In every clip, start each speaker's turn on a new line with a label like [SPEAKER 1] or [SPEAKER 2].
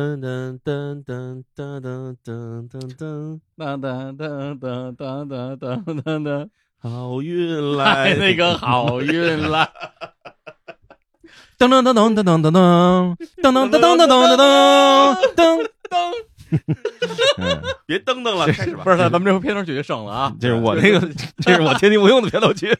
[SPEAKER 1] 噔噔噔噔噔噔噔噔噔，
[SPEAKER 2] 哒哒哒哒哒哒哒哒 哒，哎
[SPEAKER 1] 好运来！
[SPEAKER 2] 那个好运 来！
[SPEAKER 1] 噔噔噔噔噔噔噔噔噔噔噔噔噔噔噔噔
[SPEAKER 2] 噔，
[SPEAKER 3] 嗯，
[SPEAKER 1] 别噔噔了，开始吧。
[SPEAKER 2] 不是，咱们这回片头曲就省了啊，
[SPEAKER 3] 这是我那个，这是我天地无用的片头曲。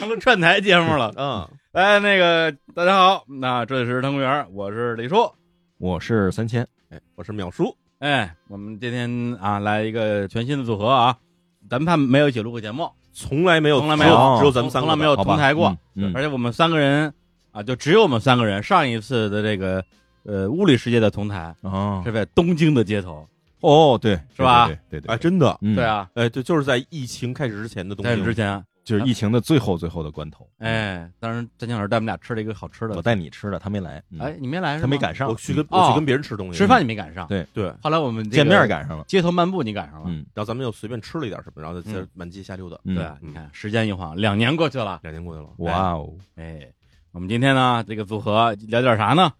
[SPEAKER 2] 成了串台节目了。
[SPEAKER 1] 嗯，
[SPEAKER 2] 哎，那个大家好，那这里是腾公园，我是李叔。
[SPEAKER 3] 我是三千，
[SPEAKER 1] 哎，我是淼叔，
[SPEAKER 2] 哎，我们今天啊来一个全新的组合啊，咱们怕没有一起录过节目，
[SPEAKER 1] 从来没有，
[SPEAKER 2] 从来没
[SPEAKER 1] 只
[SPEAKER 3] 有
[SPEAKER 1] 只有咱们三个
[SPEAKER 2] 哦从来没
[SPEAKER 1] 吧
[SPEAKER 2] 有
[SPEAKER 3] 好吧
[SPEAKER 2] 同台过，
[SPEAKER 3] 嗯
[SPEAKER 2] 而且我们三个人啊，就只有我们三个人。上一次的这个呃物理世界的同台
[SPEAKER 3] 嗯哦
[SPEAKER 2] 是在东京的街头，
[SPEAKER 3] 哦，对，
[SPEAKER 2] 是吧
[SPEAKER 3] 对对对
[SPEAKER 1] 哎，，真的，
[SPEAKER 3] 嗯
[SPEAKER 2] 对，啊，
[SPEAKER 1] 哎，对，就是在疫情开始之前的东
[SPEAKER 2] 在
[SPEAKER 1] 西。
[SPEAKER 2] 之前，啊
[SPEAKER 3] 就是疫情的最后最后的关头。，
[SPEAKER 2] 哎，当时张强老师带我们俩吃了一个好吃的
[SPEAKER 3] 嗯我，带你吃的，他没来，嗯
[SPEAKER 2] 哎，，你没来是吗，
[SPEAKER 3] 他没赶上，
[SPEAKER 1] 我去跟
[SPEAKER 3] 嗯
[SPEAKER 1] 我去
[SPEAKER 2] 哦
[SPEAKER 1] 跟别人吃东西，
[SPEAKER 2] 吃饭，你没赶上，
[SPEAKER 3] 对
[SPEAKER 1] 对，
[SPEAKER 2] 后来我们这个啊
[SPEAKER 3] 见面赶上了，
[SPEAKER 2] 街头漫步你赶上了，
[SPEAKER 3] 嗯
[SPEAKER 1] 然后咱们又随便吃了一点什么，然后在
[SPEAKER 2] 嗯
[SPEAKER 1] 满街瞎溜达。
[SPEAKER 3] 嗯
[SPEAKER 2] 对啊，
[SPEAKER 1] 嗯
[SPEAKER 2] 你看时间一晃，两年过去了，
[SPEAKER 1] 两年过去了，
[SPEAKER 3] 哇哦，
[SPEAKER 2] 哎，我们今天呢这个组合聊点啥呢？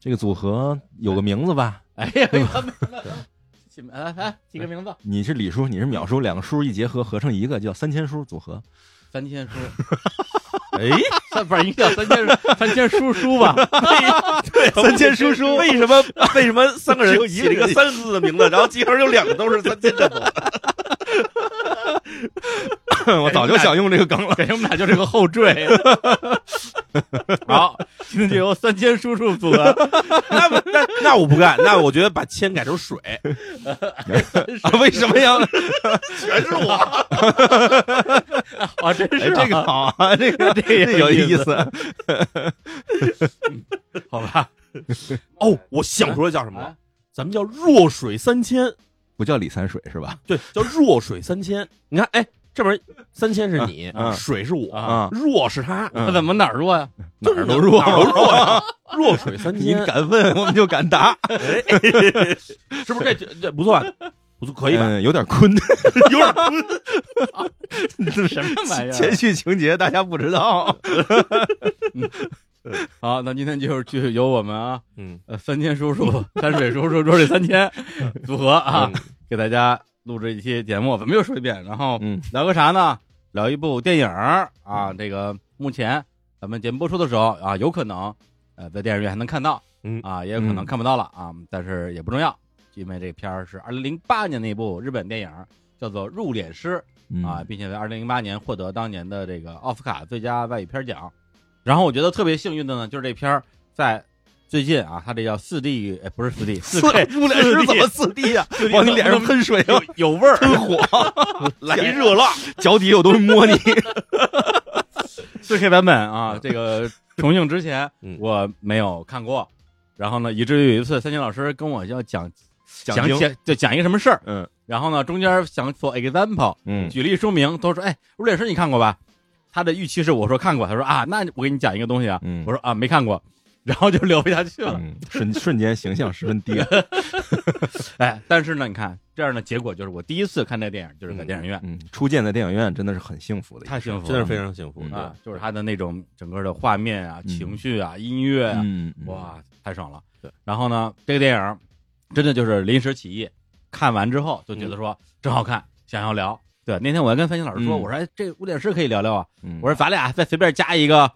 [SPEAKER 3] 这个组合有个名字吧？
[SPEAKER 2] 哎 呀， 起来来来起个名字，
[SPEAKER 3] 你是李叔，你是淼叔，两个叔一结合合成一个叫三千叔组合。
[SPEAKER 2] 三千叔，
[SPEAKER 1] 哎，
[SPEAKER 2] 三不是应该叫三千叔三千叔叔 吧？
[SPEAKER 1] 三千叔叔，为什么 为什么三个
[SPEAKER 3] 只
[SPEAKER 1] 人
[SPEAKER 3] 有一
[SPEAKER 1] 起
[SPEAKER 3] 个
[SPEAKER 1] 了一个
[SPEAKER 3] 人
[SPEAKER 1] 三个字的名字，然后集合有两个都是三千的？
[SPEAKER 3] 我早就想用这个梗了。
[SPEAKER 2] 感觉哎我们俩就这个后缀。好，今天就由三千叔叔组合，
[SPEAKER 1] 那不那那我不干，那我觉得把千改成水，
[SPEAKER 3] 啊为什么要？
[SPEAKER 1] 全是我。
[SPEAKER 2] 啊，真
[SPEAKER 3] 哎
[SPEAKER 2] 是啊
[SPEAKER 3] 这个好啊， 这个
[SPEAKER 2] 这
[SPEAKER 3] 这有
[SPEAKER 2] 意
[SPEAKER 3] 意，思。
[SPEAKER 2] 好吧？
[SPEAKER 1] 哦，
[SPEAKER 3] 哎
[SPEAKER 1] 我想出来叫什么了
[SPEAKER 2] 啊？
[SPEAKER 1] 咱们叫弱水三千，
[SPEAKER 3] 不叫李三水是吧？
[SPEAKER 1] 对，叫弱水三千。你看，哎，这边三千是你
[SPEAKER 3] 嗯，嗯
[SPEAKER 1] 水是我，
[SPEAKER 2] 啊，
[SPEAKER 3] 啊，
[SPEAKER 1] 弱是他，
[SPEAKER 2] 他怎么哪儿弱 呀？
[SPEAKER 3] 哪
[SPEAKER 1] 就是
[SPEAKER 3] 儿都弱，
[SPEAKER 1] 哪儿都弱 呀。弱水三
[SPEAKER 3] 你
[SPEAKER 1] 千，
[SPEAKER 3] 敢问我们就敢答，
[SPEAKER 1] 是不是这这不错，不错，可以吧？
[SPEAKER 3] 嗯有点坤，
[SPEAKER 1] 有点儿
[SPEAKER 2] 什么玩 意
[SPEAKER 3] 前
[SPEAKER 2] 儿？啊
[SPEAKER 3] 序情节大家不知道。
[SPEAKER 2] 好，那今天就是就由我们啊，
[SPEAKER 1] 嗯
[SPEAKER 2] 呃，三千叔叔、山水叔叔、弱水三千组合啊，
[SPEAKER 1] 嗯
[SPEAKER 2] 给大家录制一期节目，咱们又说一遍，然后
[SPEAKER 3] 嗯，
[SPEAKER 2] 聊个啥呢？聊一部电影儿
[SPEAKER 1] 嗯
[SPEAKER 2] 啊，这个目前咱们节目播出的时候啊，有可能呃在电影院还能看到，
[SPEAKER 1] 嗯
[SPEAKER 2] 啊，也有可能
[SPEAKER 3] 嗯
[SPEAKER 2] 看不到了啊，但是也不重要，因为这片儿是二零零八年的一部日本电影儿，叫做《入殓师》
[SPEAKER 3] 嗯
[SPEAKER 2] 啊，，并且在二零零八年获得当年的这个奥斯卡最佳外语片奖。然后我觉得特别幸运的呢，就是这片儿在最近啊，它这叫四 D，哎，不是四 D，四 K，
[SPEAKER 3] 入殓师怎么四 D 呀？往你脸上喷水啊
[SPEAKER 2] 有，有味儿，
[SPEAKER 3] 喷火，
[SPEAKER 1] 来
[SPEAKER 3] 啊
[SPEAKER 1] 一热浪，
[SPEAKER 3] 脚底有东西摸你。
[SPEAKER 2] 四 K 版本啊，这个重映之前
[SPEAKER 1] 嗯
[SPEAKER 2] 我没有看过，然后呢，以至于有一次三金老师跟我要讲讲
[SPEAKER 3] 经
[SPEAKER 2] 讲就讲一个什么事儿，
[SPEAKER 3] 嗯
[SPEAKER 2] 然后呢，中间想 for example
[SPEAKER 3] 嗯
[SPEAKER 2] 举例说明，都说哎，吴磊师你看过吧？他的预期是我说看过，他说啊，那我给你讲一个东西啊，
[SPEAKER 3] 嗯
[SPEAKER 2] 我说啊没看过，然后就聊不下去了，
[SPEAKER 3] 嗯，瞬瞬间形象十分低。
[SPEAKER 2] 哎，但是呢，你看这样的结果就是我第一次看这个电影就是在电影院，
[SPEAKER 3] 嗯，初见在电影院真的是很幸福的一个。
[SPEAKER 2] 太幸福了，
[SPEAKER 1] 真的是非常幸福
[SPEAKER 3] 嗯。
[SPEAKER 2] 啊，就是他的那种整个的画面啊、情绪啊、音乐啊，
[SPEAKER 3] 嗯，嗯，
[SPEAKER 2] 哇，太爽了。
[SPEAKER 1] 对，
[SPEAKER 2] 然后呢，这个电影真的就是临时起意，看完之后就
[SPEAKER 3] 嗯
[SPEAKER 2] 觉得说真好看，想要聊。对，那天我还跟范鑫老师说，
[SPEAKER 3] 嗯
[SPEAKER 2] 我说哎，这污点师可以聊聊啊，
[SPEAKER 3] 嗯
[SPEAKER 2] 我说咱俩再随便加一 个。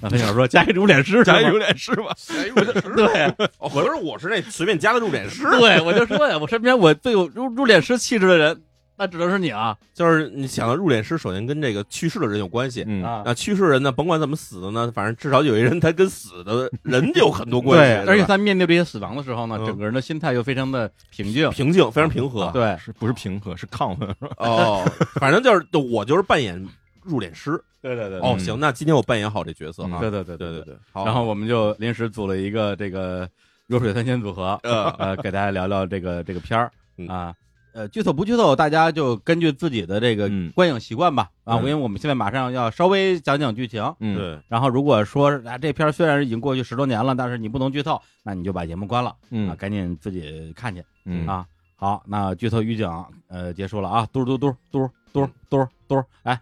[SPEAKER 2] 那范鑫老师啊说加一个污点师，
[SPEAKER 3] 咱
[SPEAKER 2] 是吗
[SPEAKER 3] 有点是吧？
[SPEAKER 1] 哎，我是
[SPEAKER 2] 对
[SPEAKER 1] 我合着我是那随便加的入 殓师，
[SPEAKER 2] 对，我就说呀，我身边我最有入入殓师气质的人，那只能是你啊
[SPEAKER 1] 就是你想到入殓师，首先跟这个去世的人有关系。
[SPEAKER 3] 嗯，
[SPEAKER 2] 啊！
[SPEAKER 1] 啊，去世人呢，甭管怎么死的呢，反正至少有一人他跟死的人就有很多关系
[SPEAKER 2] 对，，而
[SPEAKER 1] 是
[SPEAKER 2] 且
[SPEAKER 1] 吧
[SPEAKER 2] 在面对这些死亡的时候呢，
[SPEAKER 1] 嗯
[SPEAKER 2] 整个人的心态又非常的平静，
[SPEAKER 1] 平静，非常平和。
[SPEAKER 2] 对，
[SPEAKER 3] 是不是平和？是亢奋。
[SPEAKER 1] 哦，反正就是就我就是扮演入殓师。
[SPEAKER 2] 对对对
[SPEAKER 1] 哦，
[SPEAKER 3] 嗯
[SPEAKER 1] 行，那今天我扮演好这角色哈。
[SPEAKER 2] 对对对
[SPEAKER 1] 对对
[SPEAKER 2] 对。
[SPEAKER 1] 对，好。
[SPEAKER 2] 然后我们就临时组了一个这个弱水三千组 合，
[SPEAKER 1] 呃，
[SPEAKER 2] 呃，给大家聊聊这个这个片儿
[SPEAKER 1] 嗯
[SPEAKER 2] 啊。呃，剧透不剧透，大家就根据自己的这个
[SPEAKER 3] 嗯
[SPEAKER 2] 观影习惯吧。啊，
[SPEAKER 3] 嗯
[SPEAKER 2] 因为我们现在马上要稍微讲讲剧情。
[SPEAKER 3] 嗯，
[SPEAKER 1] 对，
[SPEAKER 2] 然后如果说啊，这片儿虽然已经过去十多年了，但是你不能剧透，那你就把节目关了啊，
[SPEAKER 3] 嗯
[SPEAKER 2] 赶紧自己看去
[SPEAKER 3] 嗯
[SPEAKER 2] 啊。好，那剧透预警呃结束了啊，嘟嘟嘟嘟嘟嘟嘟，来，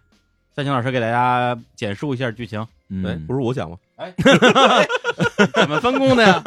[SPEAKER 2] 三星老师给大家简述
[SPEAKER 1] 哎
[SPEAKER 2] 一下剧情，
[SPEAKER 3] 嗯
[SPEAKER 1] 对，不是我讲吗？
[SPEAKER 2] 怎么分工的呀？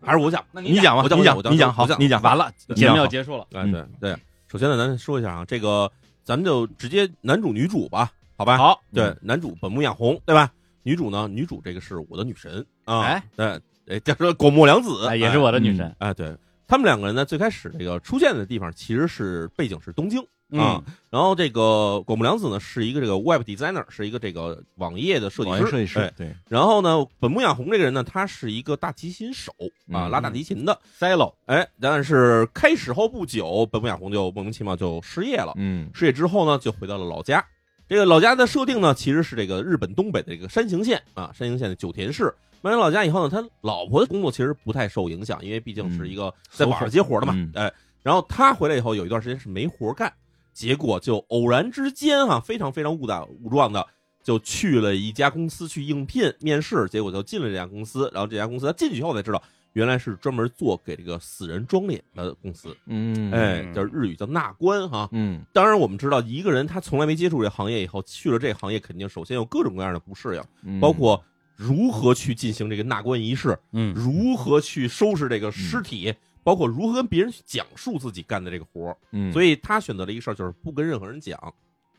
[SPEAKER 2] 还是我讲？那你
[SPEAKER 1] 你讲吧
[SPEAKER 2] 我讲，
[SPEAKER 1] 你讲
[SPEAKER 2] 我讲，
[SPEAKER 1] 你讲
[SPEAKER 2] 我
[SPEAKER 1] 好你讲
[SPEAKER 2] 完了，
[SPEAKER 1] 你
[SPEAKER 2] 节
[SPEAKER 1] 讲
[SPEAKER 2] 目要
[SPEAKER 1] 好
[SPEAKER 2] 结束了。
[SPEAKER 1] 哎，对对，首先呢，咱说一下啊，这个咱们就直接男主女主吧，好吧？
[SPEAKER 2] 好，嗯
[SPEAKER 1] 对，男主本木雅弘，对吧？女主呢，女主这个是我的女神啊，呃
[SPEAKER 2] 哎
[SPEAKER 1] 对，哎，叫说广末凉子，
[SPEAKER 2] 哎，也是我的女神。
[SPEAKER 1] 哎，哎，对。他们两个人呢，最开始这个出现的地方其实是背景是东京，
[SPEAKER 2] 嗯
[SPEAKER 1] 啊，然后这个广木凉子呢是一个这个 web designer，是一个这个网页的设计
[SPEAKER 3] 网
[SPEAKER 1] 师
[SPEAKER 3] 页，设计
[SPEAKER 1] 哎
[SPEAKER 3] 师，对，
[SPEAKER 1] 然后呢，本木雅弘这个人呢，他是一个大提琴手啊，
[SPEAKER 3] 嗯
[SPEAKER 1] 拉大提琴的。
[SPEAKER 2] 塞喽，
[SPEAKER 1] 哎，但是开始后不久，本木雅弘就莫名其妙就失业了。
[SPEAKER 3] 嗯
[SPEAKER 1] 失业之后呢，就回到了老家。这个老家的设定呢，其实是这个日本东北的这个山形县啊，山形县的九田市。搬回老家以后呢，他老婆的工作其实不太受影响，因为毕竟是一个在网上接活的嘛。
[SPEAKER 3] 嗯
[SPEAKER 1] 哎，然后他回来以后有一段时间是没活干，结果就偶然之间哈、非常非常误打误撞的就去了一家公司去应聘面试，结果就进了这家公司。然后这家公司他进去以后才知道，原来是专门做给这个死人装脸的公司。
[SPEAKER 3] 嗯，
[SPEAKER 1] 哎，就是日语叫纳棺哈、
[SPEAKER 3] 嗯，
[SPEAKER 1] 当然，我们知道一个人他从来没接触这行业以后，去了这行业，肯定首先有各种各样的不适应，
[SPEAKER 3] 嗯
[SPEAKER 1] 包括如何去进行这个纳棺仪式，
[SPEAKER 2] 嗯，
[SPEAKER 1] 如何去收拾这个尸体，包括如何跟别人去讲述自己干的这个活儿。
[SPEAKER 3] 嗯，
[SPEAKER 1] 所
[SPEAKER 3] 以
[SPEAKER 1] 以他选择了一个事儿，就是不跟任何人讲，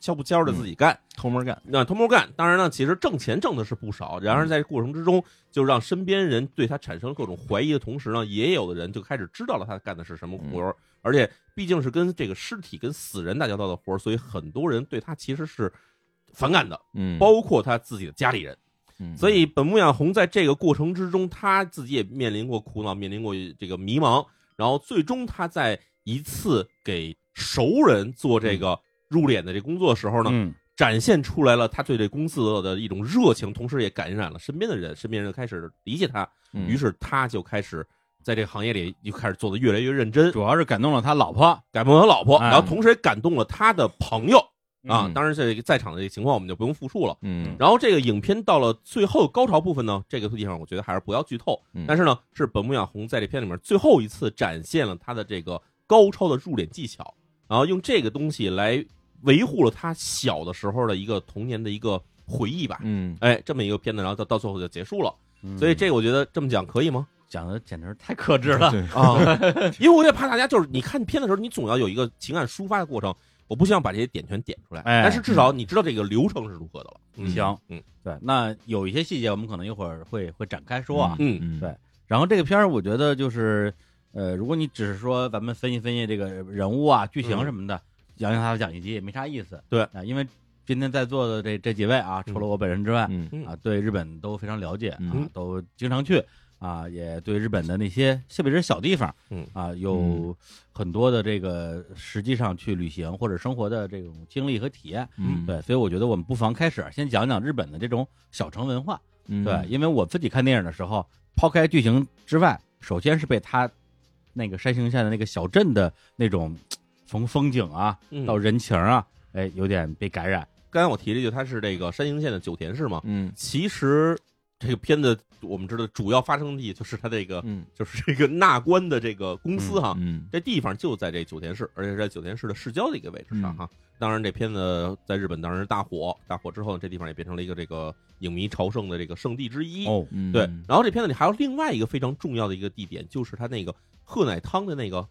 [SPEAKER 1] 悄不悄的
[SPEAKER 3] 嗯
[SPEAKER 1] 自己干，
[SPEAKER 3] 偷摸干，
[SPEAKER 1] 那偷摸干。当然呢，其实挣钱挣的是不少，然
[SPEAKER 3] 嗯
[SPEAKER 1] 而在这过程之中，就让身边人对他产生各种怀疑的同时呢，也有的人就开始知道了他干的是什么活
[SPEAKER 3] 嗯
[SPEAKER 1] 儿，而且毕竟是跟这个尸体、跟死人打交道的活儿，所以很多人对他其实是反感的，
[SPEAKER 3] 嗯，
[SPEAKER 1] 包括他自己的家里人。
[SPEAKER 3] 嗯，
[SPEAKER 1] 所以本木雅弘在这个过程之中，他自己也面临过苦恼，面临过这个迷茫，然后最终他在一次给熟人做
[SPEAKER 3] 嗯
[SPEAKER 1] 这个入殓的这工作的时候呢，
[SPEAKER 2] 嗯
[SPEAKER 1] 展现出来了他对这公司的一种热情，同时也感染了身边的人，身边人开始理解他，
[SPEAKER 3] 嗯
[SPEAKER 1] 于是他就开始在这个行业里就开始做的越来越认真，
[SPEAKER 2] 主要是感动了他老婆。
[SPEAKER 1] 感动了他老婆，
[SPEAKER 2] 哎
[SPEAKER 1] 然后同时也感动了他的朋友啊
[SPEAKER 3] 嗯。
[SPEAKER 1] 当然，这个在场的这个情况我们就不用复述了。
[SPEAKER 3] 嗯
[SPEAKER 1] 然后这个影片到了最后高潮部分呢，这个地方我觉得还是不要剧透。
[SPEAKER 3] 嗯
[SPEAKER 1] 但是呢，是本木雅弘在这片里面最后一次展现了他的这个高超的入殓技巧，然后用这个东西来维护了他小的时候的一个童年的一个回忆吧。
[SPEAKER 3] 嗯，
[SPEAKER 1] 哎，这么一个片子，然后到到最后就结束了。
[SPEAKER 2] 嗯
[SPEAKER 1] 所以这个我觉得这么讲可以吗？
[SPEAKER 2] 讲的简直太克制了。
[SPEAKER 3] 对，
[SPEAKER 1] 啊， 因为我也怕大家就是你看片的时候，你总要有一个情感抒发的过程。我不希望把这些点全点出来，
[SPEAKER 2] 哎
[SPEAKER 1] 但是至少你知道这个流程是如何的了。嗯
[SPEAKER 2] 行，
[SPEAKER 1] 嗯
[SPEAKER 2] 对，那有一些细节我们可能一会儿会会展开说啊。
[SPEAKER 1] 嗯
[SPEAKER 3] 嗯，
[SPEAKER 2] 对然后这个片儿，我觉得就是，呃，如果你只是说咱们分析分析这个人物啊、剧情什么
[SPEAKER 3] 嗯
[SPEAKER 2] 的，讲讲他讲一集也没啥意思。
[SPEAKER 1] 对
[SPEAKER 2] 啊、因为今天在座的这这几位啊，除了我本人之外、
[SPEAKER 3] 嗯
[SPEAKER 2] 啊，对日本都非常了解啊，
[SPEAKER 3] 嗯
[SPEAKER 2] 都经常去啊，也对日本的那些特别是小地方，
[SPEAKER 1] 嗯
[SPEAKER 2] 啊，有很多的这个实际上去旅行或者生活的这种经历和体验。
[SPEAKER 3] 嗯，
[SPEAKER 2] 对，所以我觉得我们不妨开始啊先讲讲日本的这种小城文化。
[SPEAKER 3] 嗯，
[SPEAKER 2] 对，因为我自己看电影的时候，抛开剧情之外，首先是被他那个山形县的那个小镇的那种从风景啊
[SPEAKER 1] 嗯
[SPEAKER 2] 到人情啊，哎，有点被感染。
[SPEAKER 1] 刚才我提了一句，它是这个山形县的九田市嘛。
[SPEAKER 3] 嗯
[SPEAKER 1] 其实这个片子我们知道，主要发生地就是它这个，
[SPEAKER 3] 嗯，
[SPEAKER 1] 就是这个纳棺的这个公司哈，
[SPEAKER 3] 嗯，
[SPEAKER 1] 这地方就在这九田市，而且是在九田市的市郊的一个位置上哈。当然，这片子在日本当时大火，大火之后呢，这地方也变成了一个这个影迷朝圣的这个圣地之一。
[SPEAKER 2] 哦，
[SPEAKER 3] 嗯，
[SPEAKER 1] 对，然后这片子里还有另外一个非常重要的一个地点，就是它那个喝奶汤的那个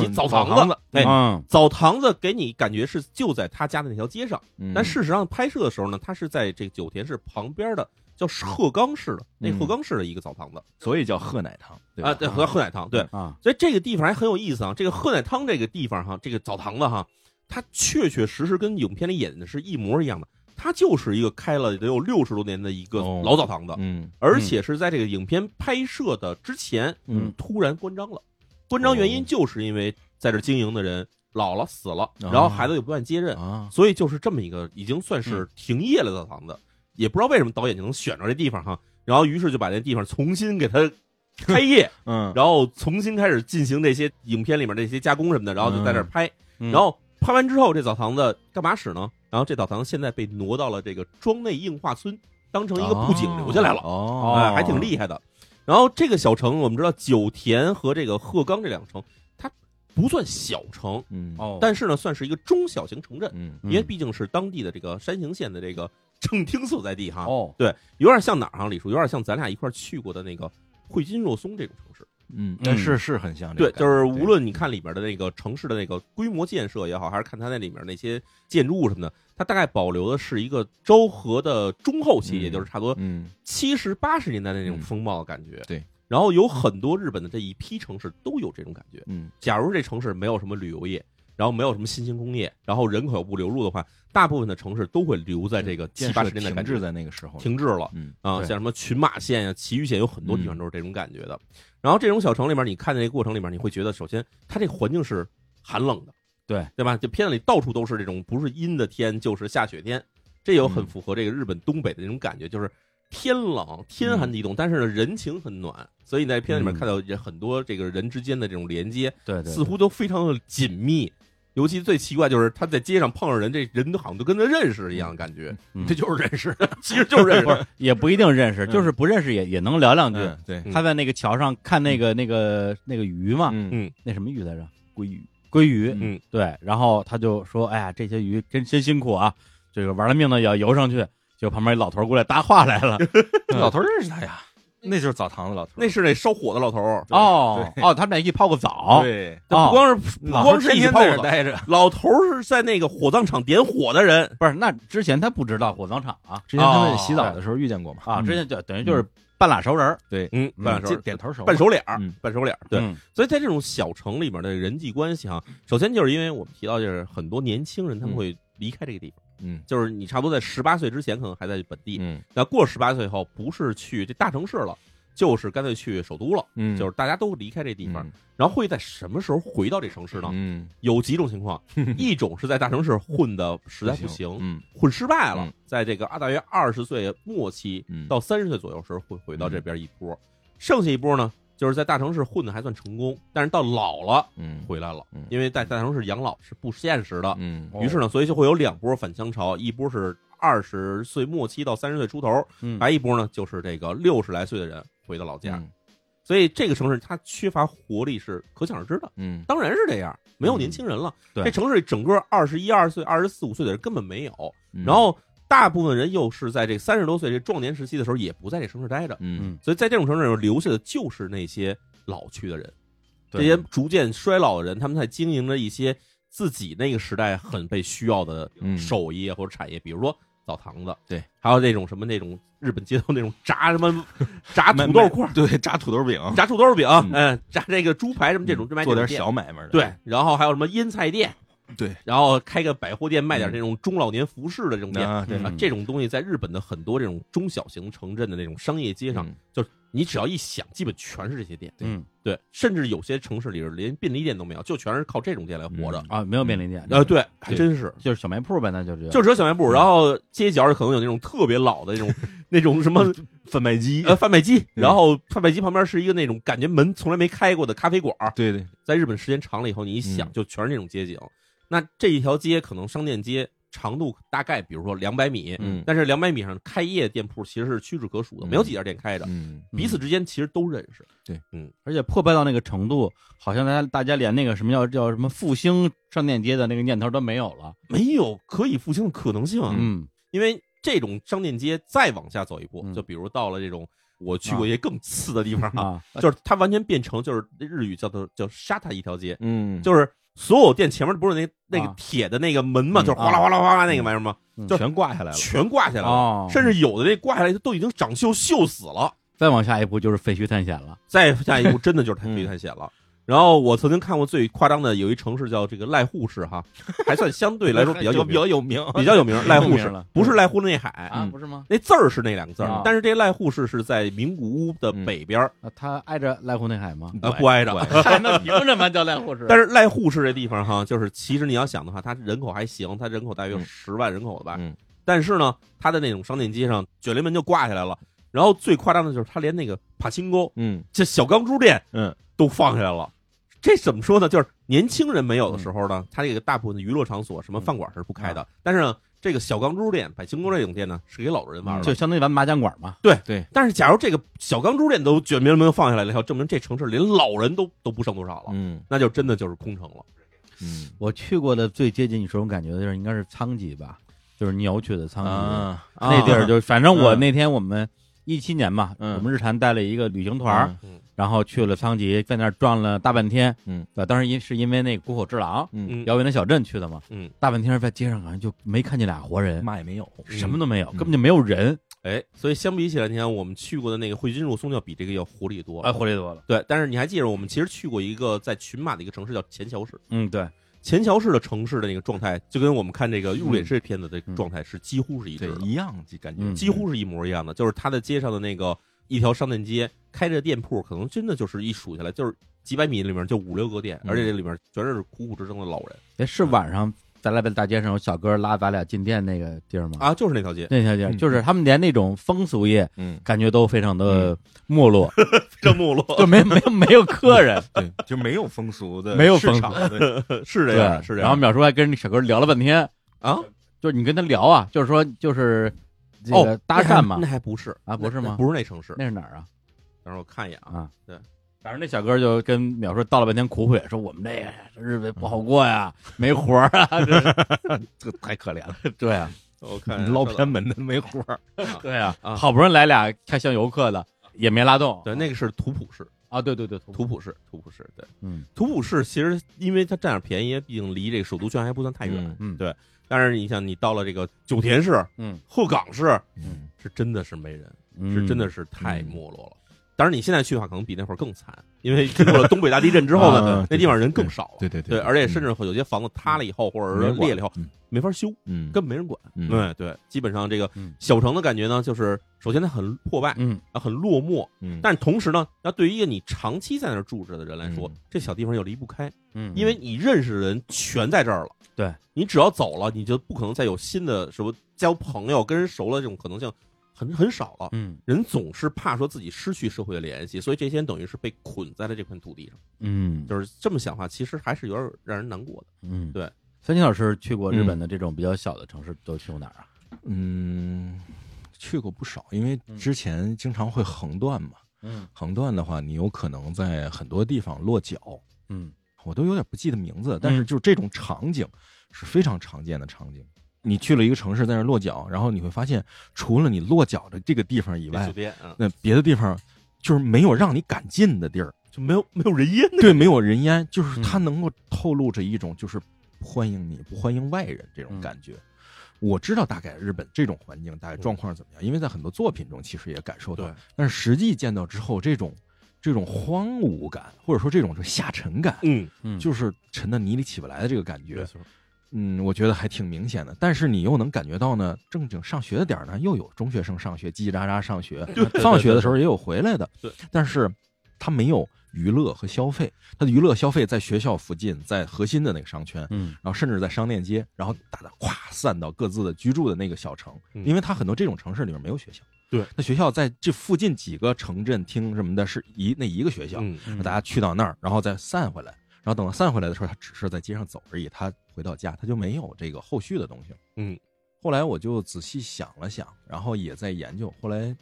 [SPEAKER 1] 洗 澡堂子，哎，
[SPEAKER 2] 嗯，
[SPEAKER 1] 澡堂子给你感觉是就在他家的那条街上。
[SPEAKER 3] 嗯
[SPEAKER 1] 但事实上拍摄的时候呢，它是在这个九田市旁边的叫鹤冈市的那
[SPEAKER 3] 嗯
[SPEAKER 1] 鹤冈市的一个澡堂子
[SPEAKER 3] 所以叫喝奶汤，对嗯
[SPEAKER 1] 啊，对，和鹤奶汤对，
[SPEAKER 2] 啊，
[SPEAKER 1] 所以这个地方还很有意思啊。这个鹤奶汤这个地方哈，这个澡堂子哈，它确确实实跟影片里演的是一模一样的，它就是一个开了得有六十多年的一个
[SPEAKER 3] 哦
[SPEAKER 1] 老澡堂子，
[SPEAKER 3] 嗯
[SPEAKER 1] 而且是在这个影片拍摄的之前，
[SPEAKER 2] 嗯
[SPEAKER 1] 突然关张了。关张原因
[SPEAKER 3] 哦
[SPEAKER 1] 就是因为在这经营的人老了死了，
[SPEAKER 3] 啊
[SPEAKER 1] 然后孩子也不愿接任，
[SPEAKER 3] 啊，
[SPEAKER 1] 所以就是这么一个已经算
[SPEAKER 2] 嗯
[SPEAKER 1] 是停业了的房子，也不知道为什么导演就能选着这地方哈，然后于是就把这地方重新给它开 业，
[SPEAKER 3] 嗯，
[SPEAKER 1] 然后重新开始进行这些影片里面这些加工什么的，然后就在这儿拍，
[SPEAKER 2] 嗯
[SPEAKER 1] 然后拍完之后这澡堂子干嘛使呢？然后这澡堂子现在被挪到了这个庄内映画村，当成一个布景留下来了，
[SPEAKER 3] 哦，
[SPEAKER 1] 哎，还挺厉害的。然后这个小城，我们知道九田和这个鹤冈这两个城，它不算小城，
[SPEAKER 3] 嗯，
[SPEAKER 2] 哦，
[SPEAKER 1] 但是呢，算是一个中小型城镇。
[SPEAKER 3] 嗯
[SPEAKER 1] 因为毕竟是当地的这个山形县的这 个正厅所在地哈，
[SPEAKER 2] 哦，
[SPEAKER 1] 有点像哪儿哈，李叔，有点像咱俩一块儿去过的那个汇金若松这种城市，
[SPEAKER 3] 嗯，但是是很像这
[SPEAKER 1] 对
[SPEAKER 3] 个，感
[SPEAKER 1] 就
[SPEAKER 3] 觉，
[SPEAKER 1] 是无论你看里边的那个城市的那个规模建设也好，还是看它那里面那些建筑物什么的，它大概保留的是一个昭和的中后期，
[SPEAKER 3] 嗯
[SPEAKER 1] 也就是差不多
[SPEAKER 3] 嗯
[SPEAKER 1] 七十八十年代的那种风貌的感觉。
[SPEAKER 3] 对。
[SPEAKER 1] 然后有很多日本的这一批城市都有这种感觉。
[SPEAKER 3] 嗯
[SPEAKER 1] 假如这城市没有什么旅游业，然后没有什么新兴工业，然后人口不流入的话，大部分的城市都会留在这个七
[SPEAKER 3] 嗯建
[SPEAKER 1] 八
[SPEAKER 3] 设
[SPEAKER 1] 十年代
[SPEAKER 3] 停
[SPEAKER 1] 感
[SPEAKER 3] 滞
[SPEAKER 1] 觉
[SPEAKER 3] 在那个时候，
[SPEAKER 1] 停滞了。
[SPEAKER 3] 嗯
[SPEAKER 1] 啊，
[SPEAKER 2] 对
[SPEAKER 1] 像什么群马县呀、崎玉县，有很多地方都是这种感觉的。
[SPEAKER 3] 嗯
[SPEAKER 1] 然后这种小城里面，你看的那个过程里面，你会觉得，首先它这个环境是寒冷的，
[SPEAKER 2] 对
[SPEAKER 1] 对吧？就片子里到处都是这种不是阴的天就是下雪天，这有很
[SPEAKER 3] 嗯
[SPEAKER 1] 符合这个日本东北的那种感觉，就是天冷、天寒地冻，但是呢人情很暖。所以你在片子里面
[SPEAKER 3] 嗯
[SPEAKER 1] 看到也很多这个人之间的这种连接，
[SPEAKER 2] 对对，
[SPEAKER 1] 似乎都非常的紧密。尤其最奇怪就是他在街上碰上人，这人都好像都跟他认识一样的感觉，
[SPEAKER 2] 嗯
[SPEAKER 1] 这就是认识，其实就是认识
[SPEAKER 2] 不。是也不一定认识，
[SPEAKER 1] 嗯
[SPEAKER 2] 就是不认识也也能聊两句。
[SPEAKER 3] 嗯对，
[SPEAKER 1] 嗯
[SPEAKER 2] 他在那个桥上看那个那个那个鱼嘛，
[SPEAKER 3] 嗯
[SPEAKER 2] 那什么鱼来着？鲑鱼，鲑鱼。
[SPEAKER 1] 嗯
[SPEAKER 2] 对，然后他就说：“哎呀，这些鱼真真辛苦啊，这个玩了命的也要游上去。”就旁边一老头过来搭话来了。
[SPEAKER 3] 老头认识他呀，那就是澡堂子老头，
[SPEAKER 1] 嗯那是那烧火的老头儿，
[SPEAKER 2] 哦哦，他们俩一起泡个澡。
[SPEAKER 3] 对，
[SPEAKER 1] 不
[SPEAKER 2] 哦，
[SPEAKER 1] 光是不
[SPEAKER 3] 老
[SPEAKER 1] 光
[SPEAKER 3] 头
[SPEAKER 1] 是
[SPEAKER 3] 天
[SPEAKER 1] 一
[SPEAKER 3] 天
[SPEAKER 1] 泡
[SPEAKER 3] 在这儿
[SPEAKER 1] 澡，
[SPEAKER 3] 待着，
[SPEAKER 1] 老头儿是在那个火葬场点火的人，
[SPEAKER 2] 不是，那之前他不知道火葬场啊
[SPEAKER 3] 之
[SPEAKER 1] 哦
[SPEAKER 3] 前他们洗澡的时候遇见过嘛？
[SPEAKER 2] 啊，
[SPEAKER 3] 嗯
[SPEAKER 2] 之前就等于就是半拉熟人儿。
[SPEAKER 3] 对，
[SPEAKER 1] 嗯，半手
[SPEAKER 3] 这点头手，
[SPEAKER 1] 半手脸儿
[SPEAKER 3] 嗯，
[SPEAKER 1] 半手脸儿，对。
[SPEAKER 2] 嗯
[SPEAKER 1] 所以在这种小城里面的人际关系哈，首先就是因为我们提到，就是很多年轻人他们
[SPEAKER 3] 嗯
[SPEAKER 1] 会离开这个地方，
[SPEAKER 3] 嗯
[SPEAKER 1] 就是你差不多在十八岁之前可能还在本地，
[SPEAKER 3] 嗯
[SPEAKER 1] 那过十八岁后不是去这大城市了，就是干脆去首都了，
[SPEAKER 3] 嗯，
[SPEAKER 1] 就是是大家都离开这地方，
[SPEAKER 3] 嗯
[SPEAKER 1] 然后会在什么时候回到这城市呢？
[SPEAKER 3] 嗯，
[SPEAKER 1] 有几种情 况，一种是在大城市混的实在不行，
[SPEAKER 3] 嗯
[SPEAKER 1] 混失败了
[SPEAKER 3] 嗯，
[SPEAKER 1] 在这个啊大约二十岁末期
[SPEAKER 3] 嗯，
[SPEAKER 1] 到三十岁左右时候会回到这边一波，剩下一波呢，就是在大城市混的还算成功，但是到老了
[SPEAKER 3] 嗯
[SPEAKER 1] 回来了
[SPEAKER 3] 嗯，
[SPEAKER 1] 因为在大城市养老是不现实的，
[SPEAKER 3] 嗯
[SPEAKER 2] 哦
[SPEAKER 1] 于是呢，所以就会有两波反倾潮，一波是二十岁末期到三十岁出头，
[SPEAKER 2] 嗯，
[SPEAKER 1] 还一波呢就是这个六十来岁的人回到老家，
[SPEAKER 3] 嗯
[SPEAKER 1] 所以这个城市它缺乏活力是可想而知的。
[SPEAKER 3] 嗯
[SPEAKER 1] 当然是这样，没有年轻人了。
[SPEAKER 2] 对
[SPEAKER 1] 这城市里整个二十一二岁、二十四五岁的人根本没有，
[SPEAKER 3] 嗯，
[SPEAKER 1] 然后大部分人又是在这三十多岁这壮年时期的时候，也不在这城市待着，
[SPEAKER 3] 嗯
[SPEAKER 1] 所以在这种城市里留下的就是那些老去的人，这
[SPEAKER 2] 对
[SPEAKER 1] 些逐渐衰老的人，他们在经营着一些自己那个时代很被需要的
[SPEAKER 3] 嗯
[SPEAKER 1] 手艺啊或者产业，比如说。澡堂子，
[SPEAKER 3] 对，
[SPEAKER 1] 还有那种什么那种日本街头那种炸什 么炸土豆块儿、
[SPEAKER 3] 对炸土豆饼，
[SPEAKER 1] 炸土豆饼，
[SPEAKER 3] 嗯
[SPEAKER 1] 嗯，炸这个猪排什么这种，这卖
[SPEAKER 3] 做点
[SPEAKER 1] 小。
[SPEAKER 3] 小买卖的，
[SPEAKER 1] 对，然后还有什么腌菜店，
[SPEAKER 3] 对，嗯
[SPEAKER 1] 然后开个百货店卖点这种中老年服饰的这种店。
[SPEAKER 3] 啊，对
[SPEAKER 1] 啊，这种东西在日本的很多这种中小型城镇的那种商业街上，
[SPEAKER 3] 嗯
[SPEAKER 1] 就是你只要一想，基本全是这些店。
[SPEAKER 2] 嗯
[SPEAKER 1] 对，甚至有些城市里是连便利店都没有，就全是靠这种店来活着。
[SPEAKER 3] 嗯
[SPEAKER 2] 啊，没有便利店，
[SPEAKER 1] 呃，，对，还
[SPEAKER 2] 对
[SPEAKER 1] 真是，
[SPEAKER 2] 就是小卖铺呗，那就是
[SPEAKER 1] 就只有小卖部，然后街角可能有那种特别老的那种 那种什么
[SPEAKER 3] 贩卖机，
[SPEAKER 1] 呃贩卖机，
[SPEAKER 3] 嗯
[SPEAKER 1] 然后贩卖机旁边是一个那种感觉门从来没开过的咖啡馆儿，
[SPEAKER 3] 对对，
[SPEAKER 1] 在日本时间长了以后，你一想
[SPEAKER 3] 嗯
[SPEAKER 1] 就全是这种街景。那这一条街可能商店街长度大概比如说两百米，
[SPEAKER 3] 嗯
[SPEAKER 1] 但是两百米上开业店铺其实是屈指可数的，
[SPEAKER 3] 嗯
[SPEAKER 1] 没有几家店开着，
[SPEAKER 3] 嗯
[SPEAKER 1] 彼此之间其实都认识。
[SPEAKER 2] 而且破败到那个程度，好像大家大家连那个什么叫叫什么复兴商店街的那个念头都没有了。
[SPEAKER 1] 没有可以复兴的可能性啊，
[SPEAKER 2] 嗯，
[SPEAKER 1] 因为这种商店街再往下走一步，
[SPEAKER 2] 嗯
[SPEAKER 1] 就比如到了这种我
[SPEAKER 3] 啊
[SPEAKER 1] 去过一些更次的地方啊，
[SPEAKER 2] 啊，
[SPEAKER 3] 呃
[SPEAKER 1] 就是它完全变成就是日语叫做叫沙塔一条街，
[SPEAKER 3] 嗯，
[SPEAKER 1] 就是所有店前面不是那那个
[SPEAKER 2] 啊
[SPEAKER 1] 铁的那个门嘛，
[SPEAKER 3] 嗯
[SPEAKER 1] 就是哗啦哗啦哗啦那个玩意儿吗？就
[SPEAKER 3] 全挂下来了，
[SPEAKER 1] 全挂下来了，
[SPEAKER 2] 哦
[SPEAKER 1] 甚至有的这挂下来都已经长锈锈死了。
[SPEAKER 2] 再往下一步就是废墟探险了。
[SPEAKER 1] 再下一步真的就是太
[SPEAKER 3] 嗯
[SPEAKER 1] 危探险了。然后我曾经看过最夸张的，有一城市叫这个濑户市哈，还算相对来说比较有
[SPEAKER 3] 比
[SPEAKER 1] 名，
[SPEAKER 3] 较有名，
[SPEAKER 1] 比较有 名。濑户
[SPEAKER 2] 有名
[SPEAKER 1] 市
[SPEAKER 2] 了
[SPEAKER 1] 不是濑户内海，
[SPEAKER 2] 啊，
[SPEAKER 3] 嗯
[SPEAKER 2] 不是吗？
[SPEAKER 1] 那字儿是那两个字儿
[SPEAKER 2] 啊，
[SPEAKER 1] 但是这濑户市是在名古屋的
[SPEAKER 3] 嗯
[SPEAKER 1] 北边儿，
[SPEAKER 2] 啊，它挨着濑户内海吗？
[SPEAKER 1] 呃，不挨着。
[SPEAKER 2] 那凭什么叫濑户市
[SPEAKER 1] 但是濑户市这地方哈，就是其实你要想的话，它人口还行，它人口大约
[SPEAKER 3] 嗯
[SPEAKER 1] 十万人口吧。
[SPEAKER 3] 嗯
[SPEAKER 1] 但是呢，它的那种商店街上卷帘门就挂下来了。然后最夸张的就是，它连那个帕辛沟
[SPEAKER 3] 嗯
[SPEAKER 1] 这小钢珠店
[SPEAKER 3] 嗯
[SPEAKER 1] 都放下来了。这怎么说呢？就是年轻人没有的时候呢，它这个大部分的娱乐场所，什么饭馆是不开的。但是呢，这个小钢珠店、百星宫这种店呢，是给老人玩
[SPEAKER 3] 嗯
[SPEAKER 1] 的。
[SPEAKER 2] 就相当于玩麻将馆嘛。
[SPEAKER 1] 但是，假如这个小钢珠店都卷帘门放下来了以后，证明这城市连老人都都不剩多少了，
[SPEAKER 3] 嗯
[SPEAKER 1] 那就真的就是空城了。
[SPEAKER 3] 嗯
[SPEAKER 2] 我去过的最接近你这种感觉的地儿，应该是仓吉吧，就是鸟取的仓吉。
[SPEAKER 3] 啊，
[SPEAKER 2] 那地儿就，反正我那天我们一七年嘛，
[SPEAKER 4] 嗯
[SPEAKER 2] 我们日坛带了一个旅行团儿，
[SPEAKER 1] 嗯
[SPEAKER 2] 然后去了仓吉，在那儿转了大半天。
[SPEAKER 4] 嗯，
[SPEAKER 2] 啊，当时因是因为那个谷口之狼
[SPEAKER 4] 嗯，
[SPEAKER 1] 嗯
[SPEAKER 2] 遥远的小镇去的嘛。
[SPEAKER 1] 嗯，
[SPEAKER 2] 大半天在街上好像就没看见俩活人，
[SPEAKER 4] 嘛也没有，
[SPEAKER 2] 什么都没有，
[SPEAKER 4] 嗯
[SPEAKER 2] 根本就没有人。
[SPEAKER 1] 哎，所以相比起来，你看我们去过的那个汇金入松要比这个要嗯活力多。
[SPEAKER 2] 哎，活力多了。
[SPEAKER 1] 对，但是你还记着我们其实去过一个在群马的一个城市叫前桥市，
[SPEAKER 2] 嗯，对，
[SPEAKER 1] 前桥市的城市的那个状态，就跟我们看这个《入殓师》片子的状态是几乎是一致
[SPEAKER 3] 对，
[SPEAKER 1] 的，
[SPEAKER 3] 一样就感觉
[SPEAKER 2] 嗯
[SPEAKER 1] 几乎是一模一样的。就是它的街上的那个一条商店街，开着店铺，可能真的就是一数下来就是几百米里面就五六个店，
[SPEAKER 2] 嗯
[SPEAKER 1] 而且这里面全是苦苦支撑的老人
[SPEAKER 2] 哎，是晚上咱俩在大街上有小哥拉咱俩进店那个地儿吗？，
[SPEAKER 1] 啊，就是那条街，
[SPEAKER 2] 那条街
[SPEAKER 4] 嗯
[SPEAKER 2] 就是他们连那种风俗业
[SPEAKER 3] 嗯，
[SPEAKER 2] 感觉都非常
[SPEAKER 1] 嗯
[SPEAKER 2] 的没落，
[SPEAKER 1] 非常没落，
[SPEAKER 2] 就没 没有没有客人。
[SPEAKER 3] 对，就没有风俗的，
[SPEAKER 2] 没有
[SPEAKER 3] 市
[SPEAKER 2] 风
[SPEAKER 3] 场的，
[SPEAKER 1] 是这
[SPEAKER 2] 对，
[SPEAKER 1] 样，是这
[SPEAKER 2] 然后
[SPEAKER 1] 样
[SPEAKER 2] 淼叔还跟那小哥聊了半天，
[SPEAKER 1] 啊。
[SPEAKER 2] 就是你跟他聊啊，就是说就是这个
[SPEAKER 1] 哦，
[SPEAKER 2] 搭讪嘛
[SPEAKER 1] 那还那，还不是
[SPEAKER 2] 啊不是
[SPEAKER 1] 那
[SPEAKER 2] 吗
[SPEAKER 1] 不是那城市，
[SPEAKER 2] 那是哪儿啊？
[SPEAKER 1] 等会儿我看一眼啊。
[SPEAKER 2] 啊，
[SPEAKER 1] 对。
[SPEAKER 2] 反正那小哥就跟淼叔道了半天苦悔，说我们这个日子不好过呀，
[SPEAKER 1] 嗯
[SPEAKER 2] 没活儿 啊，这是
[SPEAKER 3] 这个太可怜了，
[SPEAKER 2] 对啊，
[SPEAKER 1] 我看一眼
[SPEAKER 3] 捞
[SPEAKER 1] 稍等
[SPEAKER 3] 偏门的没活儿。
[SPEAKER 2] 对啊，
[SPEAKER 1] 啊
[SPEAKER 2] 好不容易来俩开箱游客的，也没拉动。
[SPEAKER 1] 对，那个是图普市，
[SPEAKER 2] 啊，对对对，土
[SPEAKER 1] 图普市，图普市，对，
[SPEAKER 2] 嗯，
[SPEAKER 1] 图普市其实因为它占点便宜，毕竟离这个首都圈还不算太远。
[SPEAKER 2] 嗯嗯
[SPEAKER 1] 对。但是你像你到了这个九田市、
[SPEAKER 2] 嗯
[SPEAKER 1] 鹤岗市，
[SPEAKER 3] 嗯，
[SPEAKER 1] 是真的是没人，
[SPEAKER 2] 嗯
[SPEAKER 1] 是真的是太没落了。当然，你现在去的话，可能比那会儿更惨，因为经过了东北大地震之后呢
[SPEAKER 3] 啊，
[SPEAKER 1] 那地方人更少了。
[SPEAKER 3] 对对
[SPEAKER 1] 对，而且甚至会有些房子塌了以后，或者是裂了以后，
[SPEAKER 3] 嗯
[SPEAKER 1] 没法修，
[SPEAKER 3] 嗯，
[SPEAKER 1] 根本没人管。
[SPEAKER 3] 嗯
[SPEAKER 1] 对对，基本上这个
[SPEAKER 2] 嗯
[SPEAKER 1] 小城的感觉呢，就是首先它很破败，
[SPEAKER 2] 嗯
[SPEAKER 1] 啊，很落寞，
[SPEAKER 3] 嗯，
[SPEAKER 1] 但是同时呢，那对于一个你长期在那儿住着的人来说，
[SPEAKER 3] 嗯
[SPEAKER 1] 这小地方又离不开，
[SPEAKER 2] 嗯，
[SPEAKER 1] 因为你认识的人全在这儿了。
[SPEAKER 2] 对
[SPEAKER 1] 你只要走了，你就不可能再有新的什么交朋友、跟人熟了这种可能性很很少了。
[SPEAKER 2] 嗯
[SPEAKER 1] 人总是怕说自己失去社会的联系，所以这些人等于是被捆在了这块土地上。
[SPEAKER 2] 嗯
[SPEAKER 1] 就是这么想的话，其实还是有点让人难过的。
[SPEAKER 2] 嗯，
[SPEAKER 1] 对。
[SPEAKER 2] 三金老师去过日本的这种比较小的城市，都去过哪儿啊？
[SPEAKER 3] 嗯，去过不少，因为
[SPEAKER 2] 嗯
[SPEAKER 3] 之前经常会横断嘛。
[SPEAKER 2] 嗯
[SPEAKER 3] 横断的话，你有可能在很多地方落脚，
[SPEAKER 2] 嗯
[SPEAKER 3] 我都有点不记得名字，但是就是这种场景是非常常见的场景。你去了一个城市，在那儿落脚，然后你会发现，除了你落脚的这个地方以
[SPEAKER 1] 酒
[SPEAKER 3] 外，
[SPEAKER 1] 店啊，
[SPEAKER 3] 那别的地方就是没有让你敢进的地儿。
[SPEAKER 1] 就没有没有人烟。
[SPEAKER 3] 对，没有人烟，就是它
[SPEAKER 2] 嗯
[SPEAKER 3] 能够透露着一种就是不欢迎你不欢迎外人这种
[SPEAKER 2] 嗯
[SPEAKER 3] 感觉。我知道大概日本这种环境大概状况怎么样，因为在很多作品中其实也感受到
[SPEAKER 1] 对，
[SPEAKER 3] 但是实际见到之后，这种这种荒芜感，或者说这种下沉感，
[SPEAKER 1] 嗯，
[SPEAKER 2] 嗯，
[SPEAKER 3] 就是沉到泥里起不来的这个感
[SPEAKER 1] 没
[SPEAKER 3] 觉，
[SPEAKER 1] 错，
[SPEAKER 3] 嗯，我觉得还挺明显的。但是你又能感觉到呢，正经上学的点儿呢，又有中学生上学叽叽喳喳上学，放学的时候也有回来的
[SPEAKER 1] 对，
[SPEAKER 3] 但是他没有娱乐和消费，他的娱乐消费在学校附近，在核心的那个商圈，
[SPEAKER 2] 嗯
[SPEAKER 3] 然后甚至在商店街，然后大家咵散到各自的居住的那个小城，
[SPEAKER 1] 嗯
[SPEAKER 3] 因为它很多这种城市里面没有学校，
[SPEAKER 1] 对，
[SPEAKER 3] 那学校在这附近几个城镇厅什么的，是一那一个学校，
[SPEAKER 1] 嗯
[SPEAKER 2] 嗯
[SPEAKER 3] 大家去到那儿，然后再散回来，然后等到散回来的时候，他只是在街上走而已，他回到家他就没有这个后续的东西了。
[SPEAKER 1] 嗯，
[SPEAKER 3] 后来我就仔细想了想，然后也在研究，后来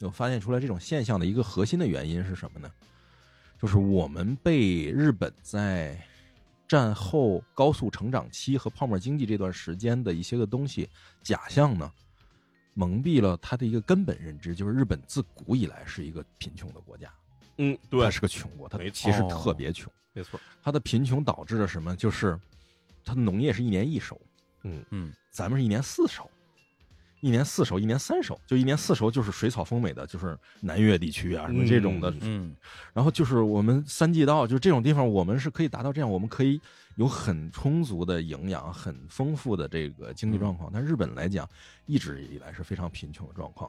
[SPEAKER 3] 我发现出来这种现象的一个核心的原因是什么呢？就是我们被日本在战后高速成长期和泡沫经济这段时间的一些个东西假象呢，蒙蔽了他的一个根本认知，就是日本自古以来是一个贫穷的国家。
[SPEAKER 1] 嗯，
[SPEAKER 3] 它
[SPEAKER 1] 对，
[SPEAKER 3] 是个穷国，它
[SPEAKER 1] 没
[SPEAKER 3] 其实
[SPEAKER 2] 错
[SPEAKER 3] 特别穷。
[SPEAKER 1] 没错，
[SPEAKER 3] 它的贫穷导致了什么？就是它的农业是一年一收，
[SPEAKER 2] 嗯
[SPEAKER 3] 咱们是一年四收，一年四收，一年三收，就一年四收就是水草丰美的，就是南越地区啊什么这种的。
[SPEAKER 1] 嗯
[SPEAKER 2] 嗯
[SPEAKER 3] 然后就是我们三季稻，就这种地方，我们是可以达到这样，我们可以有很充足的营养，很丰富的这个经济状况。但日本来讲，一直以来是非常贫穷的状况，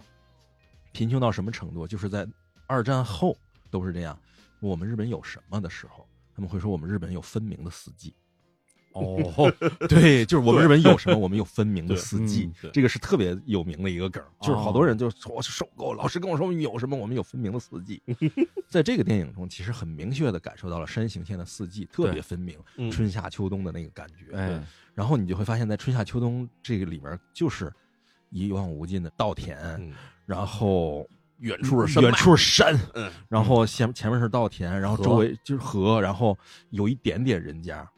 [SPEAKER 3] 贫穷到什么程度？就是在二战后都是这样。我们日本有什么的时候，他们会说我们日本有分明的四季。
[SPEAKER 2] 哦，
[SPEAKER 3] 对，就是我们日本有什么，我们有分明的
[SPEAKER 1] 对
[SPEAKER 3] 四季
[SPEAKER 2] 嗯
[SPEAKER 1] 对，
[SPEAKER 3] 这个是特别有名的一个梗儿，就是
[SPEAKER 1] 哦
[SPEAKER 3] 好多人就说我受够，了，老师跟我说我们有什么，我们有分明的四季。 在这个电影中，其实很明确的感受到了山形县的四季特别分明，
[SPEAKER 1] 嗯
[SPEAKER 3] 春夏秋冬的那个感觉。
[SPEAKER 2] 哎，
[SPEAKER 3] 然后你就会发现，在春夏秋冬这个里面，就是一望无尽的稻田，
[SPEAKER 1] 嗯
[SPEAKER 3] 然后嗯
[SPEAKER 1] 远处是山
[SPEAKER 3] 远
[SPEAKER 1] 脉
[SPEAKER 3] 处是山，
[SPEAKER 1] 嗯
[SPEAKER 3] 然后前前面是稻田，然后
[SPEAKER 2] 河
[SPEAKER 3] 周围就是河，然后有一点点人家，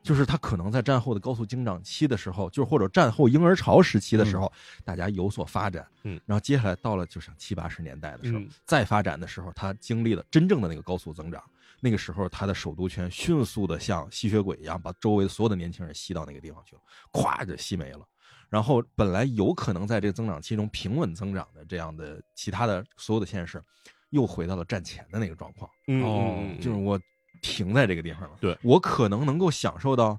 [SPEAKER 3] 就是他可能在战后的高速增长期的时候，就是或者战后婴儿潮时期的时候，大家有所发展，
[SPEAKER 1] 嗯，
[SPEAKER 3] 然后接下来到了就是七八十年代的时候，
[SPEAKER 1] 嗯
[SPEAKER 3] 再发展的时候，它经历了真正的那个高速增长，那个时候它的首都圈迅速的像吸血鬼一样，把周围所有的年轻人吸到那个地方去了，咵就吸没了。然后本来有可能在这个增长期中平稳增长的这样的其他的所有的县市，又回到了战前的那个状况。
[SPEAKER 1] 嗯
[SPEAKER 2] 哦
[SPEAKER 1] 嗯
[SPEAKER 3] 就是我停在这个地方了。
[SPEAKER 1] 对
[SPEAKER 3] 我可能能够享受到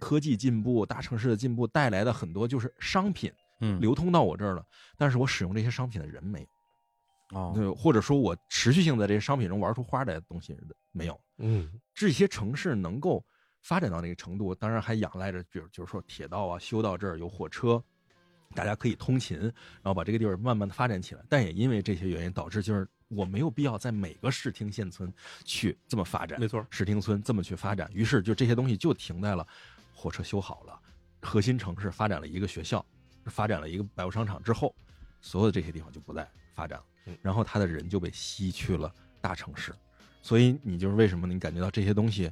[SPEAKER 3] 科技进步、大城市的进步带来的很多就是商品
[SPEAKER 2] 嗯，
[SPEAKER 3] 流通到我这儿了，但是我使用这些商品的人没有，
[SPEAKER 2] 哦，
[SPEAKER 3] 对，或者说我持续性在这些商品中玩出花来的东西没有。
[SPEAKER 1] 嗯
[SPEAKER 3] 这些城市能够发展到那个程度，当然还仰赖着，比如就是说铁道啊，修到这儿有火车，大家可以通勤，然后把这个地方慢慢的发展起来。但也因为这些原因，导致就是我没有必要在每个市町县村去这么发展
[SPEAKER 1] 没，错，
[SPEAKER 3] 市町村这么去发展，于是就这些东西就停在了火车修好了，核心城市发展了一个学校，发展了一个百货商场之后，所有的这些地方就不再发展了
[SPEAKER 1] 嗯，
[SPEAKER 3] 然后它的人就被吸去了大城市，所以你就是为什么你感觉到这些东西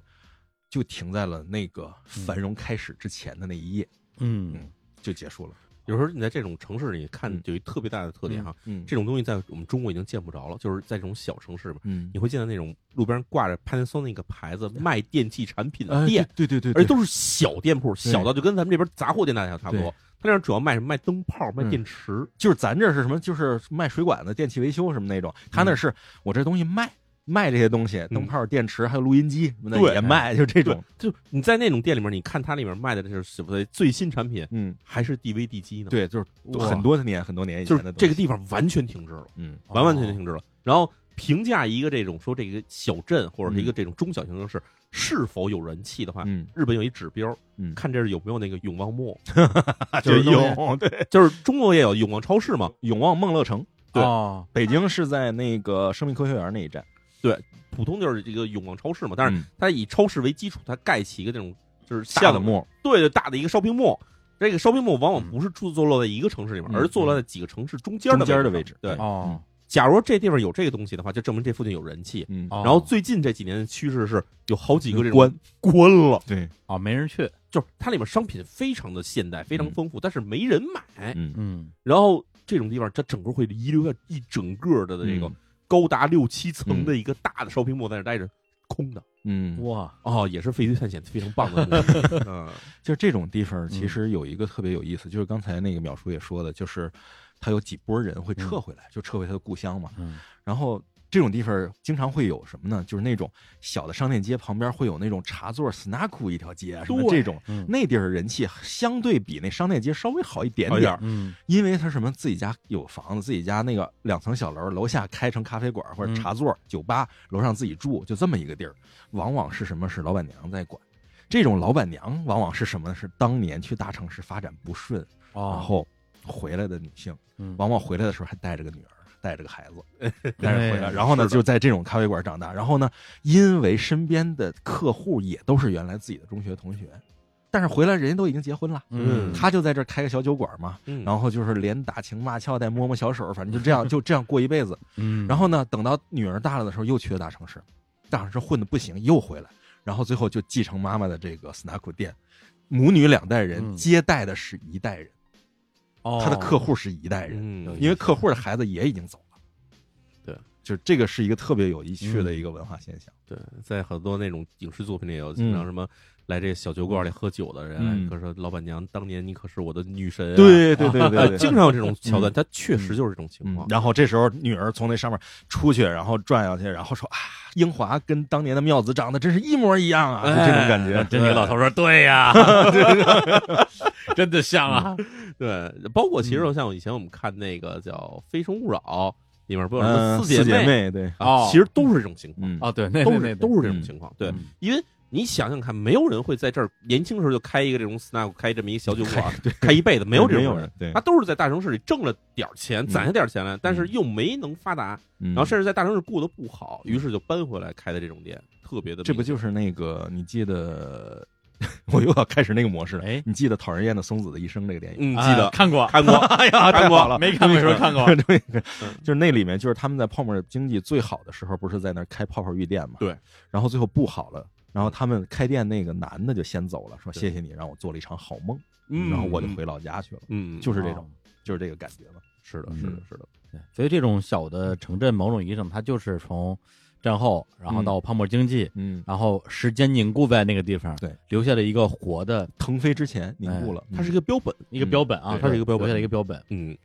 [SPEAKER 3] 就停在了那个
[SPEAKER 1] 嗯
[SPEAKER 3] 繁荣开始之前的那一页
[SPEAKER 2] 嗯
[SPEAKER 3] 就结束了，
[SPEAKER 1] 有时候你在这种城市里看
[SPEAKER 3] 嗯，
[SPEAKER 1] 有一特别大的特点哈，
[SPEAKER 3] 嗯
[SPEAKER 1] 这种东西在我们中国已经见不着了，就是在这种小城市嘛，
[SPEAKER 3] 嗯
[SPEAKER 1] 你会见到那种路边挂着 Panasonic 个牌子卖电器产品的
[SPEAKER 3] 哎
[SPEAKER 1] 店，
[SPEAKER 3] 对对对
[SPEAKER 1] 而
[SPEAKER 3] 对
[SPEAKER 1] 且都是小店铺，小到就跟咱们这边杂货店大小差不多
[SPEAKER 3] 对。嗯
[SPEAKER 1] 他那儿主要卖什么？卖灯泡、卖电池，
[SPEAKER 3] 就是咱这是什么？就是卖水管子、电器维修什么那种，他
[SPEAKER 1] 嗯
[SPEAKER 3] 那是我这东西卖卖这些东西，灯泡、电池还有录音机什么的
[SPEAKER 1] 对
[SPEAKER 3] 也卖，就这
[SPEAKER 1] 对
[SPEAKER 3] 种。，
[SPEAKER 1] 就你在那种店里面，你看它里面卖的这是什么最新产品，
[SPEAKER 3] 嗯，
[SPEAKER 1] 还是 DVD 机呢？，
[SPEAKER 3] 对，就是
[SPEAKER 2] 哇
[SPEAKER 3] 很多年很多年以
[SPEAKER 1] 就是
[SPEAKER 3] 前的
[SPEAKER 1] 这
[SPEAKER 3] 东
[SPEAKER 1] 个
[SPEAKER 3] 西
[SPEAKER 1] 地方完全停滞了，
[SPEAKER 3] 嗯
[SPEAKER 1] 完完全全停滞了。然后评价一个这种说这个小镇或者是一个
[SPEAKER 3] 嗯
[SPEAKER 1] 这种中小型城市是否有人气的话，
[SPEAKER 3] 嗯
[SPEAKER 1] 日本有一指标，
[SPEAKER 3] 嗯
[SPEAKER 1] 看这儿有没有那个永旺 末，
[SPEAKER 3] 就是
[SPEAKER 1] 有
[SPEAKER 3] 永对
[SPEAKER 1] 就是中国也有永旺超市嘛，
[SPEAKER 3] 永旺梦乐城，
[SPEAKER 1] 对
[SPEAKER 2] 哦，
[SPEAKER 3] 北京是在那个生命科学园那一站，
[SPEAKER 1] 普通就是这个永旺超市嘛，但是
[SPEAKER 3] 嗯
[SPEAKER 1] 它以超市为基础，它盖起一个这种就是
[SPEAKER 3] 大
[SPEAKER 1] 像
[SPEAKER 3] 冷漠
[SPEAKER 1] 对对大的一个烧屏幕。这个烧屏幕往往不是坐坐落在一个城市里面，
[SPEAKER 3] 嗯
[SPEAKER 1] 而是坐落在几个城市中间
[SPEAKER 3] 中
[SPEAKER 1] 的
[SPEAKER 3] 间的
[SPEAKER 1] 的
[SPEAKER 3] 位。置。
[SPEAKER 1] 对
[SPEAKER 2] 哦，
[SPEAKER 1] 假如这地方有这个东西的话，就证明这附近有人气。
[SPEAKER 3] 嗯，
[SPEAKER 2] 然
[SPEAKER 1] 然后最近这几年的趋势是有好几个这种
[SPEAKER 3] 关
[SPEAKER 1] 嗯关了，
[SPEAKER 3] 对，
[SPEAKER 2] 哦没人去，
[SPEAKER 1] 就是它里面商品非常的现代，非常丰富，但是没人买。
[SPEAKER 3] 嗯
[SPEAKER 2] 嗯
[SPEAKER 1] 然后这种地方，它整个会遗留下一整个的这个
[SPEAKER 3] 嗯
[SPEAKER 1] 高达六七层的一个大的烧屏幕在那儿待着，空的。
[SPEAKER 3] 嗯，
[SPEAKER 2] 哇，
[SPEAKER 1] 哦，也是废墟探险非常棒 的东西。嗯，
[SPEAKER 3] 就是这种地方其实有一个特别有意思，就是刚才那个淼叔也说的，就是他有几波人会
[SPEAKER 1] 嗯
[SPEAKER 3] 撤回来，就撤回他的故乡嘛。
[SPEAKER 2] 嗯
[SPEAKER 3] 然后这种地方经常会有什么呢？就是那种小的商店街旁边会有那种茶座 snack 一条街啊，什么
[SPEAKER 1] 对
[SPEAKER 3] 这种，
[SPEAKER 2] 嗯
[SPEAKER 3] 那地儿人气相对比那商店街稍微好一点
[SPEAKER 1] 好一点
[SPEAKER 3] 点儿，
[SPEAKER 2] 嗯
[SPEAKER 3] 因为他什么自己家有房子，自己家那个两层小楼，楼下开成咖啡馆或者茶座、酒吧，楼上自己住，就这么一个地儿，往往是什么是老板娘在管。这种老板娘往往是什么呢？是当年去大城市发展不顺，然
[SPEAKER 2] 哦，
[SPEAKER 3] 后回来的女性。
[SPEAKER 2] 嗯
[SPEAKER 3] 往往回来的时候还带着个女儿，带着个孩子，带
[SPEAKER 2] 带着
[SPEAKER 3] 着回
[SPEAKER 2] 回
[SPEAKER 3] 来，
[SPEAKER 2] 来
[SPEAKER 3] 然后呢
[SPEAKER 1] 是的
[SPEAKER 3] 就在这种咖啡馆长大，然后呢，因为身边的客户也都是原来自己的中学同学，但是回来人家都已经结婚了，
[SPEAKER 2] 嗯
[SPEAKER 3] 他就在这儿开个小酒馆嘛，
[SPEAKER 1] 嗯
[SPEAKER 3] 然后就是连打情骂俏带摸摸小手，反正就这样就这样过一辈子。
[SPEAKER 2] 嗯，
[SPEAKER 3] 然后呢，等到女儿大了的时候，又去了大城市，大城市混的不行，又回来，然后最后就继承妈妈的这个 snack 店，母女两代人
[SPEAKER 2] 嗯
[SPEAKER 3] 接待的是一代人，
[SPEAKER 2] 哦
[SPEAKER 3] 他的客户是一代人。
[SPEAKER 1] 嗯，
[SPEAKER 3] 因为客户的孩子也已经走了。
[SPEAKER 1] 对，
[SPEAKER 3] 就是这个是一个特别有趣的一个文化现象。
[SPEAKER 1] 对，在很多那种影视作品里有经常什么来这小酒馆里喝酒的人，
[SPEAKER 3] 嗯
[SPEAKER 1] 可说老板娘当年你可是我的女神、啊。
[SPEAKER 3] 对对
[SPEAKER 1] 呃 经常有这种桥段，它确实就是这种情
[SPEAKER 3] 嗯
[SPEAKER 1] 况。，
[SPEAKER 3] 然后这时候女儿从那上面出去，然后转悠去，然后说啊，英华跟当年的妙子长得真是一模一样啊，
[SPEAKER 1] 哎
[SPEAKER 3] 就这种感觉。
[SPEAKER 2] 这女老头说对 呀，真的像啊，
[SPEAKER 1] 对，包括其
[SPEAKER 3] 嗯
[SPEAKER 1] 实像以前我们看那个叫《非诚勿扰》，里面不有什
[SPEAKER 3] 嗯
[SPEAKER 1] 么
[SPEAKER 3] 四
[SPEAKER 1] 姐妹，啊
[SPEAKER 3] 妹，对，
[SPEAKER 2] 哦
[SPEAKER 1] 其实都是这种情况，
[SPEAKER 3] 嗯，
[SPEAKER 2] 哦对，那
[SPEAKER 1] 都
[SPEAKER 2] 那
[SPEAKER 1] 是
[SPEAKER 2] 那
[SPEAKER 1] 都是这种
[SPEAKER 3] 嗯
[SPEAKER 1] 情况。对
[SPEAKER 2] 嗯，
[SPEAKER 1] 因为你想想看，没有人会在这儿年轻时候就开一个这种 snack，开这么一个小酒馆，开一辈子，没有这
[SPEAKER 3] 没
[SPEAKER 1] 种
[SPEAKER 3] 有
[SPEAKER 1] 人。，啊
[SPEAKER 3] 对
[SPEAKER 1] 他，都是在大城市里挣了点儿钱，
[SPEAKER 3] 嗯
[SPEAKER 1] 攒下点儿钱来，但是又没能发达，
[SPEAKER 3] 然
[SPEAKER 1] 然后甚至在大城市过得不好，于是就搬回来开的这种店，特别的
[SPEAKER 3] 这不就是那个你记得，我又要开始那个模式了。
[SPEAKER 2] 哎
[SPEAKER 3] 你记得讨人厌的松子的一生这个电影
[SPEAKER 1] 嗯，
[SPEAKER 3] 吗？，
[SPEAKER 2] 啊
[SPEAKER 1] 记得
[SPEAKER 2] 看过，
[SPEAKER 1] 看过，
[SPEAKER 2] 哎呀，
[SPEAKER 1] 看嗯过
[SPEAKER 2] 太好了，没 看过时候看过
[SPEAKER 3] 对，就是那里面就是他们在泡沫经济最好的时候，不是在那儿开泡泡浴店嘛？
[SPEAKER 1] 对。
[SPEAKER 3] 然后最后不好了，然后他们开店那个男的就先走了，说谢谢你让我做了一场好梦，
[SPEAKER 2] 嗯，
[SPEAKER 3] 然后我就回老家去了，
[SPEAKER 1] 嗯，
[SPEAKER 3] 就是这
[SPEAKER 2] 哦
[SPEAKER 3] 种，就是这个感觉了。
[SPEAKER 1] 是的，
[SPEAKER 3] 嗯
[SPEAKER 1] 是的，是的，
[SPEAKER 2] 对，所以这种小的城镇，某种意义上它就是从战后，然后到泡沫经济，
[SPEAKER 3] 嗯，
[SPEAKER 2] 然后时间凝固在那个地方，
[SPEAKER 3] 对，
[SPEAKER 2] 留下了一个活的
[SPEAKER 3] 腾飞之前凝固了，
[SPEAKER 1] 它是一个标本，
[SPEAKER 2] 一个标本啊，
[SPEAKER 1] 对它是一个标
[SPEAKER 2] 留
[SPEAKER 1] 本
[SPEAKER 2] 下了一个标本。
[SPEAKER 1] 嗯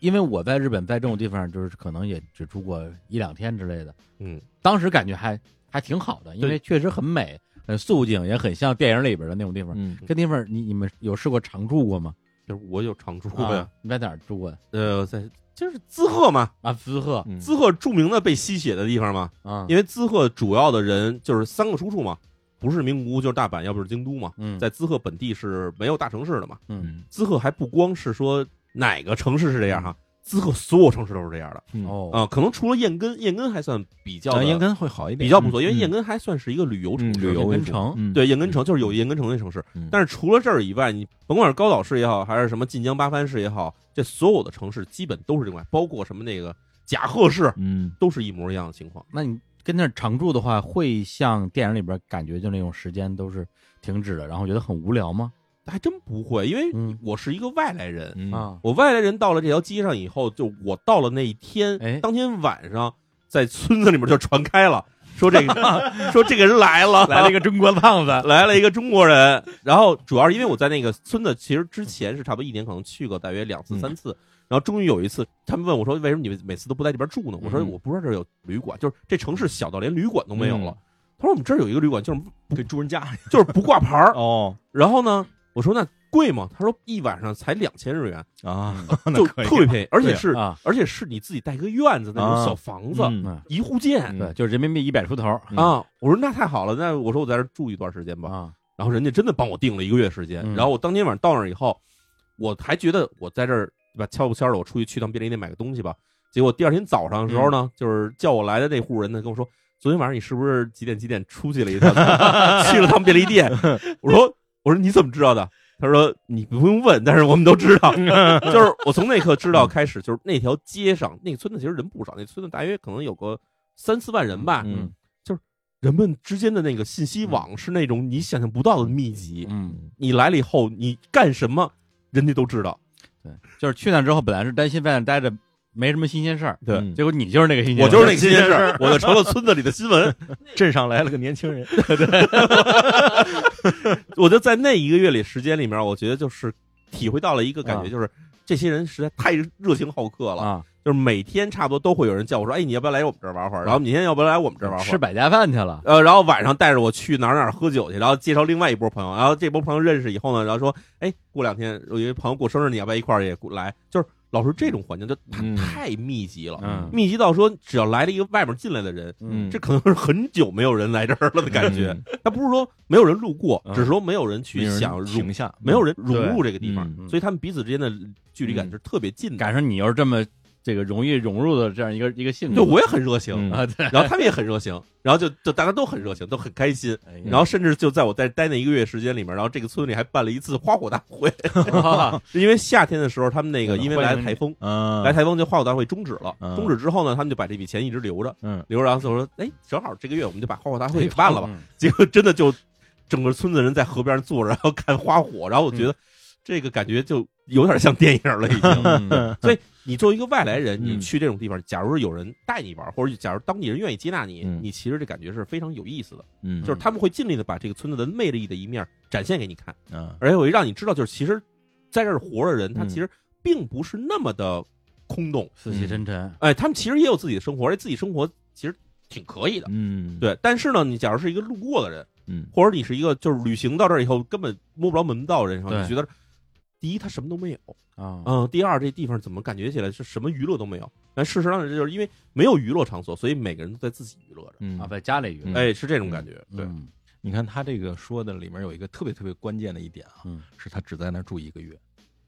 [SPEAKER 2] 因为我在日本，在这种地方，就是可能也只住过一两天之类的，
[SPEAKER 1] 嗯，
[SPEAKER 2] 当时感觉还还挺好的，因为确实很美，很素净，也很像电影里边的那种地方。
[SPEAKER 3] 嗯
[SPEAKER 2] 这地方你你们有试过常住过吗？
[SPEAKER 1] 就是我有常住过呀
[SPEAKER 2] 啊，你在哪儿住过？
[SPEAKER 1] 呃，在就是滋贺嘛，
[SPEAKER 2] 啊，滋贺
[SPEAKER 3] 嗯
[SPEAKER 1] 滋贺著名的被吸血的地方嘛，
[SPEAKER 2] 啊，
[SPEAKER 1] 因为滋贺主要的人就是三个出处嘛，不是名古屋就是大阪，要不是京都嘛，
[SPEAKER 2] 嗯
[SPEAKER 1] 在滋贺本地是没有大城市的嘛，
[SPEAKER 2] 嗯
[SPEAKER 1] 滋贺还不光是说哪个城市是这样
[SPEAKER 3] 嗯
[SPEAKER 1] 哈，滋贺所有城市都是这样的
[SPEAKER 2] 哦
[SPEAKER 1] 啊、可能除了燕根，燕根还算比较
[SPEAKER 3] 啊
[SPEAKER 1] 的
[SPEAKER 3] 烟根会好一点，
[SPEAKER 1] 比较不错，因为
[SPEAKER 3] 嗯
[SPEAKER 1] 燕根还算是一个旅游城
[SPEAKER 3] 嗯
[SPEAKER 1] 市，
[SPEAKER 3] 旅游为
[SPEAKER 2] 跟
[SPEAKER 3] 主
[SPEAKER 2] 城
[SPEAKER 3] 嗯
[SPEAKER 1] 对，，燕根城就是有燕根城那城市，
[SPEAKER 3] 嗯
[SPEAKER 1] 但是除了这儿以外，你甭管是高岛市也好，还是什么晋江八番市也好，这所有的城市基本都是这块，包括什么那个甲贺市，
[SPEAKER 3] 嗯，
[SPEAKER 1] 都是一模一样的情况。
[SPEAKER 2] 那你跟那儿常住的话，会像电影里边感觉就那种时间都是停止的，然后觉得很无聊吗？
[SPEAKER 1] 还真不会，因为
[SPEAKER 2] 嗯
[SPEAKER 1] 我是一个外来人，
[SPEAKER 3] 嗯，
[SPEAKER 2] 啊，
[SPEAKER 1] 我外来人到了这条街上以后，就我到了那一天，
[SPEAKER 2] 哎
[SPEAKER 1] 当天晚上在村子里面就传开了，说这个说这个人来了，
[SPEAKER 2] 来了一个中国胖子，
[SPEAKER 1] 来了一个中国人，然后主要是因为我在那个村子，其实之前是差不多一年可能去过大约两次
[SPEAKER 3] 嗯
[SPEAKER 1] 三次，然后终于有一次，他们问我说为什么你们每次都不在这边住呢？我说
[SPEAKER 2] 嗯
[SPEAKER 1] 我不知道这儿有旅馆，就是这城市小到连旅馆都没有
[SPEAKER 3] 嗯
[SPEAKER 1] 了。他说我们这儿有一个旅馆，就是
[SPEAKER 3] 给住人家
[SPEAKER 1] 就是不挂牌儿。
[SPEAKER 3] 哦
[SPEAKER 1] 然后呢，我说那贵吗？他说一晚上才两千 日元，
[SPEAKER 3] 啊，
[SPEAKER 1] 就
[SPEAKER 3] 可以
[SPEAKER 1] 特别便宜，而且是
[SPEAKER 2] 啊，
[SPEAKER 1] 而且是你自己带个院子那种
[SPEAKER 3] 啊
[SPEAKER 1] 小房子，
[SPEAKER 3] 嗯
[SPEAKER 2] 嗯，
[SPEAKER 1] 一户建
[SPEAKER 3] 嗯
[SPEAKER 2] 对，就是人民币一百出头
[SPEAKER 3] 嗯
[SPEAKER 1] 啊。我说那太好了，那我说我在这儿住一段时间吧。
[SPEAKER 2] 啊，
[SPEAKER 1] 然后人家真的帮我定了一个月时间。
[SPEAKER 2] 嗯
[SPEAKER 1] 然后我当天晚上到那儿以后，我还觉得我在这儿对吧，悄不悄的，我出去去趟便利店买个东西吧。结果第二天早上的时候
[SPEAKER 2] 嗯
[SPEAKER 1] 呢，就是叫我来的那户人呢跟我说，昨天晚上你是不是几点几点出去了 一趟，去了趟便利店？我说我说你怎么知道的？他说你不用问，但是我们都知 道。就是我从那刻知道开始，就是那条街上那个村子其实人不少，那村子大约可能有个三四万人吧。
[SPEAKER 2] 嗯
[SPEAKER 1] 人们之间的那个信息网是那种你想象不到的密集。
[SPEAKER 2] 嗯，
[SPEAKER 1] 你来了以后，你干什么，人家都知道。
[SPEAKER 2] 对，就是去那之后，本来是担心在那待着没什么新鲜事儿，
[SPEAKER 1] 对
[SPEAKER 3] 嗯
[SPEAKER 2] 结果你就是那个新鲜，
[SPEAKER 1] 我就是那个新鲜事儿，我就成了村子里的新闻。
[SPEAKER 3] 镇上来了个年轻人，
[SPEAKER 1] 我就在那一个月里时间里面，我觉得就是体会到了一个感觉，
[SPEAKER 2] 啊
[SPEAKER 1] 就是这些人实在太热情好客了。
[SPEAKER 2] 啊，
[SPEAKER 1] 就是每天差不多都会有人叫我说：“哎，你要不要来我们这儿玩会儿？”然后你今天要不要来我们这儿玩会
[SPEAKER 2] 吃
[SPEAKER 1] 儿？
[SPEAKER 2] 百家饭去了，
[SPEAKER 1] 呃，然后晚上带着我去哪儿哪儿喝酒去，然后介绍另外一波朋友，然后这波朋友认识以后呢，然后说：“哎，过两天有一个朋友过生日，你要不要一块儿也过来？”就是老是这种环境，就太
[SPEAKER 3] 嗯
[SPEAKER 1] 太密集了。
[SPEAKER 2] 嗯
[SPEAKER 1] 密集到说，只要来了一个外面进来的人，
[SPEAKER 3] 嗯
[SPEAKER 1] 这可能是很久没有人来这儿了的感觉。他不是说没有人路过，
[SPEAKER 3] 嗯
[SPEAKER 1] 只是说没有人
[SPEAKER 3] 没
[SPEAKER 1] 去
[SPEAKER 3] 嗯有人
[SPEAKER 1] 想入，
[SPEAKER 3] 停下，
[SPEAKER 1] 没有人融入这个地
[SPEAKER 3] 嗯
[SPEAKER 1] 方，
[SPEAKER 2] 嗯
[SPEAKER 1] 所以他们彼此之间的距离感
[SPEAKER 3] 嗯
[SPEAKER 1] 是特别近的。
[SPEAKER 2] 赶上你又是这么这个容易融入的这样一个一个性格，
[SPEAKER 1] 对，我也很热情
[SPEAKER 3] 嗯，
[SPEAKER 2] 啊，对，
[SPEAKER 1] 然后他们也很热情，然后就就大家都很热情，都很开心。
[SPEAKER 2] 哎呀
[SPEAKER 3] 嗯
[SPEAKER 1] 然后甚至就在我在待那一个月时间里面，然后这个村里还办了一次花火大会， 是因为夏天的时候他们那个
[SPEAKER 3] 对
[SPEAKER 1] 因为来了台风，
[SPEAKER 3] 嗯，
[SPEAKER 1] 来台风就花火大会终止了。
[SPEAKER 3] 嗯
[SPEAKER 1] 终止之后呢，他们就把这笔钱一直留着，
[SPEAKER 3] 嗯哎
[SPEAKER 1] 留着然后就说，哎，正好这个月我们就把花火大会 给办了吧。
[SPEAKER 2] 嗯，
[SPEAKER 1] 结果真的就整个村子人在河边坐着，然后看花火，然后我
[SPEAKER 3] 嗯
[SPEAKER 1] 觉得这个感觉就有点像电影了已 经。
[SPEAKER 2] 嗯
[SPEAKER 1] 所以你作为一个外来人，
[SPEAKER 3] 嗯
[SPEAKER 1] 你去这种地方，假如有人带你玩，或者假如当地人愿意接纳你，
[SPEAKER 3] 嗯
[SPEAKER 1] 你其实这感觉是非常有意思的，
[SPEAKER 3] 嗯，
[SPEAKER 1] 就是他们会尽力的把这个村子的魅力的一面展现给你看，
[SPEAKER 3] 嗯
[SPEAKER 1] 而且会让你知道，就是其实在这儿活着的人，他
[SPEAKER 3] 嗯
[SPEAKER 1] 其实并不是那么的空洞，
[SPEAKER 2] 四喜沉沉，
[SPEAKER 1] 哎，他们其实也有自己的生活，而且自己生活其实挺可以的。
[SPEAKER 3] 嗯，
[SPEAKER 1] 对，但是呢，你假如是一个路过的人，
[SPEAKER 3] 嗯
[SPEAKER 1] 或者你是一个就是旅行到这儿以后根本摸不着门道的人，
[SPEAKER 2] 对
[SPEAKER 1] 你觉得第一他什么都没有，
[SPEAKER 2] 啊，
[SPEAKER 1] 嗯，第二这地方怎么感觉起来是什么娱乐都没有？但事实上这就是因为没有娱乐场所，所以每个人都在自己娱乐着，
[SPEAKER 3] 嗯
[SPEAKER 2] 啊，在家里约，
[SPEAKER 3] 嗯
[SPEAKER 1] 哎，是这种感觉，对。
[SPEAKER 2] 嗯，
[SPEAKER 3] 你看他这个说的里面有一个特别特别关键的一点啊，
[SPEAKER 2] 嗯
[SPEAKER 3] 是他只在那儿住一个月。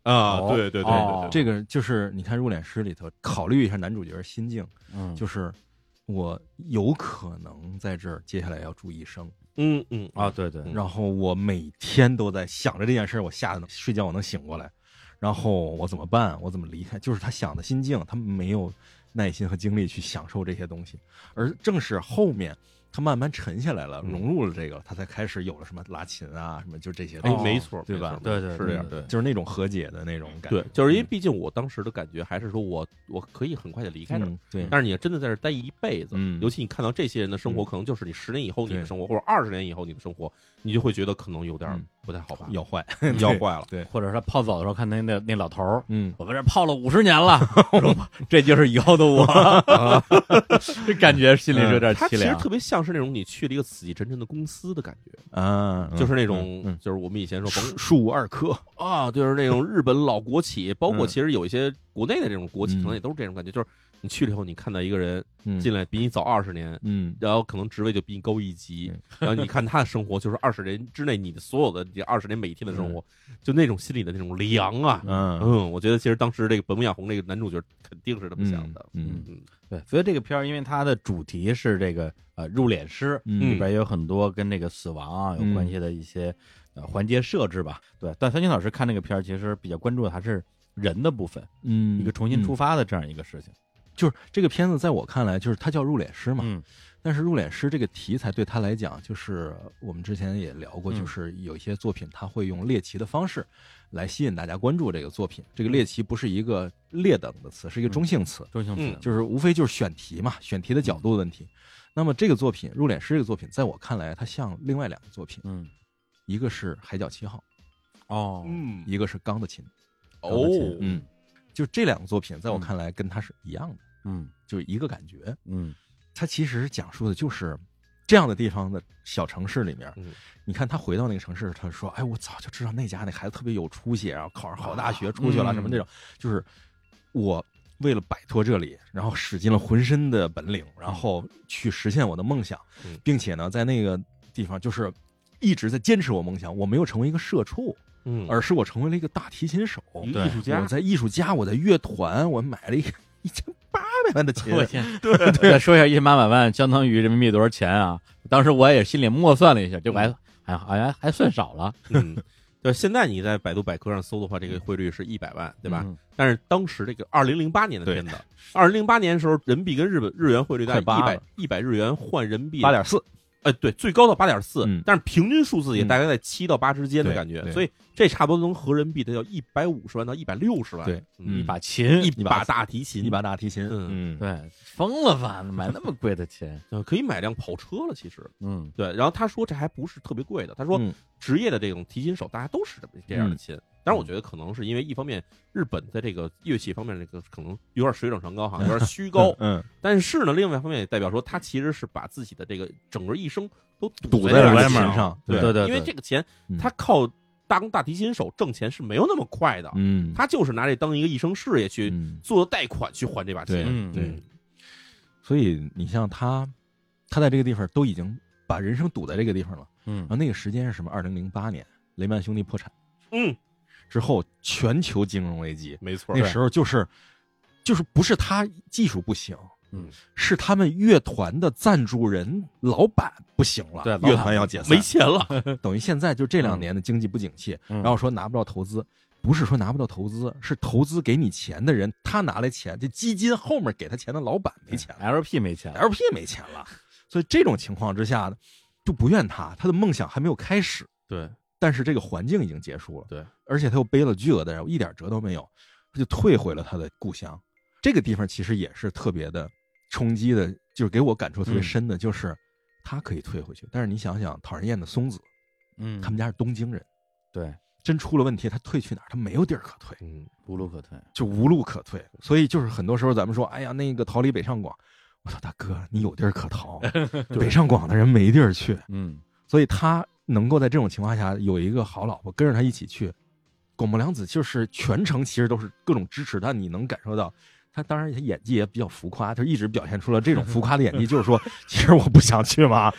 [SPEAKER 1] 啊
[SPEAKER 2] 哦
[SPEAKER 1] 对对对对
[SPEAKER 2] 哦
[SPEAKER 1] 对，
[SPEAKER 3] 这个就是你看《入殓师》里头，考虑一下男主角心境，
[SPEAKER 2] 嗯，
[SPEAKER 3] 就是我有可能在这儿接下来要住一生，
[SPEAKER 1] 嗯嗯
[SPEAKER 2] 啊，，对对，
[SPEAKER 3] 然后我每天都在想着这件事儿，我吓得能睡觉我能醒过来，然后我怎么办？我怎么离开？就是他想的心境，他没有耐心和精力去享受这些东西，而正是后面他慢慢沉下来了，
[SPEAKER 1] 嗯
[SPEAKER 3] 融入了这个，他才开始有了什么拉琴啊，什么就这些东
[SPEAKER 1] 哎
[SPEAKER 3] 西，，
[SPEAKER 1] 没错，
[SPEAKER 3] 对吧
[SPEAKER 1] 没错
[SPEAKER 2] 对对
[SPEAKER 1] 是这样，对
[SPEAKER 3] 就是那种和解的那种感觉。
[SPEAKER 1] 对，就是因为毕竟我当时的感觉还是说我我可以很快就离开这儿，
[SPEAKER 3] 嗯对，
[SPEAKER 1] 但是你真的在这儿待一辈子，
[SPEAKER 3] 嗯
[SPEAKER 1] 尤其你看到这些人的生活，
[SPEAKER 3] 嗯
[SPEAKER 1] 可能就是你十年以后你的
[SPEAKER 3] 对
[SPEAKER 1] 生活，或者二十年以后你的生活，你就会觉得可能有点儿
[SPEAKER 3] 嗯
[SPEAKER 1] 不太好 吧，
[SPEAKER 3] 要坏，
[SPEAKER 1] 要坏了。
[SPEAKER 3] 对，
[SPEAKER 2] 或者说泡澡的时候看那那那老头儿，
[SPEAKER 3] 嗯，
[SPEAKER 2] 我们这泡了五十年 了，说这就是以后的我，这感觉心里是有点
[SPEAKER 1] 他其
[SPEAKER 2] 凄
[SPEAKER 1] 实
[SPEAKER 2] 凉
[SPEAKER 1] 特。别像是那种你去了一个死气沉沉的公司的感觉，
[SPEAKER 3] 啊，
[SPEAKER 1] 就是那
[SPEAKER 3] 嗯嗯
[SPEAKER 1] 种，就是我们以前说甭
[SPEAKER 3] 数数二科，
[SPEAKER 1] 啊，就是那种日本老国企，包括
[SPEAKER 3] 嗯
[SPEAKER 1] 其实有一些国内的这种国企，
[SPEAKER 3] 嗯
[SPEAKER 1] 可能也都是这种感觉，就是你去了以后，你看到一个人
[SPEAKER 3] 嗯
[SPEAKER 1] 进来比你早二十年，
[SPEAKER 3] 嗯
[SPEAKER 1] 然后可能职位就比你高一级， 然后你看他的生活，就是二十年之内你的所有的这二十年每天的生活，就那种心里的那种凉啊，
[SPEAKER 3] 嗯
[SPEAKER 1] 嗯，我觉得其实当时这个本木亚弘这个男主角肯定是这么想的，
[SPEAKER 3] 嗯
[SPEAKER 1] 嗯
[SPEAKER 2] 对，所以这个片儿因为它的主题是这个呃入殓师，
[SPEAKER 3] 嗯
[SPEAKER 2] 里边有很多跟这个死亡啊有关系的一些、呃环节设置吧。对，但三金老师看这个片儿，其实比较关注的还是人的部分，
[SPEAKER 3] 嗯
[SPEAKER 2] 一个重新出
[SPEAKER 3] 发，
[SPEAKER 2] 发的这样一个事情。
[SPEAKER 3] 就是这个片子在我看来，就是它叫入殓师嘛，
[SPEAKER 2] 嗯
[SPEAKER 3] 但是入殓师这个题材对他来讲，就是我们之前也聊过，
[SPEAKER 2] 嗯
[SPEAKER 3] 就是有一些作品他会用猎奇的方式来吸引大家关注这个作品。这个猎奇不是一个劣等的词，是一个中性词，
[SPEAKER 2] 周星驰，
[SPEAKER 1] 嗯
[SPEAKER 3] 就是无非就是选题嘛，选题的角度的问题。那么这个作品《入殓师》这个作品，在我看来，它像另外两个作品，
[SPEAKER 2] 嗯
[SPEAKER 3] 一个是《海角七号
[SPEAKER 2] 哦》，
[SPEAKER 3] 一个是《钢的琴》。
[SPEAKER 1] 哦，
[SPEAKER 3] 嗯，就这两个作品，在我看来，跟它是一样的，
[SPEAKER 2] 嗯
[SPEAKER 3] 就是一个感觉。
[SPEAKER 2] 嗯
[SPEAKER 3] 它其实讲述的就是这样的地方的小城市里面，
[SPEAKER 1] 嗯
[SPEAKER 3] 你看他回到那个城市，他说：“哎，我早就知道那家那孩子特别有出息，然后考上好大学出去了，
[SPEAKER 2] 嗯
[SPEAKER 3] 什么这种，就是我为了摆脱这里，然后使尽了浑身的本领，然后去实现我的梦想
[SPEAKER 1] 嗯，
[SPEAKER 3] 并且呢，在那个地方就是一直在坚持我梦想，我没有成为一个社畜，
[SPEAKER 1] 嗯，
[SPEAKER 3] 而是我成为了一个大提琴手，
[SPEAKER 1] 一
[SPEAKER 2] 对
[SPEAKER 1] 个艺术家
[SPEAKER 3] 我，在艺术家，我在乐团，我买了一个 一千八百万的琴，
[SPEAKER 2] 我天，
[SPEAKER 1] 嗯
[SPEAKER 2] 对对， 再说一下一千八百万相当于人民币多少钱啊？当时我也心里默算了一下，哎结果还还好像还算少了，
[SPEAKER 1] 嗯，对，现在你在百度百科上搜的话，这个汇率是一百万，对吧？
[SPEAKER 2] 嗯
[SPEAKER 1] 但是当时这个二零零八年的片子，二零零八年的时候，人民币跟日本日元汇率大概一
[SPEAKER 2] 快八
[SPEAKER 1] 百
[SPEAKER 2] 了
[SPEAKER 1] 一百日元换人民币
[SPEAKER 3] 八点四，
[SPEAKER 1] 呃，对，最高到八点四
[SPEAKER 3] 嗯，
[SPEAKER 1] 但是平均数字也大概在七到八之间的
[SPEAKER 3] 对
[SPEAKER 1] 感觉，
[SPEAKER 3] 对
[SPEAKER 1] 所以这差不多能合人民币的要一百五十万到一百六十万，
[SPEAKER 3] 对
[SPEAKER 1] 嗯
[SPEAKER 2] 一把琴，
[SPEAKER 1] 一
[SPEAKER 3] 一把
[SPEAKER 1] 把大提琴，
[SPEAKER 3] 一把大提琴，
[SPEAKER 1] 嗯
[SPEAKER 3] 嗯
[SPEAKER 2] 对，疯了吧？买那么贵的琴，
[SPEAKER 1] 呃可以买辆跑车了，其实
[SPEAKER 2] 嗯
[SPEAKER 1] 对。然后他说这还不是特别贵的，他说
[SPEAKER 3] 嗯
[SPEAKER 1] 职业的这种提琴手，大家都是这么这样的琴。但
[SPEAKER 3] 嗯
[SPEAKER 1] 是我觉得可能是因为一方面日本在这个乐器方面这个可能有点水涨船 高哈，有点虚高，
[SPEAKER 3] 嗯，
[SPEAKER 1] 但是呢，另外一方面也代表说他其实是把自己的这个整个一生都
[SPEAKER 3] 堵
[SPEAKER 1] 在
[SPEAKER 3] 在
[SPEAKER 1] 这
[SPEAKER 3] 了
[SPEAKER 1] 个
[SPEAKER 3] 琴
[SPEAKER 1] 琴
[SPEAKER 3] 上，
[SPEAKER 2] 对对
[SPEAKER 1] 因为这个钱
[SPEAKER 3] 嗯
[SPEAKER 1] 他靠当大提琴手挣钱是没有那么快的，
[SPEAKER 3] 嗯，
[SPEAKER 1] 他就是拿这当一个一生事业去
[SPEAKER 3] 嗯
[SPEAKER 1] 做贷款去还这把
[SPEAKER 3] 对
[SPEAKER 1] 琴。
[SPEAKER 2] 嗯
[SPEAKER 3] 对，所以你像他，他在这个地方都已经把人生堵在这个地方了。
[SPEAKER 2] 嗯
[SPEAKER 3] 然后那个时间是什么？二零零八年，雷曼兄弟破产
[SPEAKER 1] 嗯，
[SPEAKER 3] 之后，全球金融危机，
[SPEAKER 1] 没错
[SPEAKER 3] 那时候就是就是不是他技术不行，
[SPEAKER 2] 嗯，
[SPEAKER 3] 是他们乐团的赞助人老板不行了，
[SPEAKER 2] 对老板
[SPEAKER 3] 乐团要解散
[SPEAKER 1] 没，钱了，
[SPEAKER 3] 等于现在就这两年的经济不景气，
[SPEAKER 2] 嗯
[SPEAKER 3] 然后说拿不到投资。不是说拿不到投资，是投资给你钱的人，他拿来钱，这基金后面给他钱的老板没钱了。
[SPEAKER 2] ，LP 没钱，
[SPEAKER 3] LP 没钱了，所以这种情况之下呢，就不怨他，他的梦想还没有开始，
[SPEAKER 1] 对，
[SPEAKER 3] 但是这个环境已经结束了，
[SPEAKER 1] 对，
[SPEAKER 3] 而且他又背了巨额的债务，一点辙都没有，他就退回了他的故乡。这个地方其实也是特别的冲击的，就是给我感触特别深的，就是他可以退回去，但是你想想，讨人厌的松子，
[SPEAKER 2] 嗯，
[SPEAKER 3] 他们家是东京人，
[SPEAKER 2] 对
[SPEAKER 3] 真出了问题，他退去哪儿？他没有地儿可退。
[SPEAKER 1] 嗯，
[SPEAKER 2] 无路可退，
[SPEAKER 3] 就无路可退。所以就是很多时候咱们说，哎呀，那个逃离北上广，我说大哥，你有地儿可逃，北上广的人没地儿去，
[SPEAKER 2] 嗯
[SPEAKER 3] 所以他能够在这种情况下有一个好老婆跟着他一起去。广木凉子就是全程其实都是各种支持，但你能感受到。他当然演技也比较浮夸，就一直表现出了这种浮夸的演技，就是 说，其实我不想去嘛，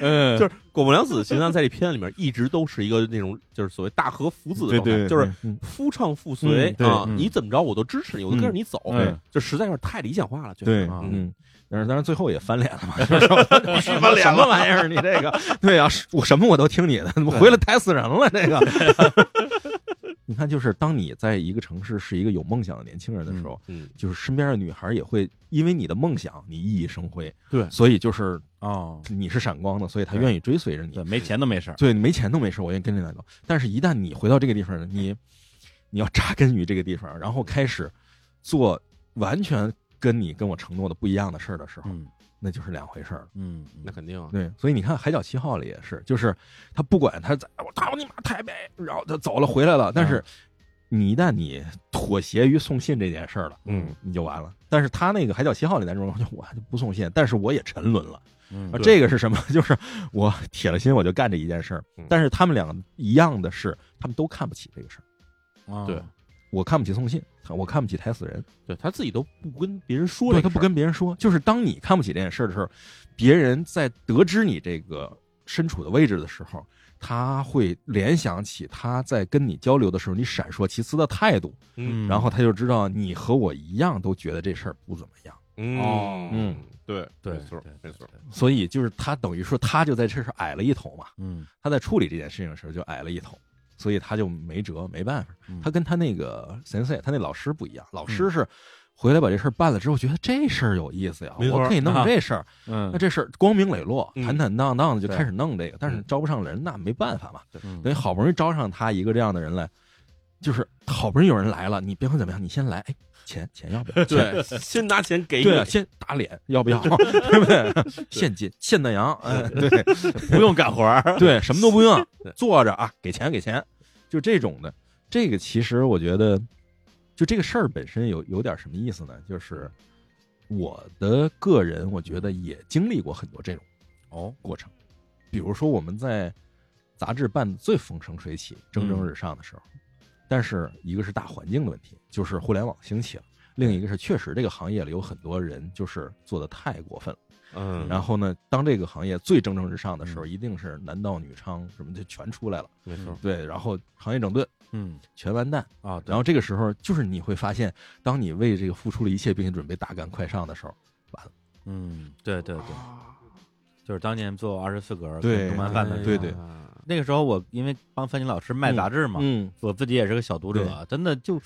[SPEAKER 2] 嗯
[SPEAKER 1] 就是果木良子实际上在这片子里面一直都是一个那种就是所谓大和福子的状态，就是
[SPEAKER 3] 嗯
[SPEAKER 1] 夫唱妇随
[SPEAKER 3] 嗯对
[SPEAKER 1] 啊，
[SPEAKER 2] 嗯
[SPEAKER 1] 你怎么着我都支持你，我都跟着你走
[SPEAKER 3] 嗯对，
[SPEAKER 1] 就实在是太理想化了，觉得
[SPEAKER 3] 对，
[SPEAKER 2] 啊
[SPEAKER 3] 嗯，但是当然最后也翻脸了 嘛，就是说必须翻脸什么玩意儿？你这 个，对啊，是我什么我都听你的，怎么回来抬死人了？这个，你看，就是当你在一个城市是一个有梦想的年轻人的时候，
[SPEAKER 1] 嗯，
[SPEAKER 3] 就是身边的女孩也会因为你的梦想，你熠熠生辉。
[SPEAKER 2] 对
[SPEAKER 3] 所以就是
[SPEAKER 2] 哦，
[SPEAKER 3] 你是闪光的，所以她
[SPEAKER 2] 对
[SPEAKER 3] 愿意追随着你
[SPEAKER 2] 对，。没钱都没事儿，
[SPEAKER 3] 对，你没钱都没事，我愿意跟着你来搞。但是，一旦你回到这个地方呢，你你要扎根于这个地方，然后开始做完全跟你跟我承诺的不一样的事儿的时候，
[SPEAKER 2] 嗯
[SPEAKER 3] 那就是两回事儿了。
[SPEAKER 2] 嗯，嗯
[SPEAKER 1] 那肯定啊，
[SPEAKER 3] 对，所以你看《海角七号》里也是，就是他不管他在我操你妈台北，然后他走了回来
[SPEAKER 2] 嗯
[SPEAKER 3] 了，但是你一旦你妥协于送信这件事儿了，
[SPEAKER 1] 嗯，
[SPEAKER 3] 你就完了。但是他那个《海角七号》里男主人公就我就不送信，但是我也沉沦了。
[SPEAKER 2] 嗯
[SPEAKER 3] 啊，
[SPEAKER 1] 对
[SPEAKER 3] 这个是什么？ 就是我铁了心我就干这一件事儿
[SPEAKER 1] 嗯。
[SPEAKER 3] 但是他们两个一样的是，他们都看不起这个事儿。
[SPEAKER 2] 啊
[SPEAKER 1] 对
[SPEAKER 3] 我看不起送信，他我看不起抬死人，
[SPEAKER 1] 对他自己都不跟别人说这
[SPEAKER 3] 对
[SPEAKER 1] 个事儿，
[SPEAKER 3] 他不跟别人说。就是当你看不起这件事儿的时候，别人在得知你这个身处的位置的时候，他会联想起他在跟你交流的时候你闪烁其词的态度，
[SPEAKER 1] 嗯，
[SPEAKER 3] 然后他就知道你和我一样都觉得这事儿不怎么样。
[SPEAKER 1] 嗯
[SPEAKER 2] 哦
[SPEAKER 1] 嗯，对
[SPEAKER 2] 对
[SPEAKER 1] 没错
[SPEAKER 2] 对
[SPEAKER 1] 没错，
[SPEAKER 3] 所以就是他等于说他就在这事儿矮了一头嘛。
[SPEAKER 2] 嗯
[SPEAKER 3] 他在处理这件事情的时候就矮了一头，所以他就没辙，没办法
[SPEAKER 2] 嗯。
[SPEAKER 3] 他跟他那个 sensei，他那老师不一样，老师是回来把这事儿办了之后，觉得这事儿有意思呀，
[SPEAKER 1] 没错
[SPEAKER 3] 我可以弄
[SPEAKER 2] 啊
[SPEAKER 3] 这事儿，
[SPEAKER 2] 嗯
[SPEAKER 3] 那这事儿光明磊落，
[SPEAKER 1] 嗯
[SPEAKER 3] 坦坦荡荡的就
[SPEAKER 2] 对
[SPEAKER 3] 开始弄这个，但是
[SPEAKER 1] 嗯
[SPEAKER 3] 招不上人，那没办法嘛。
[SPEAKER 2] 嗯
[SPEAKER 3] 等于好不容易招上他一个这样的人来，就是好不容易有人来了，你别管怎么样，你先来，哎，钱钱要不要？钱
[SPEAKER 1] 对，先拿钱给你
[SPEAKER 3] 对，啊，先打脸要不要？ 对 不对？现金现的羊，哎，对，
[SPEAKER 2] 不用干 活儿，
[SPEAKER 3] 对，什么都不 用
[SPEAKER 1] 对，
[SPEAKER 3] 坐着啊，给钱给钱，就这种的。这个其实我觉得，就这个事儿本身有有点什么意思呢？就是我的个人，我觉得也经历过很多这种
[SPEAKER 2] 哦，
[SPEAKER 3] 过程。比如说我们在杂志办得最风生水起、蒸
[SPEAKER 2] 嗯
[SPEAKER 3] 蒸日上的时候，但是一个是大环境的问题，就是互联网兴起了；另一个是确实这个行业里有很多人就是做的太过分了。
[SPEAKER 1] 嗯，
[SPEAKER 3] 然后呢，当这个行业最蒸蒸日上的时候，
[SPEAKER 2] 嗯
[SPEAKER 3] 一定是男盗女娼什么的全出来了。
[SPEAKER 1] 没错，
[SPEAKER 3] 对，然后行业整顿
[SPEAKER 2] 嗯
[SPEAKER 3] 全完蛋。
[SPEAKER 2] 啊，对
[SPEAKER 3] 然后这个时候，就是你会发现，当你为这个付出了一切，并且准备大干快上的时候，
[SPEAKER 2] 嗯，对对对，
[SPEAKER 1] 啊
[SPEAKER 2] 就是当年做二十四格
[SPEAKER 3] 对
[SPEAKER 2] 动漫
[SPEAKER 1] 哎
[SPEAKER 2] 饭的时候，
[SPEAKER 3] 对嗯对
[SPEAKER 2] 那个时候我因为帮范金老师卖杂志嘛，
[SPEAKER 3] 嗯，
[SPEAKER 2] 我自己也是个小读者，真的就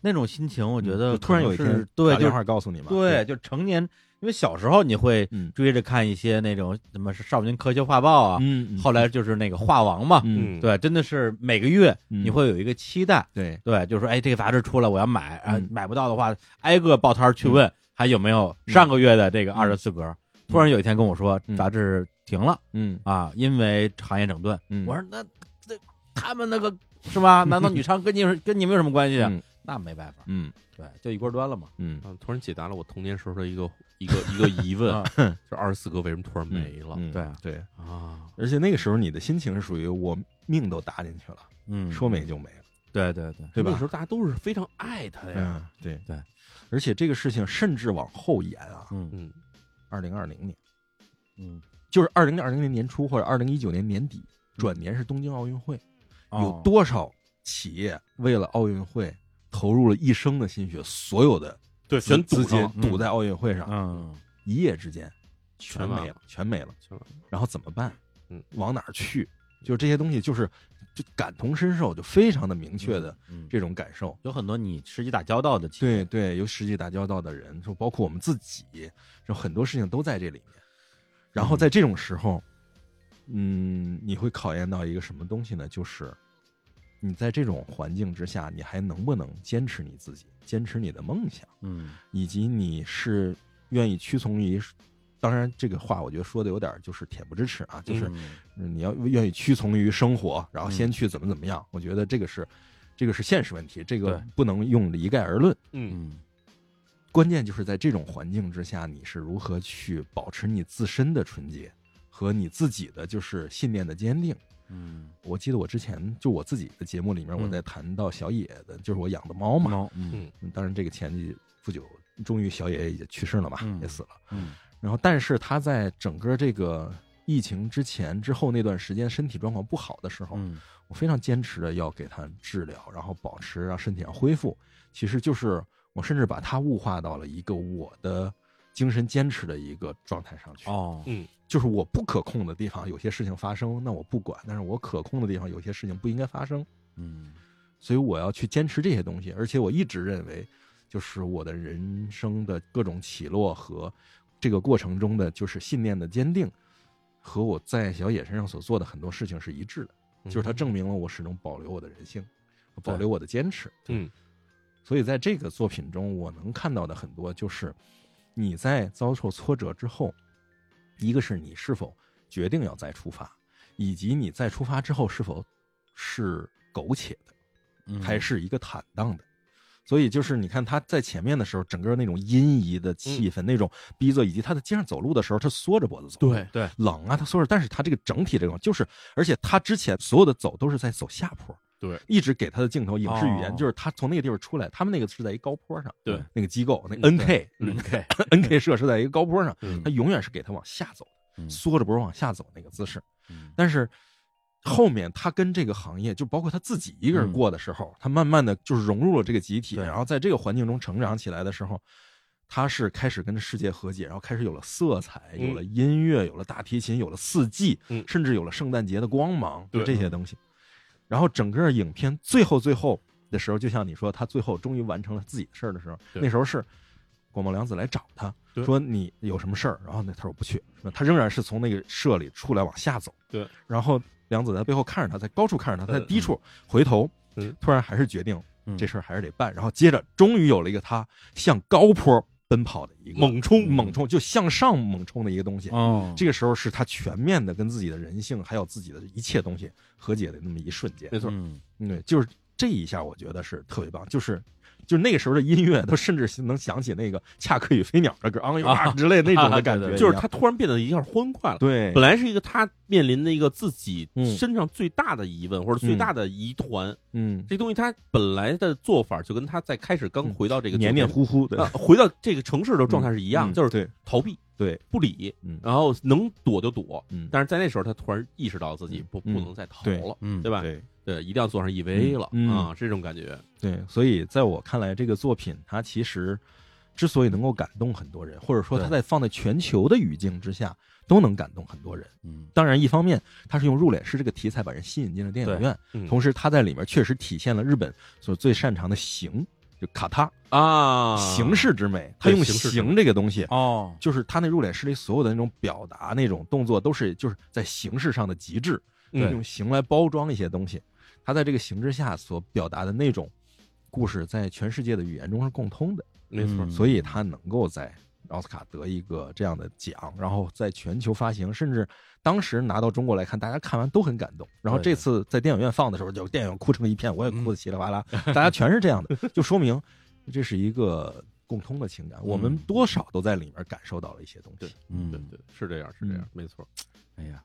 [SPEAKER 2] 那种心情，我觉得
[SPEAKER 3] 嗯就突然有一
[SPEAKER 2] 可能是
[SPEAKER 3] 天
[SPEAKER 2] 对
[SPEAKER 3] 打电
[SPEAKER 2] 就
[SPEAKER 3] 话告诉你嘛，
[SPEAKER 2] 对，就成年，因为小时候你会
[SPEAKER 3] 嗯
[SPEAKER 2] 追着看一些那种什么《少年科学画报》啊，
[SPEAKER 3] 嗯，
[SPEAKER 2] 后来就是那个画王嘛，
[SPEAKER 3] 嗯，
[SPEAKER 2] 对，真的是每个月
[SPEAKER 3] 嗯
[SPEAKER 2] 你会有一个期待，
[SPEAKER 3] 对
[SPEAKER 2] 对，就是说哎，这个杂志出来我要买，啊
[SPEAKER 3] 嗯，
[SPEAKER 2] 买不到的话挨个报摊儿去问还有没有上个月的这个二十四格。突然有一天跟我说
[SPEAKER 3] 嗯
[SPEAKER 2] 杂志停了
[SPEAKER 3] 嗯
[SPEAKER 2] 啊，因为行业整顿。
[SPEAKER 3] 嗯，
[SPEAKER 2] 我说那那他们那个是吧？难道女娼跟你有跟你们有什么关系啊
[SPEAKER 3] 嗯？
[SPEAKER 2] 那没办法，
[SPEAKER 3] 嗯
[SPEAKER 2] 对，就一锅端了嘛。
[SPEAKER 3] 嗯
[SPEAKER 1] 啊突然解答了我童年时候的一个一个一个疑 问
[SPEAKER 2] 啊，
[SPEAKER 1] 就二十四格为什么突然没了
[SPEAKER 3] 嗯
[SPEAKER 2] 对啊
[SPEAKER 3] 对，
[SPEAKER 1] 啊？
[SPEAKER 3] 而且那个时候你的心情是属于我命都搭进去了，
[SPEAKER 2] 嗯，
[SPEAKER 3] 说没就没了，
[SPEAKER 2] 对对对，
[SPEAKER 3] 对吧
[SPEAKER 1] 那个时候大家都是非常爱他呀，
[SPEAKER 3] 嗯，对
[SPEAKER 2] 对，
[SPEAKER 3] 而且这个事情甚至往后延啊，
[SPEAKER 2] 嗯
[SPEAKER 1] 嗯
[SPEAKER 3] 二零二零年。
[SPEAKER 2] 嗯，
[SPEAKER 3] 就是二零二零年年初或者二零一九年年底，
[SPEAKER 1] 嗯
[SPEAKER 3] 转年是东京奥运会，有
[SPEAKER 2] 哦
[SPEAKER 3] 多少企业为了奥运会投入了一生的心血，所有的
[SPEAKER 1] 对
[SPEAKER 3] 资
[SPEAKER 1] 全堵
[SPEAKER 3] 资金
[SPEAKER 1] 上
[SPEAKER 2] 嗯
[SPEAKER 3] 堵在奥运会上，
[SPEAKER 2] 嗯
[SPEAKER 3] 一夜之间全
[SPEAKER 1] 完
[SPEAKER 3] 没
[SPEAKER 1] 了
[SPEAKER 3] 了，全没了，
[SPEAKER 1] 全完了
[SPEAKER 3] 然后怎么办？
[SPEAKER 1] 嗯，
[SPEAKER 3] 往哪儿去？就是这些东西，就是就感同身受，就非常的明确的
[SPEAKER 2] 嗯，
[SPEAKER 3] 这种感受。
[SPEAKER 2] 有很多你实际打交道的，，
[SPEAKER 3] 对对，有实际打交道的人，就包括我们自己，就很多事情都在这里面。然后在这种时候，嗯，你会考验到一个什么东西呢？就是你在这种环境之下，你还能不能坚持你自己，坚持你的梦想，
[SPEAKER 2] 嗯
[SPEAKER 3] 以及你是愿意屈从于。当然，这个话我觉得说的有点儿就是恬不知耻啊，就是
[SPEAKER 2] 嗯
[SPEAKER 3] 你要愿意屈从于生活，然后先
[SPEAKER 2] 嗯
[SPEAKER 3] 去怎么怎么样。我觉得这个是，这个是现实问题，这个
[SPEAKER 2] 对
[SPEAKER 3] 不能用一概而论。
[SPEAKER 1] 嗯
[SPEAKER 2] 嗯
[SPEAKER 3] 关键就是在这种环境之下，你是如何去保持你自身的纯洁和你自己的就是信念的坚定。
[SPEAKER 2] 嗯，
[SPEAKER 3] 我记得我之前就我自己的节目里面，
[SPEAKER 2] 嗯
[SPEAKER 3] 我在谈到小野的，就是我养的猫嘛。
[SPEAKER 2] 猫，嗯
[SPEAKER 3] 当然，这个前几不久，终于小野也去世了嘛，
[SPEAKER 2] 嗯
[SPEAKER 3] 也死了。
[SPEAKER 2] 嗯
[SPEAKER 3] 然后，但是他在整个这个疫情之前、之后那段时间，身体状况不好的时候，
[SPEAKER 2] 嗯
[SPEAKER 3] 我非常坚持的要给他治疗，然后保持让身体上恢复。其实就是我甚至把它物化到了一个我的精神坚持的一个状态上去。
[SPEAKER 2] 哦，
[SPEAKER 3] 就是我不可控的地方有些事情发生，那我不管；但是我可控的地方有些事情不应该发生。
[SPEAKER 2] 嗯
[SPEAKER 3] 所以我要去坚持这些东西，而且我一直认为，就是我的人生的各种起落和这个过程中的就是信念的坚定，和我在小野身上所做的很多事情是一致的，
[SPEAKER 1] 嗯
[SPEAKER 3] 就是它证明了我始终保留我的人性，保留我的坚持。
[SPEAKER 1] 嗯，
[SPEAKER 3] 所以在这个作品中，我能看到的很多就是你在遭受挫折之后，一个是你是否决定要再出发，以及你再出发之后是否是苟且的，
[SPEAKER 2] 嗯
[SPEAKER 3] 还是一个坦荡的。所以就是你看他在前面的时候，整个那种阴翳的气氛，那种逼仄，以及他在街上走路的时候，他缩着脖子走，
[SPEAKER 4] 对，
[SPEAKER 2] 对，
[SPEAKER 3] 冷啊，他缩着，但是他这个整体这种就是，而且他之前所有的走都是在走下坡，
[SPEAKER 1] 对，
[SPEAKER 3] 一直给他的镜头影视语言、
[SPEAKER 2] 哦
[SPEAKER 3] 就是他从那个地方出来，他们那个是在一高坡上，
[SPEAKER 1] 对，
[SPEAKER 3] 那个机构那
[SPEAKER 1] 嗯
[SPEAKER 3] NK、
[SPEAKER 1] 嗯
[SPEAKER 2] OK，
[SPEAKER 3] NK 社是在一个高坡上，
[SPEAKER 1] 嗯
[SPEAKER 3] 他永远是给他往下走，
[SPEAKER 2] 嗯
[SPEAKER 3] 缩着脖往下走那个姿势，
[SPEAKER 2] 嗯
[SPEAKER 3] 但是后面他跟这个行业，就包括他自己一个
[SPEAKER 1] 嗯
[SPEAKER 3] 人过的时候，他慢慢的就是融入了这个集体，
[SPEAKER 2] 对
[SPEAKER 3] 然后在这个环境中成长起来的时候，他是开始跟世界和解，然后开始有了色彩，
[SPEAKER 1] 嗯
[SPEAKER 3] 有了音乐，有了大提琴，有了四季，
[SPEAKER 1] 嗯
[SPEAKER 3] 甚至有了圣诞节的光芒，
[SPEAKER 1] 对嗯
[SPEAKER 3] 就这些东西。然后整个影片最后最后的时候，就像你说，他最后终于完成了自己的事儿的时候，
[SPEAKER 1] 对
[SPEAKER 3] 那时候是广茂良子来找他
[SPEAKER 1] 对
[SPEAKER 3] 说你有什么事儿，然后那他说我不去，是吧他仍然是从那个社里出来往下走，
[SPEAKER 1] 对，
[SPEAKER 3] 然后梁子在背后看着他，在高处看着他，
[SPEAKER 1] 嗯
[SPEAKER 3] 在低处回头
[SPEAKER 1] 嗯，
[SPEAKER 3] 突然还是决定
[SPEAKER 2] 嗯
[SPEAKER 3] 这事儿还是得办，然后接着终于有了一个他向高坡奔跑的一个
[SPEAKER 1] 猛冲
[SPEAKER 3] 猛冲，就向上猛冲的一个东西。
[SPEAKER 2] 哦，
[SPEAKER 3] 嗯这个时候是他全面的跟自己的人性还有自己的一切东西和解的那么一瞬间，
[SPEAKER 1] 没错，
[SPEAKER 2] 嗯
[SPEAKER 3] 嗯对，就是这一下，我觉得是特别棒，就是。就是那个时候的音乐，都甚至能想起那个《恰克与飞鸟》的歌昂呦啊之类 那种的感觉，
[SPEAKER 2] 对
[SPEAKER 1] 就是他突然变得一下欢快了。
[SPEAKER 3] 对
[SPEAKER 1] 本来是一个他面临的一个自己
[SPEAKER 3] 嗯
[SPEAKER 1] 身上最大的疑问或者最大的疑团，
[SPEAKER 3] 嗯
[SPEAKER 1] 这东西他本来的做法就跟他在开始刚回到这个
[SPEAKER 3] 嗯黏黏
[SPEAKER 1] 作
[SPEAKER 3] 糊糊的
[SPEAKER 1] 品、啊， 回到这个城市的状态是一
[SPEAKER 3] 一
[SPEAKER 1] 样，就是
[SPEAKER 3] 对
[SPEAKER 1] 逃避、
[SPEAKER 3] 对
[SPEAKER 1] 不理，
[SPEAKER 3] 嗯
[SPEAKER 1] 然后能躲就躲。
[SPEAKER 3] 嗯
[SPEAKER 1] 但是在那时候，他突然意识到自己不、
[SPEAKER 3] 嗯
[SPEAKER 1] 不能再逃
[SPEAKER 3] 对
[SPEAKER 1] 了，
[SPEAKER 2] 嗯
[SPEAKER 1] 对吧？
[SPEAKER 3] 对
[SPEAKER 1] 对，一定要坐上 EVA 了、
[SPEAKER 3] 嗯嗯
[SPEAKER 1] 啊，这种感觉。
[SPEAKER 3] 对，所以在我看来，这个作品它其实之所以能够感动很多人，或者说它
[SPEAKER 2] 对
[SPEAKER 3] 在放在全球的语境之下都能感动很多人。
[SPEAKER 2] 嗯
[SPEAKER 3] 当然，一方面它是用入殓师这个题材把人吸引进了电影院，
[SPEAKER 1] 嗯
[SPEAKER 3] 同时它在里面确实体现了日本所最擅长的形，就卡他
[SPEAKER 1] 啊，
[SPEAKER 3] 形式之美。他
[SPEAKER 1] 对
[SPEAKER 3] 用
[SPEAKER 1] 形式之美
[SPEAKER 3] 形这个东西，
[SPEAKER 2] 哦，
[SPEAKER 3] 就是他那入殓师里所有的那种表达、那种动作，都是就是在形式上的极致，
[SPEAKER 1] 对
[SPEAKER 3] 用形来包装一些东西。他在这个形之下所表达的那种故事，在全世界的语言中是共通的，
[SPEAKER 1] 没错，
[SPEAKER 2] 嗯
[SPEAKER 3] 所以他能够在奥斯卡得一个这样的奖，然后在全球发行，甚至当时拿到中国来看，大家看完都很感动。然后
[SPEAKER 2] 对
[SPEAKER 3] 这次在电影院放的时候，就电影院哭成一片，我也哭得稀里 哗啦，大家全是这样的，就说明这是一个共通的情感，我们多少都在里面感受到了一些东西。
[SPEAKER 2] 嗯
[SPEAKER 1] 对对，是这样，是这样，
[SPEAKER 3] 嗯
[SPEAKER 1] 没错。
[SPEAKER 2] 哎呀，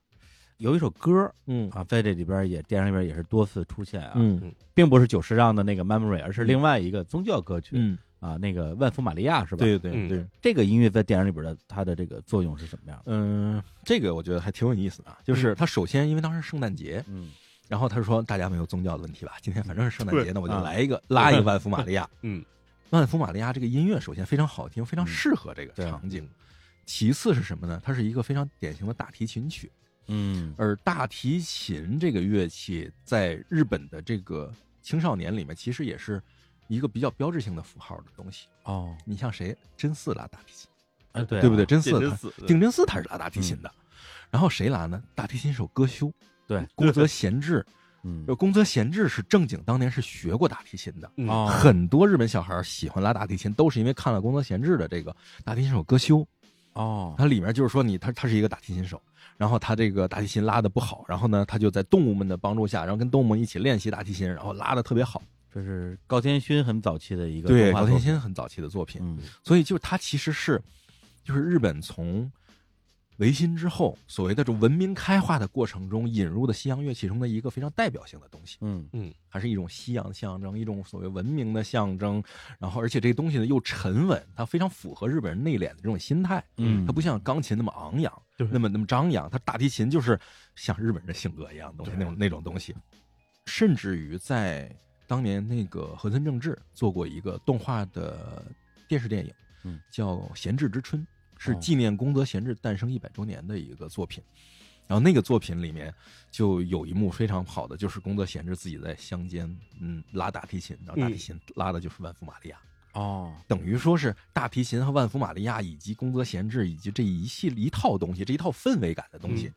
[SPEAKER 2] 有一首歌
[SPEAKER 3] 嗯
[SPEAKER 2] 啊，在这里边也电影里边也是多次出现啊，
[SPEAKER 3] 嗯
[SPEAKER 2] 并不是久石让的那个 Memory，而是另外一个宗教歌曲
[SPEAKER 3] 嗯，
[SPEAKER 2] 啊，那个万福玛利亚是吧？，
[SPEAKER 3] 对对
[SPEAKER 1] 嗯
[SPEAKER 3] 对。
[SPEAKER 2] 这个音乐在电影里边的它的这个作用是什么样的？
[SPEAKER 3] 嗯，这个我觉得还挺有意思的啊，就是他首先因为当时圣诞节，
[SPEAKER 2] 嗯
[SPEAKER 3] 然后他说大家没有宗教的问题吧，今天反正是圣诞节，
[SPEAKER 1] 对
[SPEAKER 3] 那我就
[SPEAKER 2] 啊
[SPEAKER 3] 来一个 拉一个万福玛利亚。
[SPEAKER 1] 嗯，
[SPEAKER 3] 万福玛利亚这个音乐首先非常好听，非常适合这个
[SPEAKER 2] 对
[SPEAKER 3] 场景。其次是什么呢？它是一个非常典型的大提琴曲，
[SPEAKER 2] 嗯
[SPEAKER 3] 而大提琴这个乐器在日本的这个青少年里面，其实也是一个比较标志性的符号的东西。
[SPEAKER 2] 哦，
[SPEAKER 3] 你像谁？真嗣拉大提琴，
[SPEAKER 2] 哎对
[SPEAKER 3] 对不对？？真嗣
[SPEAKER 1] 见
[SPEAKER 3] 他
[SPEAKER 1] 真死，
[SPEAKER 3] 定真寺他是拉大提琴的，然后谁拉呢？大提琴手歌修，
[SPEAKER 2] 对，
[SPEAKER 3] 宫泽贤治，
[SPEAKER 2] 嗯
[SPEAKER 3] 呃宫泽贤治是正经当年是学过大提琴的。
[SPEAKER 1] 嗯
[SPEAKER 2] 哦，
[SPEAKER 3] 很多日本小孩喜欢拉大提琴，都是因为看了宫泽贤治的这个大提琴手歌修，
[SPEAKER 2] 哦，
[SPEAKER 3] 它里面就是说你他他是一个大提琴手，然后他这个大提琴拉的不好，然后呢他就在动物们的帮助下，然后跟动物们一起练习大提琴，然后拉的特别好。
[SPEAKER 2] 这是高天勋很早期的一个
[SPEAKER 3] 对，
[SPEAKER 2] 动画
[SPEAKER 3] 高
[SPEAKER 2] 作
[SPEAKER 3] 天
[SPEAKER 2] 品，
[SPEAKER 3] 心很早期的作品，
[SPEAKER 2] 嗯
[SPEAKER 3] 所以就是它其实是，就是日本从维新之后所谓的这种文明开化的过程中引入的西洋乐器中的一个非常代表性的东西，
[SPEAKER 2] 嗯
[SPEAKER 3] 它是一种西洋的象征，一种所谓文明的象征。然后，而且这个东西呢又沉稳，它非常符合日本人内敛的这种心态。
[SPEAKER 2] 嗯，
[SPEAKER 3] 它不像钢琴那么昂扬，
[SPEAKER 1] 对
[SPEAKER 3] 那么那么张扬。它大提琴就是像日本人的性格一样的东西，那种那种东西。甚至于在当年那个和村正治做过一个动画的电视电影，
[SPEAKER 2] 嗯，
[SPEAKER 3] 叫《闲置之春》，是
[SPEAKER 2] 哦
[SPEAKER 3] 纪念宫泽贤治诞生一百周年的一个作品。然后那个作品里面就有一幕非常好的，就是宫泽贤治自己在乡间，嗯，拉大提琴，然后大
[SPEAKER 2] 嗯
[SPEAKER 3] 提琴拉的就是万福玛利亚，
[SPEAKER 2] 哦，
[SPEAKER 3] 等于说是大提琴和万福玛利亚以及宫泽贤治以及这一系列一套东西，这一套氛围感的东西，
[SPEAKER 1] 嗯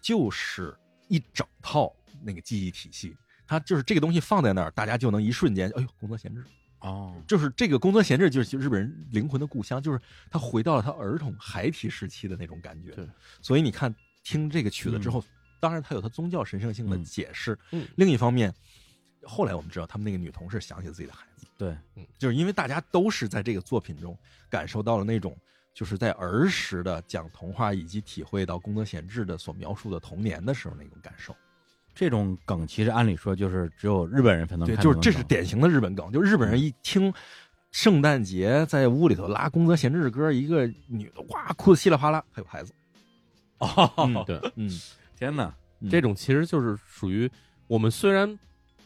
[SPEAKER 3] 就是一整套那个记忆体系。它就是这个东西放在那儿，大家就能一瞬间，哎呦，宫泽贤治，
[SPEAKER 2] 哦，
[SPEAKER 3] 就是这个宫泽贤治，就是就是日本人灵魂的故乡，就是他回到了他儿童孩提时期的那种感觉。
[SPEAKER 1] 对，
[SPEAKER 3] 所以你看听这个曲子之后，当然它有它宗教神圣性的解释。
[SPEAKER 1] 嗯
[SPEAKER 3] 另一方面，后来我们知道他们那个女同事想起自己的孩子，
[SPEAKER 2] 对，
[SPEAKER 3] 就是因为大家都是在这个作品中感受到了那种。就是在儿时的讲童话，以及体会到宫泽贤治的所描述的童年的时候那种感受，
[SPEAKER 2] 这种梗其实按理说就是只有日本人才能
[SPEAKER 3] 对，
[SPEAKER 2] 看
[SPEAKER 3] 就是
[SPEAKER 2] 懂嗯
[SPEAKER 3] 这
[SPEAKER 2] 的
[SPEAKER 3] 是
[SPEAKER 2] 梗
[SPEAKER 3] 典型的日本梗，就日本人一听圣诞节在屋里头拉宫泽贤治的歌，一个女的哇哭的稀里哗啦，还有孩子，
[SPEAKER 2] 哦，
[SPEAKER 1] 对，
[SPEAKER 3] 嗯，
[SPEAKER 2] 天哪，
[SPEAKER 3] 嗯
[SPEAKER 1] 这种其实就是属于我们虽然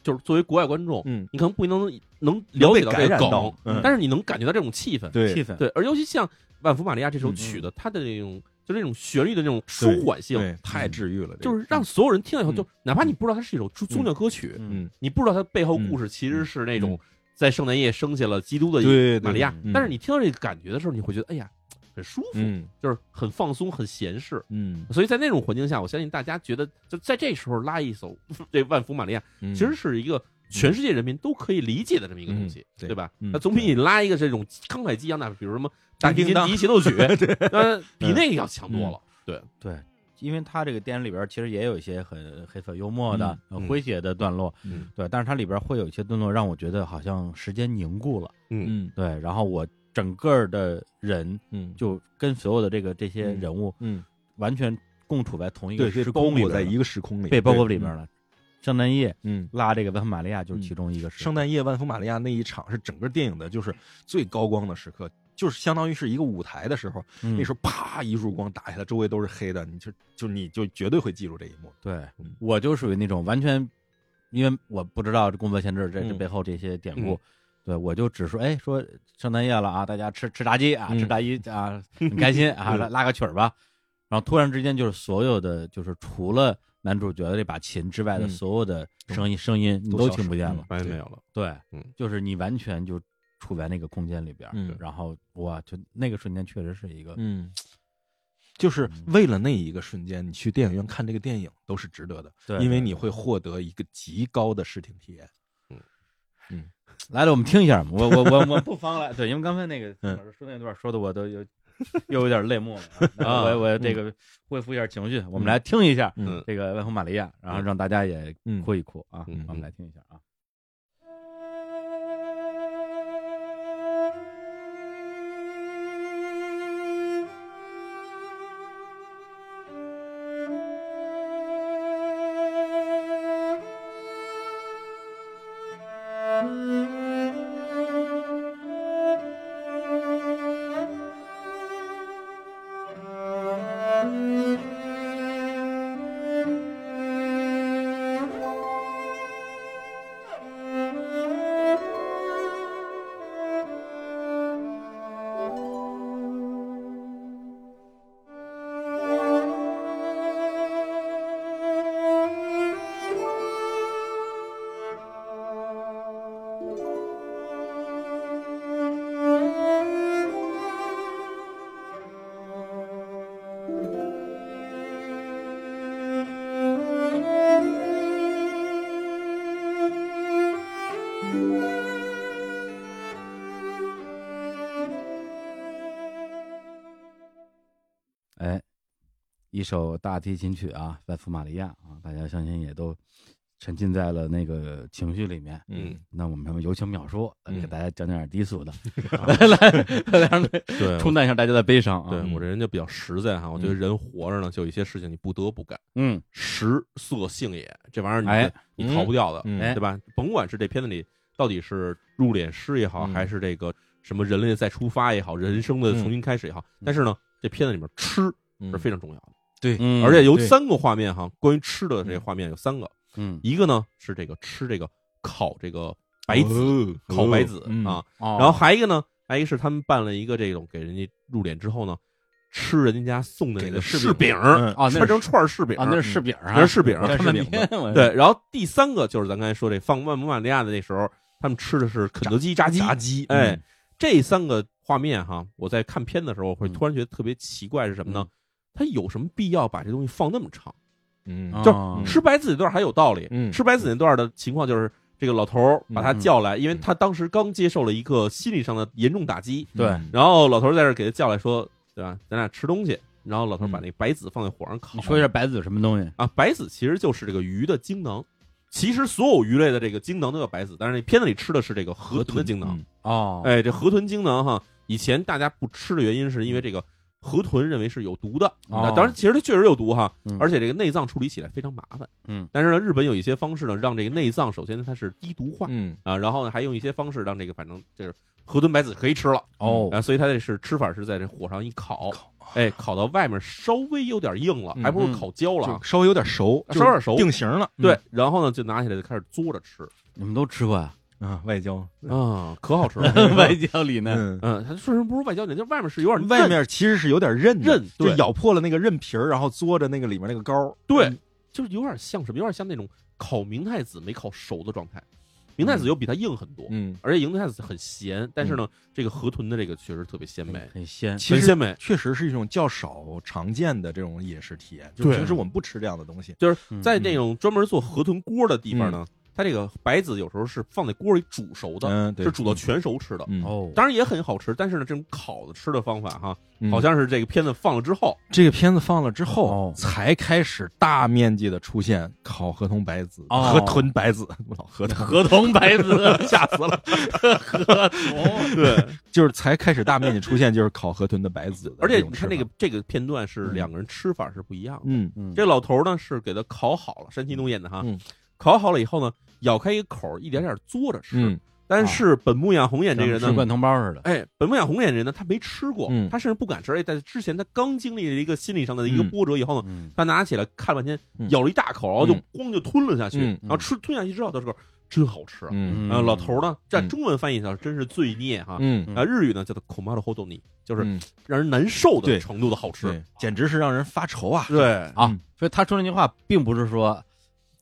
[SPEAKER 1] 就是作为国外观众，
[SPEAKER 3] 嗯
[SPEAKER 1] 你可能不一定能能了解到这
[SPEAKER 3] 被感
[SPEAKER 1] 个
[SPEAKER 3] 染到
[SPEAKER 1] 梗，
[SPEAKER 3] 嗯
[SPEAKER 1] 但是你能感觉到这种气氛。
[SPEAKER 3] 对
[SPEAKER 2] 气氛
[SPEAKER 1] 对，而尤其像《万福玛利亚》这首
[SPEAKER 3] 嗯
[SPEAKER 1] 曲子，它的那种就这种旋律的那种舒缓性，
[SPEAKER 3] 对，太治愈了，这个
[SPEAKER 1] 就是让所有人听到以后，
[SPEAKER 3] 嗯
[SPEAKER 1] 就哪怕你不知道它是一首宗宗教歌曲，
[SPEAKER 2] 嗯
[SPEAKER 1] 你不知道它背后故事其实是那种在圣诞夜生下了基督的
[SPEAKER 3] 嗯对对
[SPEAKER 1] 玛利亚
[SPEAKER 3] 对嗯，
[SPEAKER 1] 但是你听到这个感觉的时候，你会觉得哎呀，很舒服，
[SPEAKER 3] 嗯
[SPEAKER 1] 就是很放松，很闲适。
[SPEAKER 3] 嗯，
[SPEAKER 1] 所以在那种环境下，我相信大家觉得，就在这时候拉一首 这《万福玛利亚》，
[SPEAKER 3] 嗯
[SPEAKER 1] 其实是一个全世界人民都可以理解的这么一个东西
[SPEAKER 3] 嗯，对
[SPEAKER 1] 对吧？
[SPEAKER 3] 嗯
[SPEAKER 1] 那总比你拉一个这种慷慨激昂的，比如什么大提
[SPEAKER 3] 叮
[SPEAKER 1] 琴
[SPEAKER 3] 当
[SPEAKER 1] 第一协奏曲， 那比那个要强多了。
[SPEAKER 2] 对，因为它这个电影里边其实也有一些很黑色幽默的、
[SPEAKER 1] 嗯
[SPEAKER 2] 很诙谐的段落，
[SPEAKER 3] 嗯
[SPEAKER 2] 对，但是它里边会有一些段落让我觉得好像时间凝固了，
[SPEAKER 1] 嗯，
[SPEAKER 3] 嗯
[SPEAKER 2] 对，然后我整个的人
[SPEAKER 3] 嗯就
[SPEAKER 2] 就跟所有的这个这些人物
[SPEAKER 3] 嗯，
[SPEAKER 2] 完全共处在同一个
[SPEAKER 3] 对，被
[SPEAKER 2] 时
[SPEAKER 3] 包
[SPEAKER 2] 空里
[SPEAKER 3] 裹
[SPEAKER 2] 边
[SPEAKER 3] 在
[SPEAKER 2] 了，
[SPEAKER 3] 一个时空里，
[SPEAKER 2] 被包裹
[SPEAKER 3] 对
[SPEAKER 2] 里边，了。圣诞夜
[SPEAKER 3] 嗯。嗯
[SPEAKER 2] 拉这个维玛利亚就是其中一个时
[SPEAKER 3] 圣
[SPEAKER 2] 刻，
[SPEAKER 3] 诞夜，万福玛利亚那一场是整个电影的，就是最高光的时刻，就是相当于是一个舞台的时候，
[SPEAKER 2] 嗯
[SPEAKER 3] 那时候啪一束光打下来，周围都是黑的，你就就你就绝对会记住这一幕。
[SPEAKER 2] 对
[SPEAKER 3] 嗯
[SPEAKER 2] 我就属于那种完全，因为我不知道这工作限制这这
[SPEAKER 3] 嗯
[SPEAKER 2] 背后这些典故，
[SPEAKER 1] 嗯
[SPEAKER 2] 对我就只说哎说圣诞夜了啊，大家吃吃炸鸡啊，
[SPEAKER 3] 嗯
[SPEAKER 2] 吃炸鸡啊，很开心 啊，
[SPEAKER 1] 嗯
[SPEAKER 2] 拉拉个曲儿吧。然后突然之间就是所有的就是除了男主角的这把琴之外的
[SPEAKER 3] 嗯
[SPEAKER 2] 所有的声音声音你
[SPEAKER 3] 都
[SPEAKER 2] 都
[SPEAKER 3] 消
[SPEAKER 2] 听不
[SPEAKER 3] 失
[SPEAKER 2] 见
[SPEAKER 3] 嗯
[SPEAKER 2] 了，
[SPEAKER 1] 发现没有了。
[SPEAKER 2] 对
[SPEAKER 1] 嗯，
[SPEAKER 2] 就是你完全就处在那个空间里边儿，
[SPEAKER 3] 嗯
[SPEAKER 2] 然后哇，就那个瞬间确实是一个，
[SPEAKER 3] 嗯，就是
[SPEAKER 1] 嗯
[SPEAKER 3] 为了那一个瞬间，你去电影院看这个电影都是值得的，
[SPEAKER 2] 对
[SPEAKER 3] 因为
[SPEAKER 2] 对
[SPEAKER 3] 你会获得一个极高的视听体验。
[SPEAKER 2] 来了，我们听一下。 我我我我不妨来，对，因为刚才那个
[SPEAKER 3] 嗯
[SPEAKER 2] 老师说那段说的我都有 又有点泪目了 啊。那我我这个恢复一下情绪，我们来听一下
[SPEAKER 3] 嗯
[SPEAKER 2] 这个《万红玛利亚》，然后让大家也
[SPEAKER 3] 嗯
[SPEAKER 2] 哭一哭啊。
[SPEAKER 3] 嗯
[SPEAKER 2] 我们来听一下啊。哎，一首大提琴曲啊，《万福玛利亚》啊，大家相信也都沉浸在了那个情绪里面。
[SPEAKER 1] 嗯，
[SPEAKER 2] 那我们有请淼叔来给
[SPEAKER 3] 嗯
[SPEAKER 2] 大家讲点低俗的， 来来 来，
[SPEAKER 1] 对
[SPEAKER 2] 冲淡一下大家的悲伤啊。
[SPEAKER 1] 对我这人就比较实在哈，我觉得人活着呢，就有一些事情你不得不干，
[SPEAKER 2] 嗯，
[SPEAKER 1] 食色性也，这玩意儿你、
[SPEAKER 2] 哎
[SPEAKER 1] 你逃不掉的，
[SPEAKER 3] 嗯
[SPEAKER 2] 哎
[SPEAKER 1] 对吧？甭管是这片子里到底是入殓师也好，
[SPEAKER 3] 嗯
[SPEAKER 1] 还是这个什么人类再出发也好，人生的重新开始也好，
[SPEAKER 2] 嗯
[SPEAKER 1] 但是呢，这片子里面吃
[SPEAKER 3] 嗯
[SPEAKER 1] 是非常重要的，
[SPEAKER 2] 嗯
[SPEAKER 1] 而且有
[SPEAKER 3] 对
[SPEAKER 1] 三个画面哈，关于吃的这个画面有三个，
[SPEAKER 2] 嗯，
[SPEAKER 1] 一个呢是这个吃这个烤这个
[SPEAKER 3] 哦
[SPEAKER 1] 白子，
[SPEAKER 3] 子
[SPEAKER 1] 烤
[SPEAKER 3] 嗯
[SPEAKER 1] 白子、啊，
[SPEAKER 2] 然
[SPEAKER 1] 然后还一个呢，还一个是他们办了一个这种给人家入殓之后呢，吃人家送的那
[SPEAKER 3] 给
[SPEAKER 1] 个
[SPEAKER 3] 的
[SPEAKER 1] 柿
[SPEAKER 3] 柿
[SPEAKER 1] 饼，
[SPEAKER 3] 嗯
[SPEAKER 2] 啊，那
[SPEAKER 1] 穿
[SPEAKER 2] 是
[SPEAKER 1] 成串儿柿饼
[SPEAKER 2] 啊，那是柿饼啊，
[SPEAKER 1] 那是柿饼
[SPEAKER 2] 我看
[SPEAKER 3] 那
[SPEAKER 2] 半
[SPEAKER 3] 是柿饼
[SPEAKER 2] 天，我
[SPEAKER 1] 对，然后第三个就是咱刚才说这放万不万利亚的那时候，他们吃的是肯德基炸鸡。
[SPEAKER 3] 炸鸡，
[SPEAKER 1] 哎
[SPEAKER 3] 嗯，，
[SPEAKER 1] 这三个画面哈，我在看片的时候，我会
[SPEAKER 2] 嗯
[SPEAKER 1] 突然觉得特别奇怪是什么呢
[SPEAKER 2] 嗯？
[SPEAKER 1] 他有什么必要把这东西放那么长？
[SPEAKER 3] 嗯
[SPEAKER 2] 啊
[SPEAKER 1] 就
[SPEAKER 3] 嗯
[SPEAKER 1] 吃白子那段还有道理，
[SPEAKER 3] 嗯
[SPEAKER 1] 吃白子那段的情况就是这个老头儿把他
[SPEAKER 2] 嗯嗯
[SPEAKER 1] 叫来，因为他当时刚接受了一个心理上的严重打击，
[SPEAKER 2] 对
[SPEAKER 3] 嗯
[SPEAKER 1] 然后老头儿在这儿给他叫来说，对吧？咱俩吃东西，然后老头儿把
[SPEAKER 2] 嗯
[SPEAKER 1] 那白子放在火上烤。
[SPEAKER 2] 你说一下白子什么东西？
[SPEAKER 1] 啊，白子其实就是这个鱼的精囊。其实所有鱼类的这个精囊都叫白子，但是那片子里吃的是这个河豚的精囊。
[SPEAKER 3] 嗯
[SPEAKER 2] 哦，
[SPEAKER 1] 哎，这河豚精囊哈，以前大家不吃的原因是因为这个河豚认为是有毒的。
[SPEAKER 2] 哦
[SPEAKER 1] 啊，当然，其实它确实有毒哈，
[SPEAKER 2] 嗯
[SPEAKER 1] 而且这个内脏处理起来非常麻烦。
[SPEAKER 2] 嗯，
[SPEAKER 1] 但是呢，日本有一些方式呢，让这个内脏首先它是低毒化、
[SPEAKER 3] 嗯
[SPEAKER 1] 啊，然后呢还用一些方式让这个反正就是河豚白子可以吃了。
[SPEAKER 2] 哦，
[SPEAKER 1] 啊，所以它这是吃法是在这火上一烤，哎，烤到外面稍微有点硬了，
[SPEAKER 3] 嗯
[SPEAKER 1] 还不如烤焦了啊
[SPEAKER 3] 就。稍微有点熟，
[SPEAKER 1] 稍微有点熟
[SPEAKER 3] 定型了
[SPEAKER 1] 对，然后呢就拿起来就开始嘬着吃
[SPEAKER 2] 你们都吃过呀？
[SPEAKER 3] 啊，外焦，
[SPEAKER 1] 啊，可好吃 了。
[SPEAKER 2] 外焦里嫩，
[SPEAKER 3] 嗯，
[SPEAKER 1] 嗯，它说什么不是外焦里，就外面是有点
[SPEAKER 3] 外
[SPEAKER 1] 嫩
[SPEAKER 3] 面其实是有点韧的
[SPEAKER 1] 韧
[SPEAKER 3] 就
[SPEAKER 1] 对
[SPEAKER 3] 咬破了那个韧皮儿，然后嘬着那个里面那个膏儿，
[SPEAKER 1] 对，就是有点像什么，有点像那种烤明太子没烤熟的状态。明太子又比它硬很多，
[SPEAKER 3] 嗯，
[SPEAKER 1] 而且明太子很咸，但是呢，这个河豚的这个确实特别鲜美，
[SPEAKER 3] 嗯
[SPEAKER 2] 很鲜。
[SPEAKER 3] 其
[SPEAKER 1] 很
[SPEAKER 3] 实
[SPEAKER 1] 鲜美。
[SPEAKER 3] 嗯确实是一种较少常见的这种饮食体验，就
[SPEAKER 1] 对
[SPEAKER 3] 平时我们不吃这样的东西，
[SPEAKER 2] 嗯
[SPEAKER 1] 在那种专门做河豚锅的地方呢，它这个白子有时候是放在锅里煮熟的，
[SPEAKER 3] 嗯，对，
[SPEAKER 1] 是煮到全熟吃的。
[SPEAKER 3] 嗯，哦，
[SPEAKER 2] 哦，
[SPEAKER 1] 当然也很好吃，但是呢，这种烤的吃的方法哈，
[SPEAKER 3] 嗯
[SPEAKER 1] 好像是这个片子放了之后，
[SPEAKER 3] 这个片子放了之后
[SPEAKER 2] 哦，
[SPEAKER 3] 才开始大面积的出现烤河豚白子、
[SPEAKER 2] 哦
[SPEAKER 3] 河豚白子，老河豚，
[SPEAKER 2] 合同白子
[SPEAKER 1] 吓死了。
[SPEAKER 2] 合
[SPEAKER 3] 哦
[SPEAKER 2] 同，
[SPEAKER 1] 对，
[SPEAKER 3] 就是才开始大面积出现就是烤河豚的白子的
[SPEAKER 1] 而且
[SPEAKER 3] 这种
[SPEAKER 1] 你
[SPEAKER 3] 吃法
[SPEAKER 1] 看这个，这个片段是
[SPEAKER 3] 嗯
[SPEAKER 1] 两个人吃法是不一样的。
[SPEAKER 3] 嗯
[SPEAKER 2] 嗯
[SPEAKER 1] 这老头呢是给他烤好了，山崎东演的哈，
[SPEAKER 3] 嗯
[SPEAKER 1] 烤好了以后呢，咬开一个口，一点点嘬着吃。
[SPEAKER 3] 嗯
[SPEAKER 1] 但是本木养红眼这个人
[SPEAKER 2] 跟吃
[SPEAKER 1] 呢，
[SPEAKER 2] 灌汤包似的。
[SPEAKER 1] 哎，本木养红眼这人呢，他没吃过，
[SPEAKER 3] 嗯
[SPEAKER 1] 他甚至不敢吃。哎，但之前他刚经历了一个心理上的一个
[SPEAKER 3] 嗯
[SPEAKER 1] 波折以后呢，
[SPEAKER 2] 嗯，
[SPEAKER 1] 他拿起来看半天，
[SPEAKER 3] 嗯
[SPEAKER 1] 咬了一大口，然后就
[SPEAKER 3] 嗯
[SPEAKER 1] 咣就吞了下去，
[SPEAKER 3] 嗯
[SPEAKER 1] 然后吃吞下去之后，他说真好吃。
[SPEAKER 3] 嗯
[SPEAKER 1] 然后呃老头呢，在
[SPEAKER 3] 嗯
[SPEAKER 1] 中文翻译上真是罪孽哈。
[SPEAKER 3] 嗯，
[SPEAKER 2] 嗯
[SPEAKER 1] 啊，日语呢叫做 “komaru h o d o n i 就是
[SPEAKER 3] 嗯
[SPEAKER 1] 让人难受的
[SPEAKER 3] 对
[SPEAKER 1] 程度的好吃
[SPEAKER 3] 对。，简直是让人发愁啊，
[SPEAKER 1] 对，
[SPEAKER 2] 啊
[SPEAKER 3] 嗯，
[SPEAKER 2] 所以他说那句话并不是说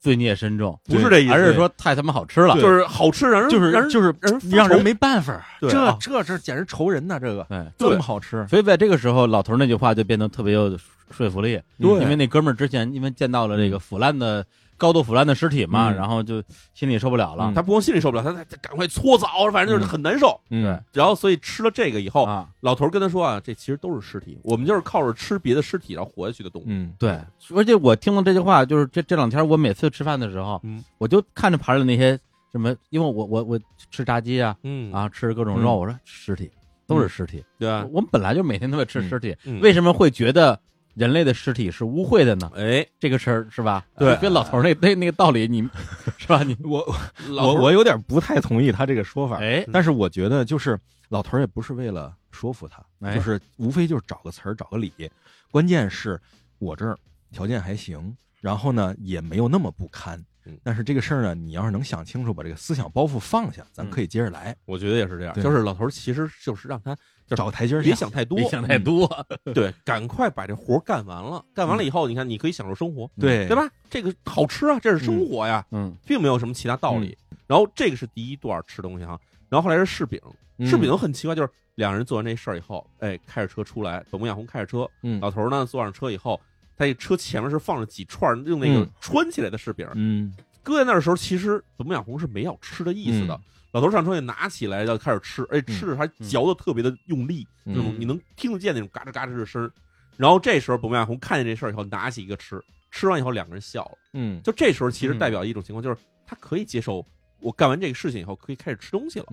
[SPEAKER 2] 罪孽深重，
[SPEAKER 1] 不是
[SPEAKER 3] 对
[SPEAKER 1] 这意思，
[SPEAKER 2] 而是说太他妈好吃了。
[SPEAKER 1] 就是好吃，让人
[SPEAKER 3] 就是
[SPEAKER 1] 让人
[SPEAKER 3] 就是
[SPEAKER 1] 让人发
[SPEAKER 3] 让人
[SPEAKER 1] 愁
[SPEAKER 3] 没办法，
[SPEAKER 1] 对
[SPEAKER 3] 这
[SPEAKER 1] 啊
[SPEAKER 3] 这这简直愁人呐，这个
[SPEAKER 2] 对，
[SPEAKER 3] 这
[SPEAKER 1] 对
[SPEAKER 3] 么好吃，
[SPEAKER 2] 所以在这个时候，老头那句话就变得特别有说服力。
[SPEAKER 3] 对
[SPEAKER 2] 因为那哥们儿之前因为见到了这个腐烂的高度腐烂的尸体嘛，
[SPEAKER 3] 嗯
[SPEAKER 2] 然后就心里受不了了
[SPEAKER 3] 嗯
[SPEAKER 1] 他不光心里受不了，他他赶快搓澡，反正就是很难受。
[SPEAKER 3] 嗯
[SPEAKER 1] 然后所以吃了这个以后，
[SPEAKER 2] 啊。
[SPEAKER 1] 老头跟他说啊，这其实都是尸体，我们就是靠着吃别的尸体然后活下去的动物。
[SPEAKER 3] 嗯
[SPEAKER 2] 对，而且我听了这句话，就是这这两天我每次吃饭的时候，
[SPEAKER 1] 嗯
[SPEAKER 2] 我就看着盘里那些什么，因为我我我吃炸鸡啊
[SPEAKER 1] 嗯
[SPEAKER 2] 啊，吃各种肉，
[SPEAKER 3] 嗯
[SPEAKER 2] 我说尸体都是尸体，
[SPEAKER 1] 对啊，
[SPEAKER 2] 我们本来就每天都会吃尸体，
[SPEAKER 1] 嗯嗯
[SPEAKER 2] 为什么会觉得人类的尸体是污秽的呢？
[SPEAKER 1] 哎，
[SPEAKER 2] 这个事儿是吧？
[SPEAKER 1] 对
[SPEAKER 2] 跟老头儿那那那个道理你， 是吧？ 你
[SPEAKER 3] 我
[SPEAKER 1] 老
[SPEAKER 3] 我
[SPEAKER 1] 头
[SPEAKER 3] 我有点不太同意他这个说法，
[SPEAKER 2] 哎
[SPEAKER 3] 但是我觉得就是老头儿也不是为了说服他，
[SPEAKER 2] 哎
[SPEAKER 3] 就是无非就是找个词儿找个理，关键是我这儿条件还行，然后呢也没有那么不堪
[SPEAKER 1] 嗯。
[SPEAKER 3] 但是这个事儿呢，你要是能想清楚，把这个思想包袱放下，
[SPEAKER 1] 嗯
[SPEAKER 3] 咱可以接着来，
[SPEAKER 1] 我觉得也是这样，
[SPEAKER 3] 对
[SPEAKER 1] 就是老头其实就是让他就是
[SPEAKER 3] 找个台阶儿
[SPEAKER 1] 别
[SPEAKER 3] 下。
[SPEAKER 1] 想太多
[SPEAKER 2] 别，想太多，嗯
[SPEAKER 1] 对，赶快把这活儿干完了，干完了以后，你看你可以享受生活，
[SPEAKER 3] 对
[SPEAKER 1] 对？吧？这个好吃啊，这是生活呀，
[SPEAKER 2] 嗯，
[SPEAKER 1] 并没有什么其他道理。然后这个是第一段吃东西哈，然后后来是柿饼，
[SPEAKER 3] 嗯
[SPEAKER 1] 柿饼很奇怪，就是两人做完这事儿以后，哎，开着车出来，本木雅弘开着车，
[SPEAKER 3] 嗯
[SPEAKER 1] 老头儿呢坐上车以后，他这车前面是放着几串用那个
[SPEAKER 3] 嗯
[SPEAKER 1] 穿起来的柿饼，
[SPEAKER 3] 嗯
[SPEAKER 1] 搁在那儿的时候，其实本木雅弘是没要吃的意思的。
[SPEAKER 3] 嗯
[SPEAKER 1] 老头儿上车就拿起来要开始吃，哎，吃着还嚼的特别的用力，那
[SPEAKER 3] 嗯
[SPEAKER 1] 种
[SPEAKER 2] 嗯
[SPEAKER 1] 你能听得见那种嘎吱嘎吱的声儿。然后这时候本木雅弘看见这事儿以后，拿起一个吃，吃完以后两个人笑了。
[SPEAKER 3] 嗯
[SPEAKER 1] 就这时候其实代表一种情况，就是他可以接受我干完这个事情以后可以开始吃东西了，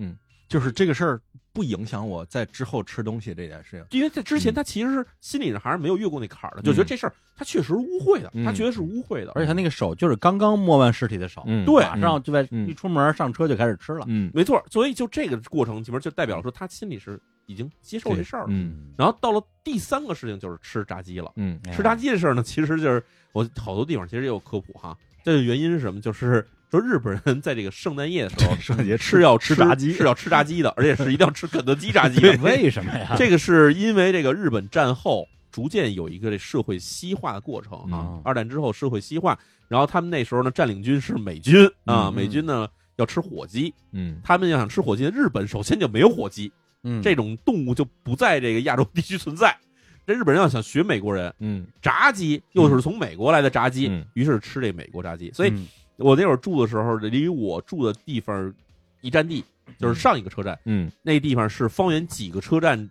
[SPEAKER 3] 就是这个事儿不影响我在之后吃东西这件事情。
[SPEAKER 1] 因为在之前
[SPEAKER 3] 嗯
[SPEAKER 1] 他其实是心理上还是没有越过那坎儿的，就觉得这事儿他确实是污秽的，
[SPEAKER 3] 嗯
[SPEAKER 1] 他觉得是污秽的，
[SPEAKER 2] 而且他那个手就是刚刚摸完尸体的手，
[SPEAKER 3] 嗯
[SPEAKER 1] 对
[SPEAKER 2] 马上就在
[SPEAKER 3] 嗯
[SPEAKER 2] 一出门上车就开始吃了，
[SPEAKER 3] 嗯，
[SPEAKER 1] 没错，所以就这个过程，其实就代表说他心里是已经接受这事儿了。
[SPEAKER 3] 嗯
[SPEAKER 1] 然后到了第三个事情就是吃炸鸡了，
[SPEAKER 3] 嗯
[SPEAKER 2] 哎呀
[SPEAKER 1] 吃炸鸡这事儿呢，其实就是我好多地方其实也有科普哈，这个原因是什么？就是说日本人在这个圣诞夜的时候
[SPEAKER 3] 圣诞节
[SPEAKER 1] 是要
[SPEAKER 3] 吃炸鸡
[SPEAKER 1] 是要吃炸鸡的，而且是一定要吃肯德基炸鸡的。
[SPEAKER 2] 啊为什么呀？
[SPEAKER 1] 这个是因为这个日本战后逐渐有一个这社会西化的过程啊。
[SPEAKER 2] 嗯
[SPEAKER 1] 二战之后社会西化，然后他们那时候呢，占领军是美军啊，
[SPEAKER 3] 嗯
[SPEAKER 1] 美军呢要吃火鸡，
[SPEAKER 3] 嗯
[SPEAKER 1] 他们要想吃火鸡，日本首先就没有火鸡，
[SPEAKER 2] 嗯
[SPEAKER 1] 这种动物就不在这个亚洲地区存在。这日本人要想学美国人
[SPEAKER 3] 嗯
[SPEAKER 1] 炸鸡，又是从美国来的炸鸡，
[SPEAKER 3] 嗯
[SPEAKER 1] 于是吃这美国炸鸡。所以
[SPEAKER 2] 嗯
[SPEAKER 1] 我那会儿住的时候，离我住的地方一站地就是上一个车站，
[SPEAKER 3] 嗯
[SPEAKER 1] 那地方是方圆几个车站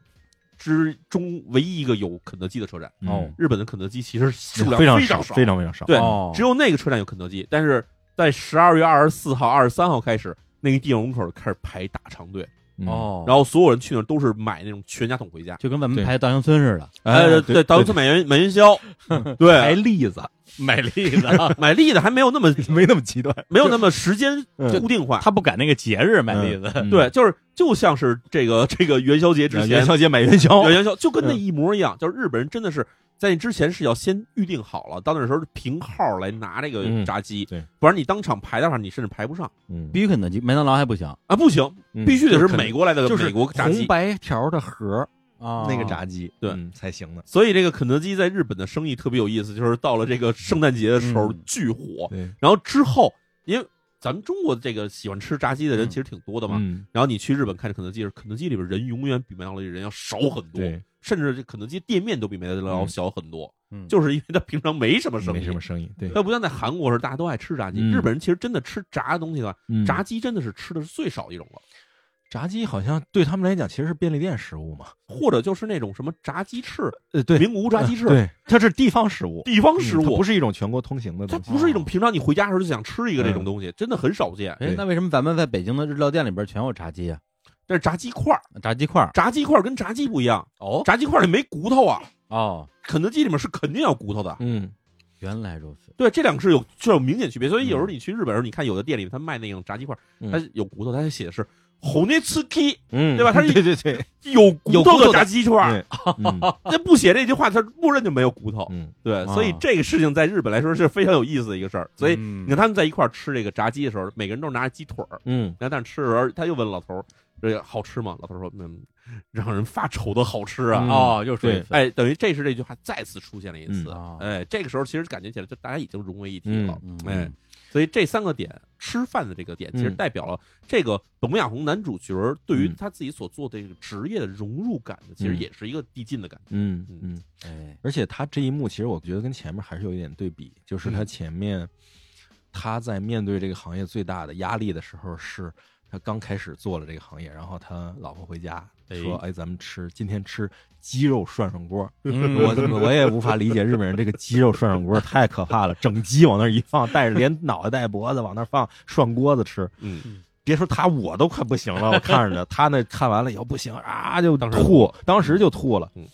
[SPEAKER 1] 之中唯一一个有肯德基的车站。
[SPEAKER 3] 嗯
[SPEAKER 2] 哦
[SPEAKER 1] 日本的肯德基其实数量
[SPEAKER 3] 非常
[SPEAKER 1] 常
[SPEAKER 3] 非常非常少，
[SPEAKER 1] 对，
[SPEAKER 2] 哦
[SPEAKER 1] 只有那个车站有肯德基。但是在十二月二十四号、二十三号开始，那个地方门口开始排大长队，
[SPEAKER 3] 嗯，
[SPEAKER 2] 哦，
[SPEAKER 1] 然后所有人去那儿都是买那种全家桶回家。
[SPEAKER 2] 就跟我们
[SPEAKER 3] 对
[SPEAKER 2] 排稻香村似的，
[SPEAKER 3] 哎
[SPEAKER 1] 呃，对，到处买元买元 宵，
[SPEAKER 3] 白
[SPEAKER 1] 对，啊
[SPEAKER 3] 栗 子
[SPEAKER 2] 买栗子，
[SPEAKER 1] 买栗子还没有那么
[SPEAKER 3] 没那么极端，
[SPEAKER 1] 没有那么时间
[SPEAKER 3] 嗯
[SPEAKER 1] 固定化。
[SPEAKER 2] 他不赶那个节日买栗 子，
[SPEAKER 3] 嗯
[SPEAKER 1] 对，，就是就像是这个这个元宵节之
[SPEAKER 3] 嗯
[SPEAKER 1] 前，
[SPEAKER 3] 元宵节买元宵
[SPEAKER 1] 有，元宵就跟那
[SPEAKER 3] 嗯
[SPEAKER 1] 一模一样，就是日本人真的是在那之前是要先预定好了，到那时候凭号来拿这个
[SPEAKER 3] 嗯
[SPEAKER 1] 炸鸡，
[SPEAKER 3] 对
[SPEAKER 1] 不然你当场排的话，你甚至排不上
[SPEAKER 3] 嗯
[SPEAKER 2] 必须肯德基，麦当劳还不行
[SPEAKER 1] 啊！不行，
[SPEAKER 3] 嗯
[SPEAKER 1] 必须得
[SPEAKER 3] 就是肯
[SPEAKER 1] 美国来的
[SPEAKER 3] 就是
[SPEAKER 1] 美国炸
[SPEAKER 3] 红
[SPEAKER 1] 鸡。
[SPEAKER 3] 白条的盒儿
[SPEAKER 2] 啊
[SPEAKER 3] 那个炸鸡，
[SPEAKER 1] 对
[SPEAKER 3] 嗯才行呢，
[SPEAKER 1] 所以这个肯德基在日本的生意特别有意思，就是到了这个圣诞节的时候
[SPEAKER 2] 嗯
[SPEAKER 1] 巨火，
[SPEAKER 3] 对，
[SPEAKER 1] 然后之后因为咱们中国这个喜欢吃炸鸡的人
[SPEAKER 2] 嗯
[SPEAKER 1] 其实挺多的嘛，
[SPEAKER 3] 嗯，
[SPEAKER 1] 然后你去日本看肯德基，肯德基里边人永远比麦当劳里人要少很多，
[SPEAKER 3] 对，
[SPEAKER 1] 甚至这肯德基店面都比麦当劳小很多，
[SPEAKER 2] 嗯
[SPEAKER 1] 就是因为它平常没什么生意，
[SPEAKER 3] 没什么生意，对，
[SPEAKER 1] 它不像在韩国时候大家都爱吃炸鸡，
[SPEAKER 3] 嗯
[SPEAKER 1] 日本人其实真的吃炸的东西的话，
[SPEAKER 3] 嗯
[SPEAKER 1] 炸鸡真的是吃的是最少一种了，
[SPEAKER 3] 炸鸡好像对他们来讲其实是便利店食物嘛，
[SPEAKER 1] 或者就是那种什么炸鸡翅、
[SPEAKER 3] 呃，对，
[SPEAKER 1] 名古屋炸鸡翅，
[SPEAKER 3] 对，它是地方食物，
[SPEAKER 1] 地方食
[SPEAKER 3] 嗯它
[SPEAKER 1] 物
[SPEAKER 3] 不，是一种全国通行的
[SPEAKER 1] 它
[SPEAKER 3] 东西，啊
[SPEAKER 1] 不是一种平常你回家的时候就想吃一个
[SPEAKER 3] 嗯
[SPEAKER 1] 这种东西，真的很少见。
[SPEAKER 2] 哎，
[SPEAKER 3] 对
[SPEAKER 2] 那为什么咱们在北京的日料店里边全有炸鸡啊？
[SPEAKER 1] 但是炸鸡块儿，
[SPEAKER 2] 炸鸡块儿
[SPEAKER 1] 炸鸡块儿跟炸鸡不一样，
[SPEAKER 2] 哦
[SPEAKER 1] 炸鸡块儿里没骨头啊，
[SPEAKER 2] 哦，
[SPEAKER 1] 肯德基里面是肯定有骨头的。
[SPEAKER 3] 嗯，
[SPEAKER 2] 原来如此，
[SPEAKER 1] 对，这两个是有是有明显区别，所以有时候你去日本的时候，你看有的店里面他卖那种炸鸡块儿，
[SPEAKER 3] 嗯
[SPEAKER 1] 它有骨头，它还写的是 “honetsuki”，
[SPEAKER 3] 嗯，
[SPEAKER 1] 对吧它是
[SPEAKER 3] 对对对，
[SPEAKER 1] 有骨
[SPEAKER 3] 有骨
[SPEAKER 1] 头
[SPEAKER 3] 头
[SPEAKER 1] 的
[SPEAKER 3] 的
[SPEAKER 1] 炸鸡块儿。
[SPEAKER 3] 嗯
[SPEAKER 1] 那不写这句话，它默认就没有骨头。
[SPEAKER 3] 嗯
[SPEAKER 1] 对，所以
[SPEAKER 2] 啊
[SPEAKER 1] 这个事情在日本来说是非常有意思的一个事儿。所以
[SPEAKER 2] 嗯
[SPEAKER 1] 你看他们在一块儿吃这个炸鸡的时候，每个人都拿着鸡腿儿，
[SPEAKER 3] 嗯
[SPEAKER 1] 然后但是吃的时候他又问老头儿：“这个好吃吗？”老头儿说：“嗯，让人发愁的好吃啊。
[SPEAKER 3] 嗯
[SPEAKER 2] 哦，又说一
[SPEAKER 3] 对
[SPEAKER 2] 次
[SPEAKER 1] 哎，等于这是这句话再次出现了一次。
[SPEAKER 3] 嗯
[SPEAKER 2] 啊
[SPEAKER 1] 哎，这个时候其实感觉起来，就大家已经融为一体了。
[SPEAKER 2] 嗯
[SPEAKER 1] 哎，所以这三个点，吃饭的这个点，其实
[SPEAKER 3] 嗯
[SPEAKER 1] 代表了这个本木雅弘男主角对于
[SPEAKER 3] 嗯
[SPEAKER 1] 他自己所做的这个职业的融入感的，其实
[SPEAKER 3] 嗯
[SPEAKER 1] 也是一个递进的感觉。
[SPEAKER 3] 嗯嗯，
[SPEAKER 2] 哎，
[SPEAKER 3] 而且他这一幕其实我觉得跟前面还是有一点对比，就是他前面他在面对这个行业最大的压力的时候是。他刚开始做了这个行业，然后他老婆回家说：“哎，咱们吃今天吃鸡肉涮涮锅。”
[SPEAKER 2] 嗯
[SPEAKER 3] 我我也无法理解日本人这个鸡肉涮涮锅太可怕了，整鸡往那儿一放，带着连脑袋带脖子往那儿放，涮锅子吃。
[SPEAKER 1] 嗯，
[SPEAKER 3] 别说他，我都快不行了，我看着他， 他那看完了以后不行啊，就
[SPEAKER 1] 当时
[SPEAKER 3] 吐，当时就吐了
[SPEAKER 1] 嗯。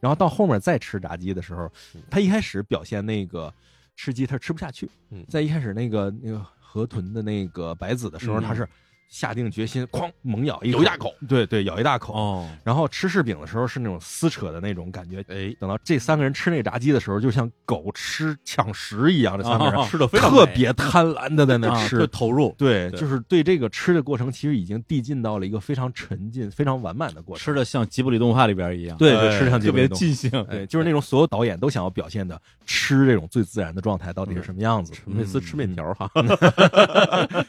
[SPEAKER 3] 然后到后面再吃炸鸡的时候
[SPEAKER 1] 嗯，
[SPEAKER 3] 他一开始表现那个吃鸡他吃不下去
[SPEAKER 1] 嗯，
[SPEAKER 3] 在一开始那个那个河豚的那个白子的时候，
[SPEAKER 1] 嗯
[SPEAKER 3] 他是下定决心，哐猛咬一
[SPEAKER 1] 有一大口，
[SPEAKER 3] 对对，咬一大口。
[SPEAKER 2] 哦，
[SPEAKER 3] 然后吃柿饼的时候是那种撕扯的那种感觉，
[SPEAKER 1] 哎，
[SPEAKER 3] 等到这三个人吃那炸鸡的时候，就像狗吃抢食一样，这三个 人、
[SPEAKER 2] 哦
[SPEAKER 1] 吃的非常
[SPEAKER 3] 特
[SPEAKER 1] 美
[SPEAKER 3] 别贪婪的在那
[SPEAKER 2] 啊
[SPEAKER 3] 吃。
[SPEAKER 2] 就投入
[SPEAKER 3] 对，
[SPEAKER 1] 对
[SPEAKER 3] 就是对这个吃的过程，其实已经递进到了一个非常沉浸、非常完满的过
[SPEAKER 2] 哦
[SPEAKER 3] 程。
[SPEAKER 2] 吃的像吉卜力动画里边一样，
[SPEAKER 3] 对，
[SPEAKER 1] 哎
[SPEAKER 3] 对，吃上几
[SPEAKER 2] 特
[SPEAKER 3] 个
[SPEAKER 2] 别
[SPEAKER 3] 东
[SPEAKER 2] 尽
[SPEAKER 3] 西
[SPEAKER 2] 兴，
[SPEAKER 3] 对，就是那种所有导演都想要表现的吃这种最自然的状态到底是什么样子。
[SPEAKER 1] 我们那次嗯吃面条儿哈，
[SPEAKER 3] 嗯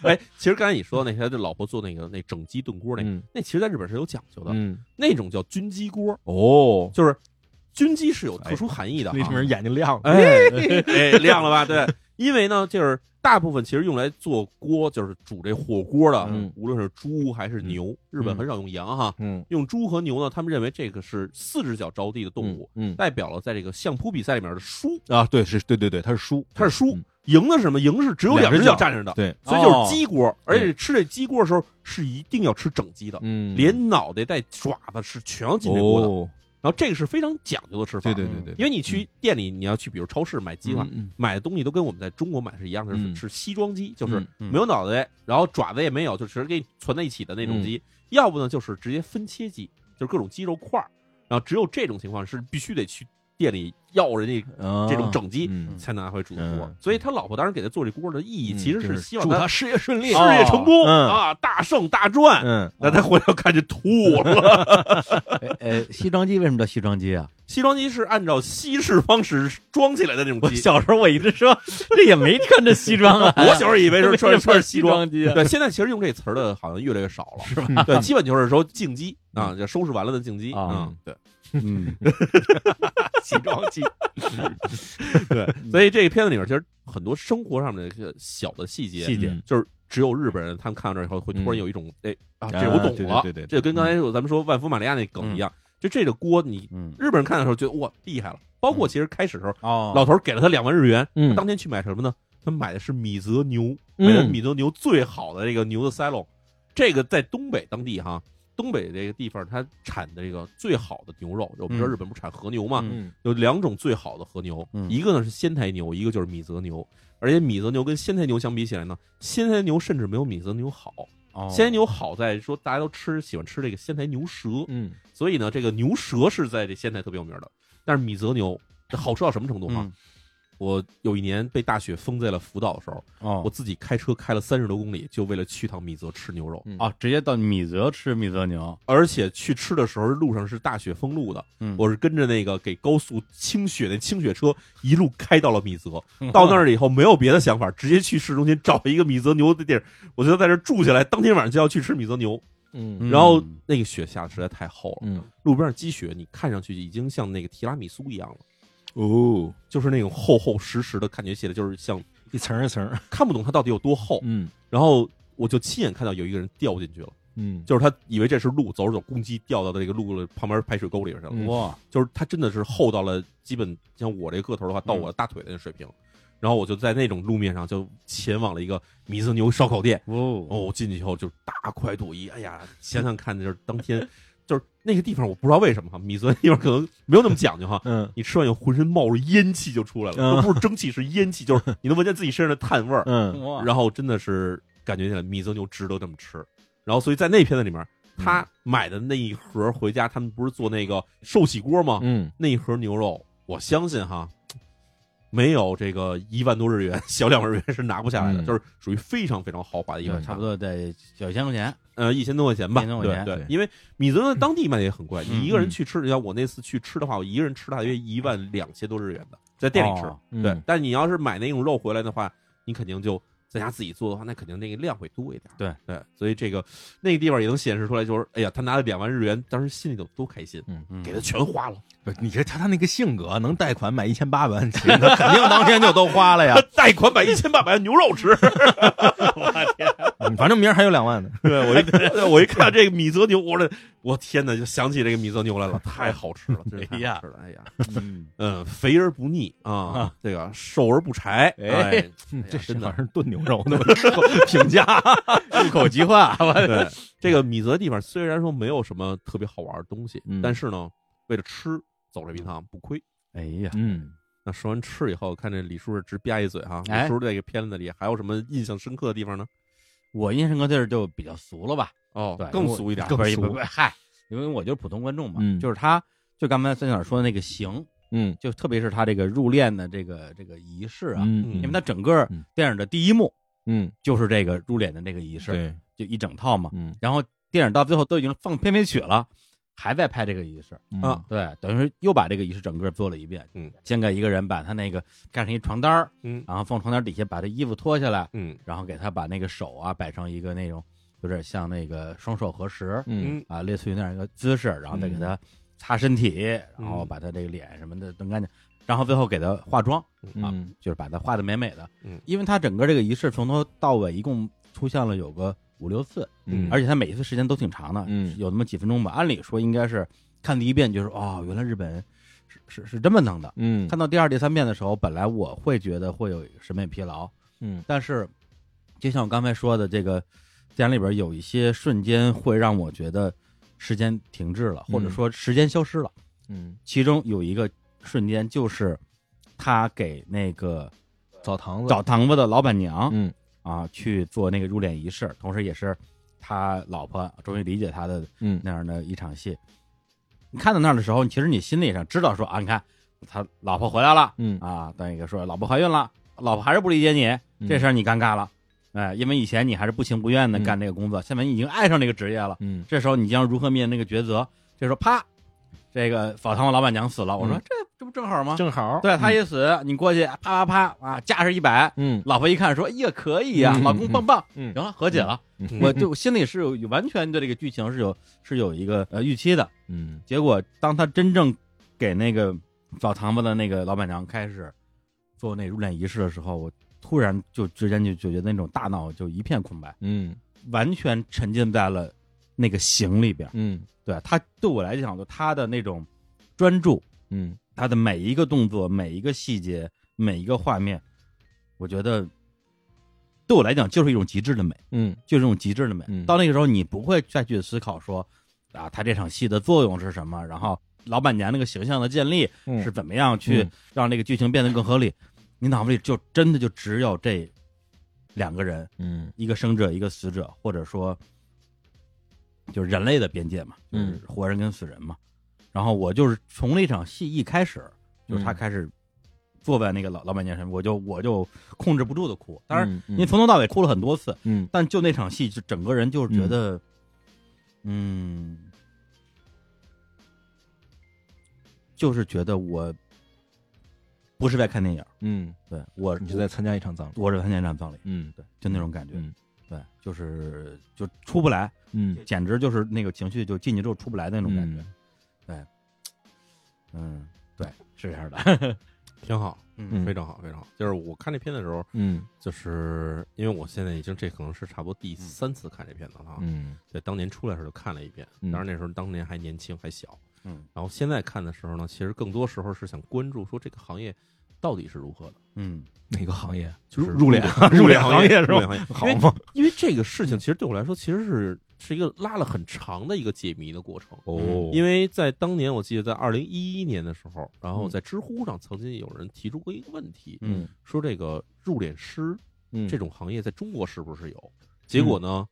[SPEAKER 1] 哎，其实刚才你说的那些，就老婆做那个那整鸡炖锅那，
[SPEAKER 3] 嗯
[SPEAKER 1] 那其实在日本是有讲究的，
[SPEAKER 3] 嗯，
[SPEAKER 1] 那种叫军鸡锅，
[SPEAKER 3] 哦，
[SPEAKER 1] 就是军鸡是有特殊含义的哈。
[SPEAKER 3] 哎
[SPEAKER 1] 啊
[SPEAKER 3] 那种人眼睛亮 了。
[SPEAKER 1] 哎哎，亮了吧？对，因为呢，就是大部分其实用来做锅，就是煮这火锅的
[SPEAKER 3] 嗯，
[SPEAKER 1] 无论是猪还是牛，日本很少用羊哈，
[SPEAKER 3] 嗯，
[SPEAKER 1] 用猪和牛呢，他们认为这个是四只脚着地的动物，
[SPEAKER 3] 嗯，
[SPEAKER 1] 代表了在这个相扑比赛里面的输，
[SPEAKER 3] 嗯啊，对，是对对对，它是输，
[SPEAKER 1] 它是输
[SPEAKER 3] 嗯，
[SPEAKER 1] 赢的是什么？赢是只有两
[SPEAKER 3] 两只
[SPEAKER 1] 只脚
[SPEAKER 3] 脚
[SPEAKER 1] 站着的，
[SPEAKER 3] 对，哦
[SPEAKER 1] 所以就是鸡锅，而且吃这鸡锅的时候是一定要吃整鸡的，
[SPEAKER 3] 嗯，
[SPEAKER 1] 连脑袋带爪子是全要进这锅的。
[SPEAKER 3] 哦，
[SPEAKER 1] 然后这个是非常讲究的吃法，
[SPEAKER 3] 对对对对，
[SPEAKER 1] 因为你去店里，你要去比如超市买鸡的话，
[SPEAKER 3] 嗯
[SPEAKER 1] 买的东西都跟我们在中国买是一样的，
[SPEAKER 3] 嗯
[SPEAKER 1] 是西装鸡，就是
[SPEAKER 3] 嗯
[SPEAKER 2] 嗯
[SPEAKER 1] 没有脑袋，然后爪子也没有，就只是给你攒在一起的
[SPEAKER 3] 嗯
[SPEAKER 1] 那种鸡；要不呢，就是直接分切鸡，就是各种鸡肉块儿。然后只有这种情况是必须得去店里要人家
[SPEAKER 3] 这
[SPEAKER 2] 啊
[SPEAKER 1] 这种整机，
[SPEAKER 3] 嗯
[SPEAKER 1] 才能拿回主锅
[SPEAKER 3] 嗯。
[SPEAKER 1] 所以他老婆当时给他做这锅的意义，
[SPEAKER 3] 嗯
[SPEAKER 1] 其实
[SPEAKER 3] 就是
[SPEAKER 1] 希望
[SPEAKER 3] 祝他
[SPEAKER 1] 他
[SPEAKER 3] 事业顺利，
[SPEAKER 1] 事业成功
[SPEAKER 3] 嗯
[SPEAKER 1] 啊，大胜大赚。
[SPEAKER 3] 嗯，
[SPEAKER 1] 那他回头看就吐了。
[SPEAKER 2] 哎哎，西装机为什么叫西装机啊？
[SPEAKER 1] 西装机是按照西式方式装起来的那种
[SPEAKER 2] 我
[SPEAKER 1] 机，
[SPEAKER 2] 小时候我一直说这也没穿着西 装啊，
[SPEAKER 1] 我小时候以为是穿穿着西 装。
[SPEAKER 2] 机啊。
[SPEAKER 1] 对，现在其实用这词儿的好像越来越少了，是吧？ 对，基本就是说净机啊，就收拾完了的净机
[SPEAKER 2] 啊
[SPEAKER 1] 嗯，对，
[SPEAKER 2] 嗯，
[SPEAKER 1] 西装机。对，所以这个片子里面其实很多生活上面的一些小的细节，嗯
[SPEAKER 2] 细节
[SPEAKER 1] 就是只有日本人他们看到这以后会突然有一种哎啊，
[SPEAKER 3] 啊
[SPEAKER 1] 这我懂
[SPEAKER 3] 对
[SPEAKER 1] 了，
[SPEAKER 3] 对对对对
[SPEAKER 1] 这跟刚才咱们说万福玛利亚那梗一样，就这个锅你
[SPEAKER 2] 嗯
[SPEAKER 1] 日本人看的时候觉得哇厉害了，包括其实开始的时候
[SPEAKER 2] 哦
[SPEAKER 1] 老头儿给了他两万日元，
[SPEAKER 4] 嗯
[SPEAKER 1] 当天去买什么呢？他买的是米泽牛，
[SPEAKER 4] 嗯
[SPEAKER 1] 买的米泽牛最好的这个牛的塞隆，这个在东北当地哈，东北这个地方它产的这个最好的牛肉，我们知道
[SPEAKER 2] 嗯
[SPEAKER 1] 日本不是产和牛嘛，
[SPEAKER 2] 嗯
[SPEAKER 1] 有两种最好的和牛，
[SPEAKER 2] 嗯
[SPEAKER 1] 一个呢是仙台牛，一个就是米泽牛。而且米泽牛跟仙台牛相比起来呢，仙台牛甚至没有米泽牛好。
[SPEAKER 2] 哦
[SPEAKER 1] 仙台牛好在说大家都吃喜欢吃这个仙台牛舌，
[SPEAKER 3] 嗯
[SPEAKER 1] 所以呢，这个牛舌是在这仙台特别有名的。但是米泽牛好吃到什么程度啊？
[SPEAKER 2] 嗯
[SPEAKER 1] 我有一年被大雪封在了福岛的时候，我
[SPEAKER 2] 哦
[SPEAKER 1] 自己开车开了三十多公里，就为了去趟米泽吃牛肉。
[SPEAKER 3] 嗯
[SPEAKER 2] 哦，直接到米泽吃米泽 牛，
[SPEAKER 1] 而且去吃的时候，路上是大雪封路的，
[SPEAKER 2] 嗯
[SPEAKER 1] 我是跟着那个给高速清雪那清雪车一路开到了米泽。到那儿以后没有别的想法，直接去市中心找一个米泽牛的地儿，我就在这儿住下来，当天晚上就要去吃米泽牛。
[SPEAKER 3] 嗯
[SPEAKER 2] 嗯，
[SPEAKER 1] 然后那个雪下的实在太厚了，
[SPEAKER 3] 嗯，
[SPEAKER 1] 路边积雪，你看上去已经像那个提拉米苏一样了，
[SPEAKER 3] 哦，
[SPEAKER 1] 就是那种厚厚实实的，感觉起来就是像
[SPEAKER 3] 一层一层，
[SPEAKER 1] 看不懂它到底有多厚。
[SPEAKER 3] 嗯
[SPEAKER 1] 然后我就亲眼看到有一个人掉进去了，
[SPEAKER 3] 嗯，
[SPEAKER 1] 就是他以为这是路，走着走，公鸡掉到这个路的旁边排水沟里去了。
[SPEAKER 3] 嗯。
[SPEAKER 2] 哇，
[SPEAKER 1] 就是它真的是厚到了基本像我这个头的话，到我大腿的那水平。然后我就在那种路面上就前往了一个米字牛烧烤店。
[SPEAKER 2] 哦，
[SPEAKER 1] 哦，进去以后就大快朵颐，哎呀，想想看，就是当天就是那个地方，我不知道为什么哈，米字地方可能没有那么讲究哈
[SPEAKER 3] 嗯
[SPEAKER 1] 你吃完以后浑身冒着烟气就出来了，
[SPEAKER 3] 嗯
[SPEAKER 1] 都不是蒸汽是烟气，就是你能闻见自己身上的炭味儿。
[SPEAKER 3] 嗯
[SPEAKER 2] 哇，
[SPEAKER 1] 然后真的是感觉起来米泽牛值得这么吃。然后所以在那片子里面，
[SPEAKER 2] 嗯
[SPEAKER 1] 他买的那一盒回家，他们不是做那个寿喜锅吗？
[SPEAKER 3] 嗯，
[SPEAKER 1] 那一盒牛肉，我相信哈，没有这个一万多日元、小两万日元是拿不下来的，
[SPEAKER 3] 嗯
[SPEAKER 1] 就是属于非常非常豪华的一碗
[SPEAKER 2] 对
[SPEAKER 1] 茶，
[SPEAKER 2] 差不多得小一千块钱，
[SPEAKER 1] 呃一千多块钱吧，
[SPEAKER 2] 一千多块钱
[SPEAKER 1] 对
[SPEAKER 3] 对
[SPEAKER 1] 因为米泽牛当地卖的也很贵，
[SPEAKER 2] 嗯
[SPEAKER 1] 你一个人去吃，你像我那次去吃的话，我一个人吃大约一万两千多日元的，在店里吃，
[SPEAKER 2] 哦
[SPEAKER 3] 嗯
[SPEAKER 1] 对，，但你要是买那种肉回来的话，你肯定就在家自己做的话，那肯定那个量会多一点。
[SPEAKER 2] 对
[SPEAKER 1] 对，所以这个那个地方也能显示出来，就是哎呀，他拿了两万日元，当时心里头多开心，
[SPEAKER 2] 嗯
[SPEAKER 1] 给他全花了，
[SPEAKER 3] 不是你这他他那个性格，能贷款买一千八百万，肯定当天就都花了呀
[SPEAKER 1] 他。贷款买一千八百万牛肉吃。
[SPEAKER 3] 嗯反正明儿还有两万呢。
[SPEAKER 1] 对我 一我一看这个米泽牛，我这我天哪，就想起这个米泽牛来了，太好吃了，真是太好吃 了，哎呀，
[SPEAKER 2] 嗯
[SPEAKER 1] 嗯，肥而不腻啊
[SPEAKER 2] 啊，
[SPEAKER 1] 这个瘦而不柴，哎，
[SPEAKER 3] 嗯 这
[SPEAKER 1] 真的
[SPEAKER 3] 好像是炖牛肉 的评价。
[SPEAKER 2] 入口即化，
[SPEAKER 1] 对， 这个米泽地方虽然说没有什么特别好玩的东西，
[SPEAKER 3] 嗯
[SPEAKER 1] 但是呢，为了吃走这一趟不亏。
[SPEAKER 2] 哎呀，
[SPEAKER 3] 嗯
[SPEAKER 1] 那说完吃以后，看这李叔是直吧一嘴哈。
[SPEAKER 2] 哎
[SPEAKER 1] 李叔这个片子里还有什么印象深刻的地方呢？
[SPEAKER 2] 我印象深刻地儿就比较俗了吧，
[SPEAKER 1] 哦
[SPEAKER 2] 对，
[SPEAKER 1] 更俗一点，
[SPEAKER 2] 不是
[SPEAKER 3] 俗
[SPEAKER 2] 不是不是嗨，因为我就是普通观众嘛，
[SPEAKER 3] 嗯
[SPEAKER 2] 就是他，就刚才孙小说的那个行，
[SPEAKER 3] 嗯
[SPEAKER 2] 就特别是他这个入殓的这个这个仪式啊，
[SPEAKER 3] 嗯，
[SPEAKER 2] 因为他整个
[SPEAKER 3] 嗯
[SPEAKER 2] 电影的第一幕
[SPEAKER 3] 嗯
[SPEAKER 2] 就是这个入殓的那个仪式，
[SPEAKER 3] 对
[SPEAKER 2] 就一整套嘛，
[SPEAKER 3] 嗯
[SPEAKER 2] 然后电影到最后都已经放片尾曲了，还在拍这个仪式，
[SPEAKER 3] 嗯
[SPEAKER 1] 啊
[SPEAKER 2] 对，等于说又把这个仪式整个做了一遍，
[SPEAKER 1] 嗯，
[SPEAKER 2] 先给一个人把他那个盖上一床单儿，
[SPEAKER 1] 嗯
[SPEAKER 2] 然后放床单底下把这衣服脱下来，
[SPEAKER 1] 嗯
[SPEAKER 2] 然后给他把那个手啊摆成一个那种有点像那个双手合十，
[SPEAKER 3] 嗯
[SPEAKER 1] 嗯
[SPEAKER 2] 啊，类似于那样一个姿势，然后再给
[SPEAKER 3] 嗯
[SPEAKER 2] 他擦身体，然
[SPEAKER 1] 嗯
[SPEAKER 2] 后把他这个脸什么的弄干净，然后最后给他化妆，
[SPEAKER 3] 嗯
[SPEAKER 2] 就是把他画的美美的。
[SPEAKER 1] 嗯
[SPEAKER 2] 因为他整个这个仪式从头到尾一共出现了有个五六次，
[SPEAKER 3] 嗯
[SPEAKER 2] 而且他每一次时间都挺长的，
[SPEAKER 3] 嗯
[SPEAKER 2] 有那么几分钟吧。按理说应该是看第一遍就是哦，原来日本人是是是这么弄的。
[SPEAKER 3] 嗯
[SPEAKER 2] 看到第二、第三遍的时候，本来我会觉得会有审美疲劳，
[SPEAKER 3] 嗯
[SPEAKER 2] 但是就像我刚才说的，这个电影里边有一些瞬间会让我觉得时间停滞了，或者说时间消失了。
[SPEAKER 3] 嗯
[SPEAKER 2] 其中有一个瞬间就是他给那个
[SPEAKER 3] 澡堂子
[SPEAKER 2] 澡堂子的老板娘、
[SPEAKER 3] 嗯
[SPEAKER 2] 啊去做那个入殓仪式，同时也是他老婆终于理解他的
[SPEAKER 3] 嗯
[SPEAKER 2] 那样的一场戏。你看到那儿的时候，其实你心理上知道说啊，你看他老婆回来了
[SPEAKER 3] 嗯
[SPEAKER 2] 啊，段一哥说老婆怀孕了，老婆还是不理解你，
[SPEAKER 3] 嗯
[SPEAKER 2] 这事儿你尴尬了，哎，因为以前你还是不情不愿的
[SPEAKER 3] 嗯
[SPEAKER 2] 干这个工作，现在你已经爱上这个职业了，
[SPEAKER 3] 嗯
[SPEAKER 2] 这时候你将如何面临那个抉择？这时候啪，这个澡堂老板娘死了，我说
[SPEAKER 3] 嗯
[SPEAKER 2] 这这不啊正好吗？
[SPEAKER 3] 正好
[SPEAKER 2] 对，他一死，你过去啪啪啪啊，价是一百，
[SPEAKER 3] 嗯
[SPEAKER 2] 老婆一看说：“哎呀，可以啊，
[SPEAKER 3] 嗯
[SPEAKER 2] 老公棒棒，
[SPEAKER 3] 嗯
[SPEAKER 2] 行了，和解了。
[SPEAKER 3] 嗯嗯
[SPEAKER 2] 我就心里是有有完全对这个剧情是有是有一个呃预期的。
[SPEAKER 3] 嗯
[SPEAKER 2] 结果当他真正给那个澡堂子的那个老板娘开始做那入殓仪式的时候，我突然就之间就就觉得那种大脑就一片空白，
[SPEAKER 3] 嗯
[SPEAKER 2] 完全沉浸在了那个行里边。
[SPEAKER 3] 嗯
[SPEAKER 2] 对他对我来讲，就他的那种专注，
[SPEAKER 3] 嗯
[SPEAKER 2] 他的每一个动作、每一个细节、每一个画面，我觉得对我来讲就是一种极致的美，
[SPEAKER 3] 嗯
[SPEAKER 2] 就是一种极致的美。
[SPEAKER 3] 嗯
[SPEAKER 2] 到那个时候，你不会再去思考说啊，他这场戏的作用是什么，然后老板娘那个形象的建立
[SPEAKER 3] 嗯
[SPEAKER 2] 是怎么样去
[SPEAKER 3] 嗯
[SPEAKER 2] 让这个剧情变得更合理。你脑子里就真的就只有这两个人，
[SPEAKER 3] 嗯
[SPEAKER 2] 一个生者，一个死者，或者说就是人类的边界嘛，就是
[SPEAKER 3] 嗯
[SPEAKER 2] 活人跟死人嘛。然后我就是从那场戏一开始，就是他
[SPEAKER 3] 嗯
[SPEAKER 2] 开始坐在那个老老板娘身边，我就我就控制不住的哭。当然，
[SPEAKER 3] 嗯
[SPEAKER 2] 因为从头到尾哭了很多次，
[SPEAKER 3] 嗯
[SPEAKER 2] 但就那场戏，就整个人就是觉得，嗯，就是觉得我不是在看电影，
[SPEAKER 3] 嗯
[SPEAKER 2] 对我
[SPEAKER 3] 你是在参加一场葬礼
[SPEAKER 2] 我是在看一场葬礼，
[SPEAKER 3] 嗯
[SPEAKER 2] 对，就那种感觉，
[SPEAKER 3] 嗯
[SPEAKER 2] 对，就是就出不来，
[SPEAKER 3] 嗯
[SPEAKER 2] 简直就是那个情绪就进去之后出不来的那种感觉。嗯，对，是这样的。
[SPEAKER 1] 挺好，
[SPEAKER 2] 嗯
[SPEAKER 1] 非常好，非常好。就是我看这片的时候，
[SPEAKER 3] 嗯
[SPEAKER 1] 就是因为我现在已经这可能是差不多第三次看这片子了啊。
[SPEAKER 3] 嗯
[SPEAKER 1] 对，当年出来的时候就看了一遍，
[SPEAKER 3] 嗯
[SPEAKER 1] 当然那时候当年还年轻还小。
[SPEAKER 2] 嗯
[SPEAKER 1] 然后现在看的时候呢，其实更多时候是想关注说这个行业到底是如何的，
[SPEAKER 2] 嗯
[SPEAKER 3] 哪个行业
[SPEAKER 1] 就是
[SPEAKER 3] 入
[SPEAKER 1] 敛
[SPEAKER 3] 入
[SPEAKER 1] 敛
[SPEAKER 3] 殓
[SPEAKER 1] 行
[SPEAKER 3] 行业是
[SPEAKER 1] 入
[SPEAKER 3] 吧
[SPEAKER 1] 敛行业
[SPEAKER 3] 好
[SPEAKER 1] 因为
[SPEAKER 3] 嘛
[SPEAKER 1] 因为这个事情其实对我来说其实是是一个拉了很长的一个解谜的过程。
[SPEAKER 3] 哦
[SPEAKER 1] 因为在当年，我记得在二零一一年的时候，然后在知乎上曾经有人提出过一个问题，
[SPEAKER 2] 嗯
[SPEAKER 1] 说这个入殓师
[SPEAKER 3] 嗯
[SPEAKER 1] 这种行业在中国是不是有？结果呢，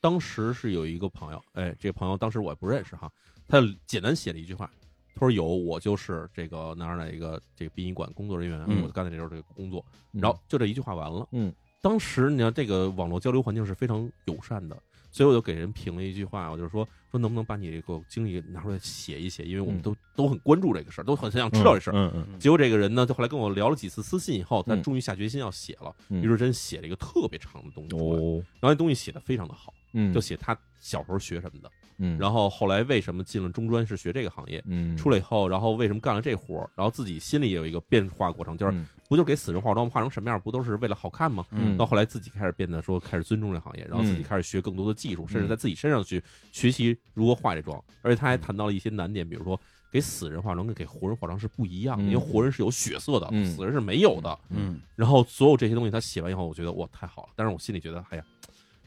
[SPEAKER 1] 当时是有一个朋友，哎，这个朋友当时我也不认识哈，他简单写了一句话，他说有，我就是这个哪儿哪儿一个这个殡仪馆工作人员，
[SPEAKER 2] 嗯
[SPEAKER 1] 我干的这就是这个工作，
[SPEAKER 3] 嗯
[SPEAKER 1] 然后就这一句话完了。
[SPEAKER 3] 嗯，
[SPEAKER 1] 当时你看这个网络交流环境是非常友善的，所以我就给人评了一句话，我就说说能不能把你这个经历拿出来写一写，因为我们
[SPEAKER 3] 嗯
[SPEAKER 1] 都、都很关注这个事儿，都很想知道这事儿。
[SPEAKER 3] 嗯嗯
[SPEAKER 1] 结果这个人呢，就后来跟我聊了几次私信以后，他
[SPEAKER 3] 嗯
[SPEAKER 1] 终于下决心要写了，
[SPEAKER 3] 嗯
[SPEAKER 1] 于是真写了一个特别长的东西出来，
[SPEAKER 3] 哦
[SPEAKER 1] 然后那东西写的非常的好，
[SPEAKER 3] 嗯
[SPEAKER 1] 就写他小时候学什么的，
[SPEAKER 3] 嗯
[SPEAKER 1] 然后后来为什么进了中专是学这个行业，
[SPEAKER 3] 嗯
[SPEAKER 1] 出来以后，然后为什么干了这活儿，然后自己心里也有一个变化过程，就是
[SPEAKER 3] 嗯
[SPEAKER 1] 不就给死人化妆化成什么样，不都是为了好看吗？
[SPEAKER 2] 嗯
[SPEAKER 1] 到后来自己开始变得说开始尊重这行业，然后自己开始学更多的技术，甚至在自己身上去学习如何化这妆。而且他还谈到了一些难点，比如说给死人化妆跟给活人化妆是不一样的，因
[SPEAKER 3] 嗯
[SPEAKER 1] 为活人是有血色的，
[SPEAKER 3] 嗯
[SPEAKER 1] 死人是没有的。
[SPEAKER 2] 嗯
[SPEAKER 1] 然后所有这些东西他写完以后，我觉得哇太好了，但是我心里觉得哎呀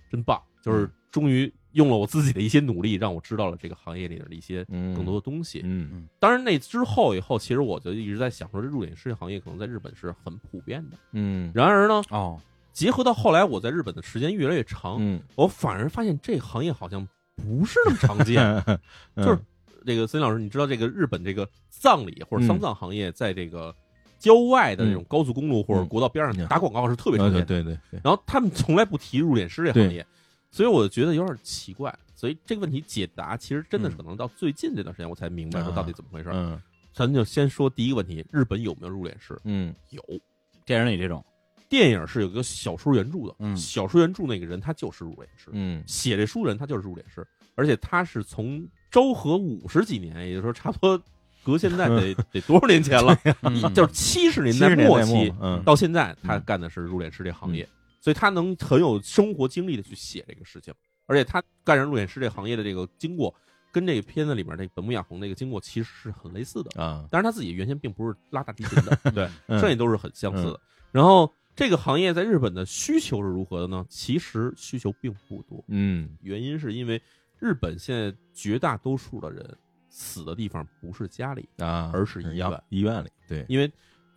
[SPEAKER 1] 真棒，就是终于用了我自己的一些努力，让我知道了这个行业里面的一些
[SPEAKER 3] 嗯
[SPEAKER 1] 更多的东西。
[SPEAKER 3] 嗯
[SPEAKER 1] 当然那之后以后，其实我就一直在想说，这入殓师行业可能在日本是很普遍的。
[SPEAKER 3] 嗯
[SPEAKER 1] 然而呢，
[SPEAKER 2] 哦
[SPEAKER 1] 结合到后来我在日本的时间越来越长，
[SPEAKER 3] 嗯
[SPEAKER 1] 我反而发现这个行业好像不是那么常 见。
[SPEAKER 3] 嗯
[SPEAKER 1] 就是这个孙老师，你知道这个日本这个葬礼或者
[SPEAKER 3] 嗯
[SPEAKER 1] 丧葬行业，在这个郊外的那种高速公路或者国道边上
[SPEAKER 3] 嗯
[SPEAKER 1] 打广告是特别常见
[SPEAKER 3] 对
[SPEAKER 1] 的。
[SPEAKER 3] 对对对
[SPEAKER 1] 然后他们从来不提入殓师这行业，所以我觉得有点奇怪。所以这个问题解答，其实真的是可能到最近这段时间我才明白我到底怎么回事。
[SPEAKER 3] 嗯
[SPEAKER 1] 咱就先说第一个问题：日本有没有入殓师？
[SPEAKER 3] 嗯
[SPEAKER 1] 有，
[SPEAKER 2] 电影里这种，
[SPEAKER 1] 电影是有一个小说原著的，
[SPEAKER 2] 嗯
[SPEAKER 1] 小说原著那个人他就是入殓师，
[SPEAKER 3] 嗯
[SPEAKER 1] 写这书人他就是入殓师，而且他是从昭和五十几年，也就是说差不多隔现在 得得多少年前了，
[SPEAKER 2] 嗯
[SPEAKER 1] 就是七十年
[SPEAKER 3] 七
[SPEAKER 1] 代
[SPEAKER 3] 十年
[SPEAKER 1] 末
[SPEAKER 3] 代末
[SPEAKER 1] 期
[SPEAKER 3] 嗯
[SPEAKER 1] 到现在，他干的是入殓师这行业，所以他能很有生活经历的去写这个事情，而且他干上入殓师这行业的这个经过，跟这个片子里面这个本木雅弘这个经过其实是很类似的。
[SPEAKER 3] 啊
[SPEAKER 1] 但是他自己原先并不是拉大提琴的，对，
[SPEAKER 3] 嗯
[SPEAKER 1] 剩下都是很相似的。然后这个行业在日本的需求是如何的呢？其实需求并不多，
[SPEAKER 3] 嗯
[SPEAKER 1] 原因是因为日本现在绝大多数的人死的地方不是家里，
[SPEAKER 3] 啊，
[SPEAKER 1] 而是医院
[SPEAKER 3] 医院里对
[SPEAKER 1] 因为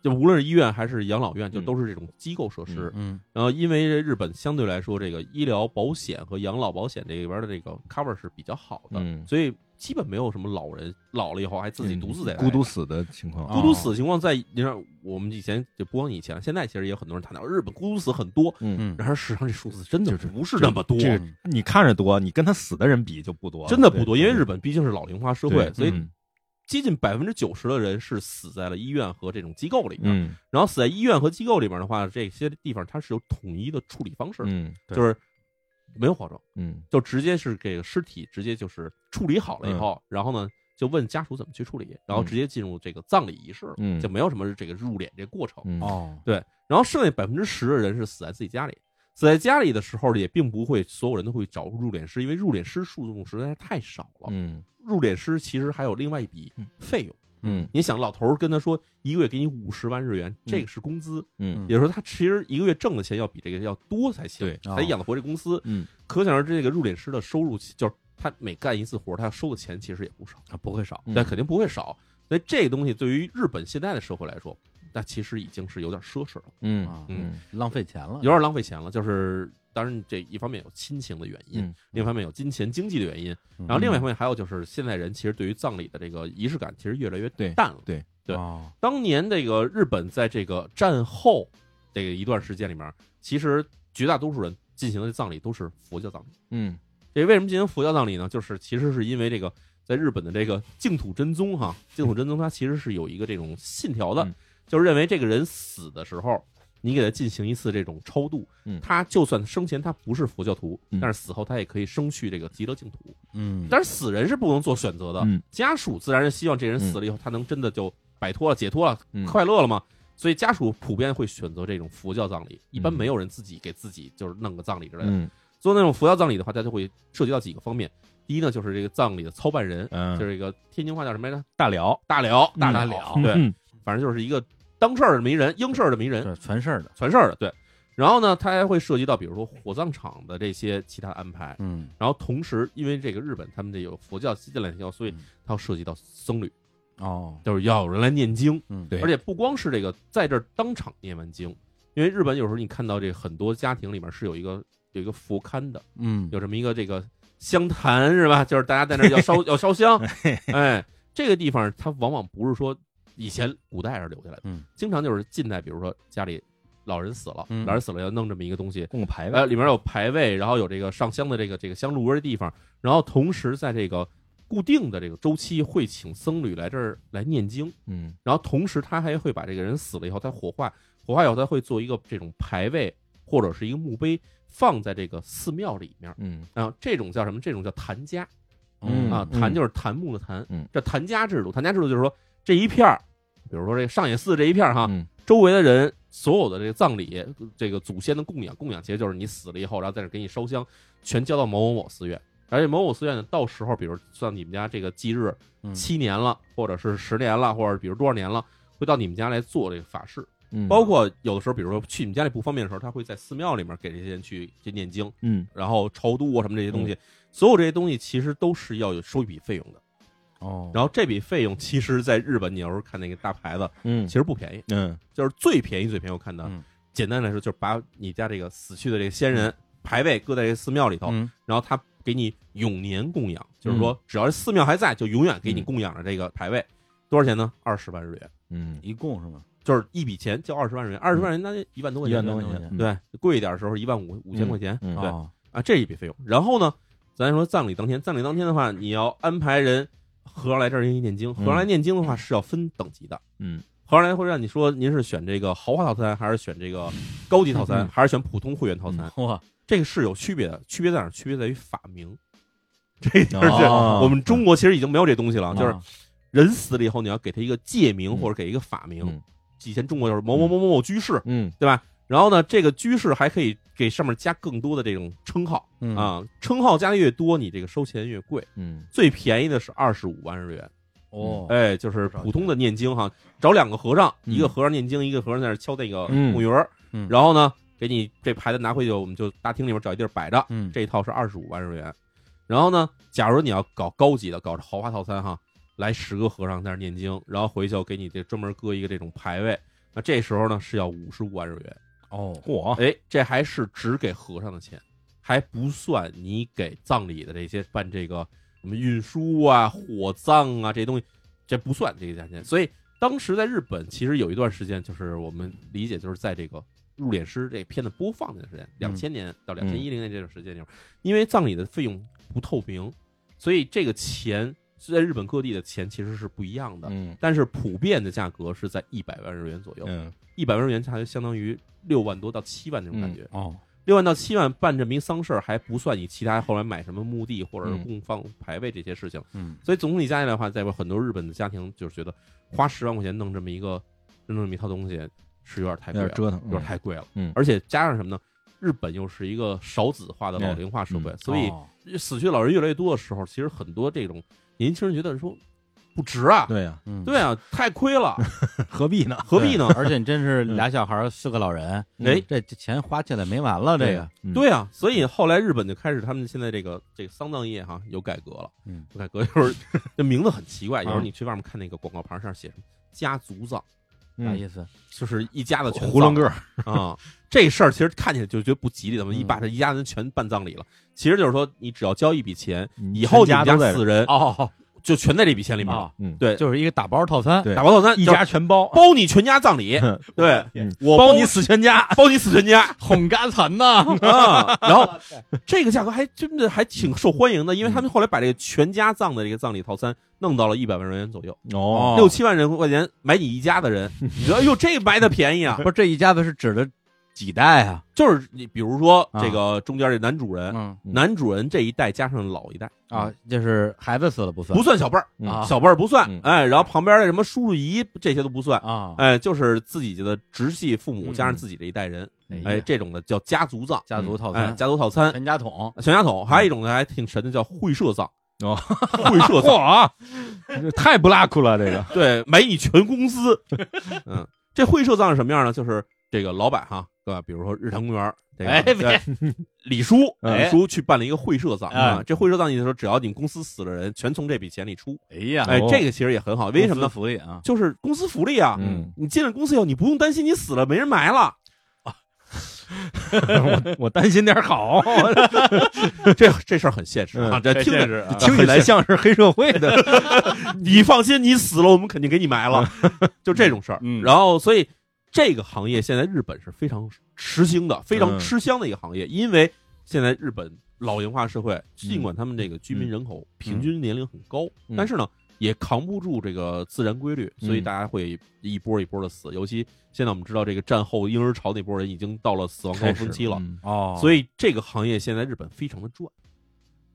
[SPEAKER 1] 就无论是医院还是养老院，就
[SPEAKER 3] 嗯
[SPEAKER 1] 都是这种机构设施。
[SPEAKER 2] 嗯
[SPEAKER 1] 然后因为日本相对来说，这个医疗保险和养老保险这边的这个 cover 是比较好的，
[SPEAKER 3] 嗯
[SPEAKER 1] 所以基本没有什么老人老了以后还啊自己独自在家
[SPEAKER 3] 孤独死的情况，啊
[SPEAKER 1] 孤独死的情况在你看，我们以前就不光以前，现在其实也有很多人谈到日本孤独死很多，
[SPEAKER 3] 嗯，
[SPEAKER 2] 嗯，
[SPEAKER 1] 然而事实上这数字真的
[SPEAKER 3] 就是
[SPEAKER 1] 不是那么多，
[SPEAKER 3] 这个你看着多，你跟他死的人比就不多了，
[SPEAKER 1] 真的不多，
[SPEAKER 3] 对
[SPEAKER 1] 因为日本毕竟是老龄化社会
[SPEAKER 3] 对，
[SPEAKER 1] 所以
[SPEAKER 3] 嗯
[SPEAKER 1] 接近百分之九十的人是死在了医院和这种机构里面。
[SPEAKER 3] 嗯
[SPEAKER 1] 然后死在医院和机构里面的话，这些地方它是有统一的处理方式的，
[SPEAKER 3] 嗯
[SPEAKER 2] 对
[SPEAKER 1] 就是没有化妆。
[SPEAKER 3] 嗯
[SPEAKER 1] 就直接是给尸体直接就是处理好了以后，然后呢就问家属怎么去处理，然后
[SPEAKER 3] 嗯
[SPEAKER 1] 直接进入这个葬礼仪式了，
[SPEAKER 3] 嗯
[SPEAKER 1] 就没有什么这个入殓这个过程。
[SPEAKER 3] 嗯
[SPEAKER 2] 哦，
[SPEAKER 1] 对，然后剩下百分之十的人是死在自己家里，死在家里的时候也并不会所有人都会找入殓师，因为入殓师数目实在太少了。
[SPEAKER 3] 嗯
[SPEAKER 1] 入殓师其实还有另外一笔
[SPEAKER 3] 嗯
[SPEAKER 1] 费用。
[SPEAKER 3] 嗯
[SPEAKER 1] 你想，老头儿跟他说一个月给你五十万日元，这个是工资，
[SPEAKER 3] 嗯
[SPEAKER 1] 也就是说他其实一个月挣的钱要比这个要多才行，
[SPEAKER 3] 对哦
[SPEAKER 1] 才养得活这公司。
[SPEAKER 3] 嗯，
[SPEAKER 1] 可想而知，这个入殓师的收入其就是他每干一次活儿，他收的钱其实也不少，
[SPEAKER 2] 啊不会少，
[SPEAKER 3] 嗯
[SPEAKER 1] 但肯定不会少。所以这个东西对于日本现在的社会来说，那其实已经是有点奢侈了，
[SPEAKER 3] 嗯
[SPEAKER 2] 啊
[SPEAKER 3] 嗯
[SPEAKER 2] 浪费钱了
[SPEAKER 1] 有，点浪费钱了。就是当然，这一方面有亲情的原因，
[SPEAKER 3] 嗯
[SPEAKER 1] 另一方面有金钱经济的原因，
[SPEAKER 2] 嗯
[SPEAKER 1] 然后另外一方面还有就是现在人其实对于葬礼的这个仪式感其实越来越
[SPEAKER 3] 对
[SPEAKER 1] 淡了。对
[SPEAKER 2] 哦
[SPEAKER 3] 啊
[SPEAKER 1] 当年这个日本在这个战后这个一段时间里面，其实绝大多数人进行的葬礼都是佛教葬礼。
[SPEAKER 3] 嗯
[SPEAKER 1] 这为什么进行佛教葬礼呢？就是其实是因为这个在日本的这个净土真宗哈，净土真宗它其实是有一个这种信条的
[SPEAKER 3] 嗯，
[SPEAKER 1] 就是认为这个人死的时候，你给他进行一次这种超度
[SPEAKER 3] 嗯，
[SPEAKER 1] 他就算生前他不是佛教徒
[SPEAKER 3] 嗯，
[SPEAKER 1] 但是死后他也可以升去这个极乐净土。
[SPEAKER 2] 嗯，
[SPEAKER 1] 但是死人是不能做选择的，
[SPEAKER 3] 嗯
[SPEAKER 1] 家属自然是希望这人死了以后，他能真的就摆脱了、解脱了、
[SPEAKER 3] 嗯
[SPEAKER 1] 快乐了嘛。所以家属普遍会选择这种佛教葬礼，一般
[SPEAKER 3] 嗯
[SPEAKER 1] 没有人自己给自己就是弄个葬礼之类的。
[SPEAKER 3] 嗯
[SPEAKER 1] 做那种佛教葬礼的话，它就会涉及到几个方面。第一呢，就是这个葬礼的操办人，
[SPEAKER 3] 嗯，
[SPEAKER 1] 就是这个天津话叫什么来着？
[SPEAKER 3] 大辽
[SPEAKER 1] 大辽，
[SPEAKER 3] 嗯
[SPEAKER 1] 大
[SPEAKER 2] 大
[SPEAKER 1] 辽，
[SPEAKER 2] 辽
[SPEAKER 1] 对，
[SPEAKER 3] 嗯
[SPEAKER 1] 反正就是一个当事儿的没人，应事儿的没人，
[SPEAKER 2] 是全事儿的，
[SPEAKER 1] 传事儿的，对。然后呢，它还会涉及到比如说火葬场的这些其他安排，
[SPEAKER 2] 嗯
[SPEAKER 1] 然后同时，因为这个日本他们这有佛教基进来教，所以
[SPEAKER 2] 嗯
[SPEAKER 1] 它要涉及到僧侣，
[SPEAKER 2] 哦，
[SPEAKER 1] 就是要有人来念经，
[SPEAKER 2] 嗯
[SPEAKER 3] 对
[SPEAKER 1] 而且不光是这个在这儿当场念完经，因为日本有时候你看到这很多家庭里面是有一个有一个佛龛的，
[SPEAKER 2] 嗯
[SPEAKER 1] 有这么一个这个香坛是吧？就是大家在那儿要 烧要烧香，哎，这个地方它往往不是说以前古代是留下来的，
[SPEAKER 2] 嗯
[SPEAKER 1] 经常就是近代，比如说家里老人死了，
[SPEAKER 2] 嗯
[SPEAKER 1] 老人死了要弄这么一个东西，
[SPEAKER 3] 供个牌
[SPEAKER 1] 呃，
[SPEAKER 3] 位，
[SPEAKER 1] 里面有牌位，然后有这个上香的这个这个香炉的地方，然后同时在这个固定的这个周期会请僧侣来这儿来念经，
[SPEAKER 3] 嗯
[SPEAKER 1] 然后同时他还会把这个人死了以后，他火化，火化以后他会做一个这种牌位或者是一个墓碑放在这个寺庙里面，
[SPEAKER 3] 嗯
[SPEAKER 1] 然后啊这种叫什么？这种叫坛家
[SPEAKER 3] 嗯
[SPEAKER 1] 啊，坛就是檀木的檀
[SPEAKER 3] 嗯，
[SPEAKER 1] 这坛家制度，坛家制度就是说这一片儿，比如说这个上野寺这一片儿哈，
[SPEAKER 3] 嗯
[SPEAKER 1] 周围的人所有的这个葬礼，这个祖先的供养，供养其实就是你死了以后，然后在这给你烧香，全交到某某某寺院。而且某某寺院呢，到时候比如算你们家这个忌日
[SPEAKER 2] 嗯
[SPEAKER 1] 七年了，或者是十年了，或者比如多少年了，会到你们家来做这个法事。
[SPEAKER 3] 嗯，
[SPEAKER 1] 包括有的时候，比如说去你们家里不方便的时候，他会在寺庙里面给这些人去去念经，
[SPEAKER 3] 嗯
[SPEAKER 1] 然后超度啊什么这些东西。所有这些东西其实都是要有收一笔费用的。
[SPEAKER 2] 哦，
[SPEAKER 1] 然后这笔费用其实，在日本你要是看那个大牌子，
[SPEAKER 3] 嗯
[SPEAKER 1] 其实不便宜。
[SPEAKER 3] 嗯
[SPEAKER 1] 就是最便宜最便宜，我看到，
[SPEAKER 2] 嗯
[SPEAKER 1] 简单来说就是把你家这个死去的这个先
[SPEAKER 3] 嗯
[SPEAKER 1] 人牌位搁在这个寺庙里头，
[SPEAKER 2] 嗯
[SPEAKER 1] 然后他给你永年供养，
[SPEAKER 3] 嗯
[SPEAKER 1] 就是说只要是寺庙还在，就永远给你供养着这个牌位，多少钱呢？二十万日元，
[SPEAKER 3] 嗯，
[SPEAKER 2] 一共是吗？
[SPEAKER 1] 就是一笔钱交二十万日元，二十万日元那就一万多块
[SPEAKER 3] 一
[SPEAKER 1] 钱，
[SPEAKER 3] 万多
[SPEAKER 2] 块
[SPEAKER 3] 块
[SPEAKER 2] 钱
[SPEAKER 3] 钱，
[SPEAKER 1] 对，贵一点的时候一万五五千块钱，
[SPEAKER 3] 嗯
[SPEAKER 1] 对、
[SPEAKER 2] 哦
[SPEAKER 1] 啊，这是一笔费用。然后呢，咱说葬礼当天，葬礼当天的话，你要安排人和尚来这儿给你念经，和尚来念经的话是要分等级的，
[SPEAKER 3] 嗯
[SPEAKER 1] 后来会让你说您是选这个豪华套餐，还是选这个高级套
[SPEAKER 3] 嗯
[SPEAKER 1] 餐，还是选普通会员套餐？
[SPEAKER 2] 哇，
[SPEAKER 1] 这个是有区别的，区别在哪儿？区别在于法名。这个 就是
[SPEAKER 3] 哦
[SPEAKER 1] 我们中国其实已经没有这东西了，就是
[SPEAKER 2] 啊
[SPEAKER 1] 人死了以后，你要给他一个界名
[SPEAKER 3] 嗯
[SPEAKER 1] 或者给一个法名
[SPEAKER 3] 嗯。
[SPEAKER 1] 以前中国就是某某某某某居士，
[SPEAKER 3] 嗯
[SPEAKER 1] 然后呢，这个居士还可以给上面加更多的这种称号
[SPEAKER 2] 嗯
[SPEAKER 1] 啊，称号加的越多，你这个收钱越贵。
[SPEAKER 3] 嗯
[SPEAKER 1] 最便宜的是二十五万日元，
[SPEAKER 2] 哦，
[SPEAKER 1] 哎，就是普通的念经哈，找两个和尚，一个和尚念经，一个和尚在那儿敲那个
[SPEAKER 3] 嗯
[SPEAKER 1] 木鱼儿，
[SPEAKER 2] 嗯
[SPEAKER 1] 然后呢，给你这牌子拿回去，我们就大厅里面找一地儿摆着，
[SPEAKER 2] 嗯
[SPEAKER 1] 这一套是二十五万日元。然后呢，假如你要搞高级的，搞豪华套餐哈，来十个和尚在那儿念经，然后回去我给你这专门搁一个这种牌位，那这时候呢是要五十五万日元。
[SPEAKER 2] 哦，
[SPEAKER 3] 嚯，
[SPEAKER 1] 哎，这还是只给和尚的钱，还不算你给葬礼的这些办这个什么运输啊、火葬啊这些东西，这不算这个价钱。所以当时在日本，其实有一段时间，就是我们理解就是在这个《入殓师》这片子播放那段时间，
[SPEAKER 3] 嗯
[SPEAKER 1] 两千年到两千一零年这段时间里面，因为葬礼的费用不透明，所以这个钱在日本各地的钱其实是不一样的。
[SPEAKER 3] 嗯
[SPEAKER 1] 但是普遍的价格是在一百万日元左右，
[SPEAKER 3] 嗯
[SPEAKER 1] 一百万日元它就相当于六万多到七万这种感觉。
[SPEAKER 2] 哦，
[SPEAKER 1] 六万到七万办这么一丧事儿，还不算你其他后来买什么墓地或者
[SPEAKER 3] 嗯
[SPEAKER 1] 是供放牌位这些事情。
[SPEAKER 2] 嗯，
[SPEAKER 1] 所以总体加起来的话，在很多日本的家庭就是觉得花十万块钱弄这么一个弄这么一套东西是有点太
[SPEAKER 3] 有
[SPEAKER 1] 贵
[SPEAKER 3] 点
[SPEAKER 1] 了，
[SPEAKER 3] 折腾，
[SPEAKER 1] 有点太贵了。
[SPEAKER 3] 嗯
[SPEAKER 1] 而且加上什么呢？日本又是一个少子化
[SPEAKER 3] 哎
[SPEAKER 1] 的老龄化社会，
[SPEAKER 3] 嗯
[SPEAKER 1] 所以
[SPEAKER 2] 哦
[SPEAKER 1] 死去老人越来越多的时候，其实很多这种年轻人觉得说不值啊，
[SPEAKER 3] 对呀，
[SPEAKER 2] 嗯，
[SPEAKER 1] 对啊，太亏了，
[SPEAKER 3] 何必呢？
[SPEAKER 1] 何必呢？嗯
[SPEAKER 2] 而且你真是俩小孩儿四个老人，
[SPEAKER 3] 嗯
[SPEAKER 1] 哎，
[SPEAKER 2] 这这钱花起来没完了，这个，
[SPEAKER 3] 嗯，
[SPEAKER 1] 对啊，所以后来日本就开始他们现在这个这个丧葬业哈有改革了，
[SPEAKER 2] 嗯，
[SPEAKER 1] 有改革就是这名字很奇 怪，有时候
[SPEAKER 2] 啊
[SPEAKER 1] 你去外面看那个广告牌上写什么家族葬，
[SPEAKER 2] 啥
[SPEAKER 3] 嗯
[SPEAKER 2] 意思？
[SPEAKER 1] 就是一家的全
[SPEAKER 3] 囫囵个儿，
[SPEAKER 1] 葬啊，这事儿其实看起来就觉得不吉利，怎么一
[SPEAKER 2] 嗯
[SPEAKER 1] 把这一家人全办葬礼了？其实就是说你只要交一笔钱，
[SPEAKER 3] 嗯
[SPEAKER 1] 以后你
[SPEAKER 3] 全
[SPEAKER 1] 们
[SPEAKER 3] 家都在这
[SPEAKER 1] 死人
[SPEAKER 2] 哦
[SPEAKER 1] 就全在这笔钱里面了，
[SPEAKER 2] 哦，
[SPEAKER 3] 嗯，
[SPEAKER 1] 对，
[SPEAKER 2] 就是一个打包套餐，
[SPEAKER 3] 对
[SPEAKER 1] 打包套餐
[SPEAKER 3] 一
[SPEAKER 1] 就是
[SPEAKER 3] 家全包，
[SPEAKER 1] 包你全家葬 礼，对
[SPEAKER 3] 嗯
[SPEAKER 1] 我
[SPEAKER 3] 包
[SPEAKER 1] 包
[SPEAKER 3] 你死 全家，
[SPEAKER 1] 包你死全家，
[SPEAKER 2] 哄家残呐，
[SPEAKER 1] 啊，然后这个价格还真的还
[SPEAKER 2] 嗯
[SPEAKER 1] 挺受欢迎的，因为他们后来把这个全家葬的这个葬礼套餐弄到了一百万日元左右，
[SPEAKER 3] 哦，
[SPEAKER 1] 六七万人块钱买你一家的 人，你觉得哎呦这买的便宜啊
[SPEAKER 2] 不！是这一家子是指的几代啊？
[SPEAKER 1] 就是你比如说
[SPEAKER 2] 啊
[SPEAKER 1] 这个中间这男主人，
[SPEAKER 2] 嗯
[SPEAKER 3] 嗯
[SPEAKER 1] 男主人这一代加上老一代
[SPEAKER 2] 啊，就是孩子死了不算，
[SPEAKER 1] 不算小辈儿，
[SPEAKER 3] 嗯
[SPEAKER 2] 啊
[SPEAKER 1] 小辈儿不算
[SPEAKER 3] 嗯，
[SPEAKER 1] 哎，然后旁边的什么叔叔姨这些都不算。
[SPEAKER 2] 啊，
[SPEAKER 1] 哎，就是自己的直系父母
[SPEAKER 2] 嗯
[SPEAKER 1] 加上自己这一代人，
[SPEAKER 2] 哎
[SPEAKER 1] 哎，
[SPEAKER 2] 呀
[SPEAKER 1] 这种的叫家族葬，
[SPEAKER 2] 家族套
[SPEAKER 1] 哎，
[SPEAKER 2] 餐，
[SPEAKER 1] 家族套餐，
[SPEAKER 2] 全家桶，
[SPEAKER 1] 全家桶。还有一种呢，还挺神的，叫会社葬。
[SPEAKER 3] 哦，
[SPEAKER 1] 会社葬，
[SPEAKER 3] 嚯，这太不拉酷了，这 个，
[SPEAKER 1] 对，买你全公司。嗯，这会社葬是什么样呢？就是这个老板哈，对吧？比如说日坛公园，这个、
[SPEAKER 2] 哎别
[SPEAKER 1] 对李叔，
[SPEAKER 3] 哎
[SPEAKER 1] 李叔去办了一个会社葬啊、
[SPEAKER 2] 哎
[SPEAKER 1] 这会社葬意思说，只要你们公司死了人，全从这笔钱里出。
[SPEAKER 2] 哎呀，
[SPEAKER 1] 哎
[SPEAKER 3] 哦，
[SPEAKER 1] 这个其实也很好，为什么
[SPEAKER 2] 公
[SPEAKER 1] 呢
[SPEAKER 2] 司？福利啊？
[SPEAKER 1] 就是公司福利啊。
[SPEAKER 3] 嗯，
[SPEAKER 1] 你进了公司以后，你不用担心你死了没人埋了，
[SPEAKER 3] 我我担心点 好，
[SPEAKER 1] 这这事儿很现实啊，
[SPEAKER 3] 哦嗯
[SPEAKER 1] 这听着
[SPEAKER 2] 是啊，
[SPEAKER 3] 听起来像是黑社会的，
[SPEAKER 1] 你放心，你死了我们肯定给你埋了， 就这种事儿。
[SPEAKER 2] 嗯
[SPEAKER 1] 然后所以这个行业现在日本是非常吃香的，非常吃香的一个行业，因为现在日本老龄化社会，尽管他们这个居民人口平均年龄很高，
[SPEAKER 3] 嗯
[SPEAKER 1] 但是呢。也扛不住这个自然规律，所以大家会一波一波的死。尤其现在我们知道，这个战后婴儿潮那波人已经到了死亡高峰期了，
[SPEAKER 3] 嗯
[SPEAKER 2] 哦，
[SPEAKER 1] 所
[SPEAKER 2] 以
[SPEAKER 1] 以这个行业现在日本非常的赚。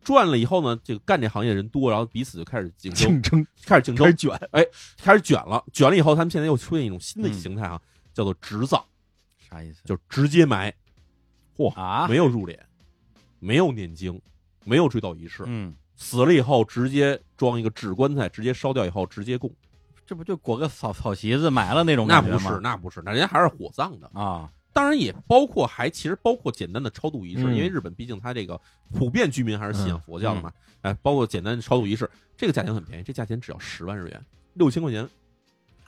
[SPEAKER 1] 赚了以后呢，这个干这行业人多，然后彼此就开始竞争，
[SPEAKER 3] 竞争
[SPEAKER 1] 开始竞争哎
[SPEAKER 3] 开始，卷，
[SPEAKER 1] 开始卷了，卷了以后，他们现在又出现一种新的形态啊，叫做直葬，
[SPEAKER 2] 啥意思？
[SPEAKER 1] 就直接埋，
[SPEAKER 2] 啊，
[SPEAKER 1] 没有入殓，没有念经，没有追悼仪式，
[SPEAKER 2] 嗯，
[SPEAKER 1] 死了以后直接装一个纸棺材，直接烧掉以后直接供。
[SPEAKER 2] 这不就裹个草草席子埋了那种
[SPEAKER 1] 那
[SPEAKER 2] 感觉
[SPEAKER 1] 不
[SPEAKER 2] 吗？
[SPEAKER 1] 是，那不是，那人家还是火葬的。
[SPEAKER 2] 啊，
[SPEAKER 1] 当然也包括还其实包括简单的超度仪式，
[SPEAKER 3] 嗯
[SPEAKER 1] 因为日本毕竟它这个普遍居民还是信仰佛教的嘛，哎，包括简单的超度仪式，这个价钱很便宜，这价钱只要十万日元，六千块钱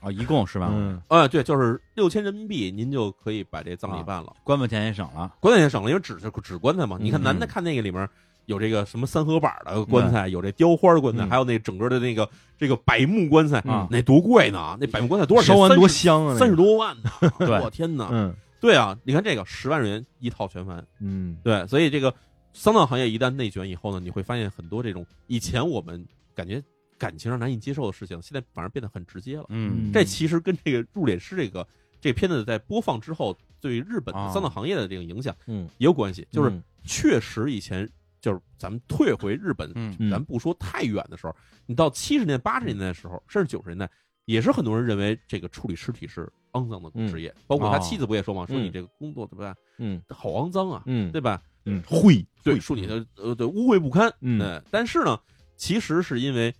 [SPEAKER 2] 哦，一共是吧？
[SPEAKER 3] 嗯，
[SPEAKER 1] 啊，对，就是六千人民币，您就可以把这葬礼
[SPEAKER 2] 啊
[SPEAKER 1] 办了。
[SPEAKER 2] 棺材钱也省了，
[SPEAKER 1] 棺材也省了，因为纸是纸棺材嘛。你看
[SPEAKER 2] 嗯
[SPEAKER 1] 男的看那个里面有这个什么三合板的棺材，有这雕花的棺材，
[SPEAKER 3] 嗯啊
[SPEAKER 1] 还有那整个的那个这个柏木棺材
[SPEAKER 2] 嗯，
[SPEAKER 1] 那多贵呢？那柏木棺材多少钱？
[SPEAKER 3] 烧完多
[SPEAKER 1] 三
[SPEAKER 3] 香啊，
[SPEAKER 1] 十
[SPEAKER 3] 那个
[SPEAKER 1] 三十，多 万呢！
[SPEAKER 2] 对
[SPEAKER 1] 我天哪！
[SPEAKER 3] 嗯
[SPEAKER 1] 对啊，你看这个十万日元一套全完。
[SPEAKER 3] 嗯
[SPEAKER 1] 对，所以这个丧葬行业一旦内卷以后呢，你会发现很多这种以前我们感觉感情上难以接受的事情，现在反而变得很直接了。
[SPEAKER 2] 嗯
[SPEAKER 1] 这其实跟这个《入殓师》这个这片子在播放之后对日本的丧葬行业的这个影响
[SPEAKER 3] 啊嗯，
[SPEAKER 1] 也有关系，就是
[SPEAKER 3] 嗯
[SPEAKER 1] 确实以前就是咱们退回日本，
[SPEAKER 2] 嗯
[SPEAKER 3] 嗯
[SPEAKER 1] 咱不说太远的时候，你到七十年、八十年代的时候，甚至九十年代，也是很多人认为这个处理尸体是肮脏的职业，包括他
[SPEAKER 2] 哦
[SPEAKER 1] 妻子不也说嘛，说
[SPEAKER 3] 嗯
[SPEAKER 1] 你这个工作对吧，
[SPEAKER 3] 嗯
[SPEAKER 1] 好肮脏啊，
[SPEAKER 3] 嗯
[SPEAKER 1] 对吧？
[SPEAKER 3] 嗯，会
[SPEAKER 1] 对，说你的呃对污秽不堪，
[SPEAKER 3] 嗯
[SPEAKER 1] 哎，但是呢，其实是因为，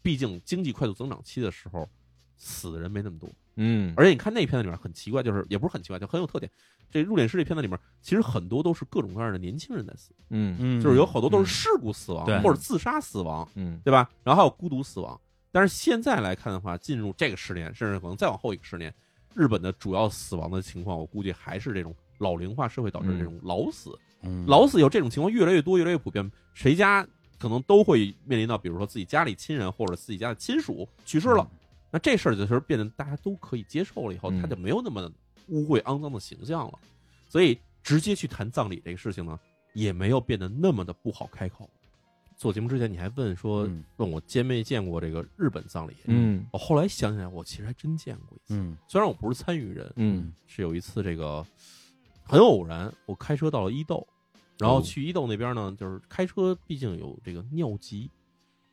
[SPEAKER 1] 毕竟经济快速增长期的时候。死的人没那么多，
[SPEAKER 3] 嗯
[SPEAKER 1] 而且你看那片子里面很奇怪，就是也不是很奇怪，就很有特点。这《入殓师》这片子里面，其实很多都是各种各样的年轻人在死，
[SPEAKER 3] 嗯
[SPEAKER 2] 嗯
[SPEAKER 1] 就是有好多都是事故死亡、
[SPEAKER 2] 对
[SPEAKER 1] 或者自杀死亡，
[SPEAKER 3] 嗯
[SPEAKER 1] 对吧？然后还有孤独死亡。但是现在来看的话，进入这个十年，甚至可能再往后一个十年，日本的主要死亡的情况，我估计还是这种老龄化社会导致的这种老死。
[SPEAKER 2] 嗯
[SPEAKER 1] 老死以后，这种情况越来越多，越来越普遍。谁家可能都会面临到，比如说自己家里亲人或者自己家的亲属去世了，那这事儿就是变得大家都可以接受了，以后
[SPEAKER 3] 嗯
[SPEAKER 1] 他就没有那么污秽肮脏的形象了。所以直接去谈葬礼这个事情呢，也没有变得那么的不好开口。做节目之前，你还问说、
[SPEAKER 2] 嗯
[SPEAKER 1] 问我见没见过这个日本葬礼？
[SPEAKER 3] 嗯
[SPEAKER 1] 我后来想起来，我其实还真见过一次，
[SPEAKER 2] 嗯
[SPEAKER 1] 虽然我不是参与人，
[SPEAKER 3] 嗯
[SPEAKER 1] 是有一次这个很偶然，我开车到了伊豆，然后
[SPEAKER 3] 哦
[SPEAKER 1] 去伊豆那边呢，就是开车毕竟有这个尿急，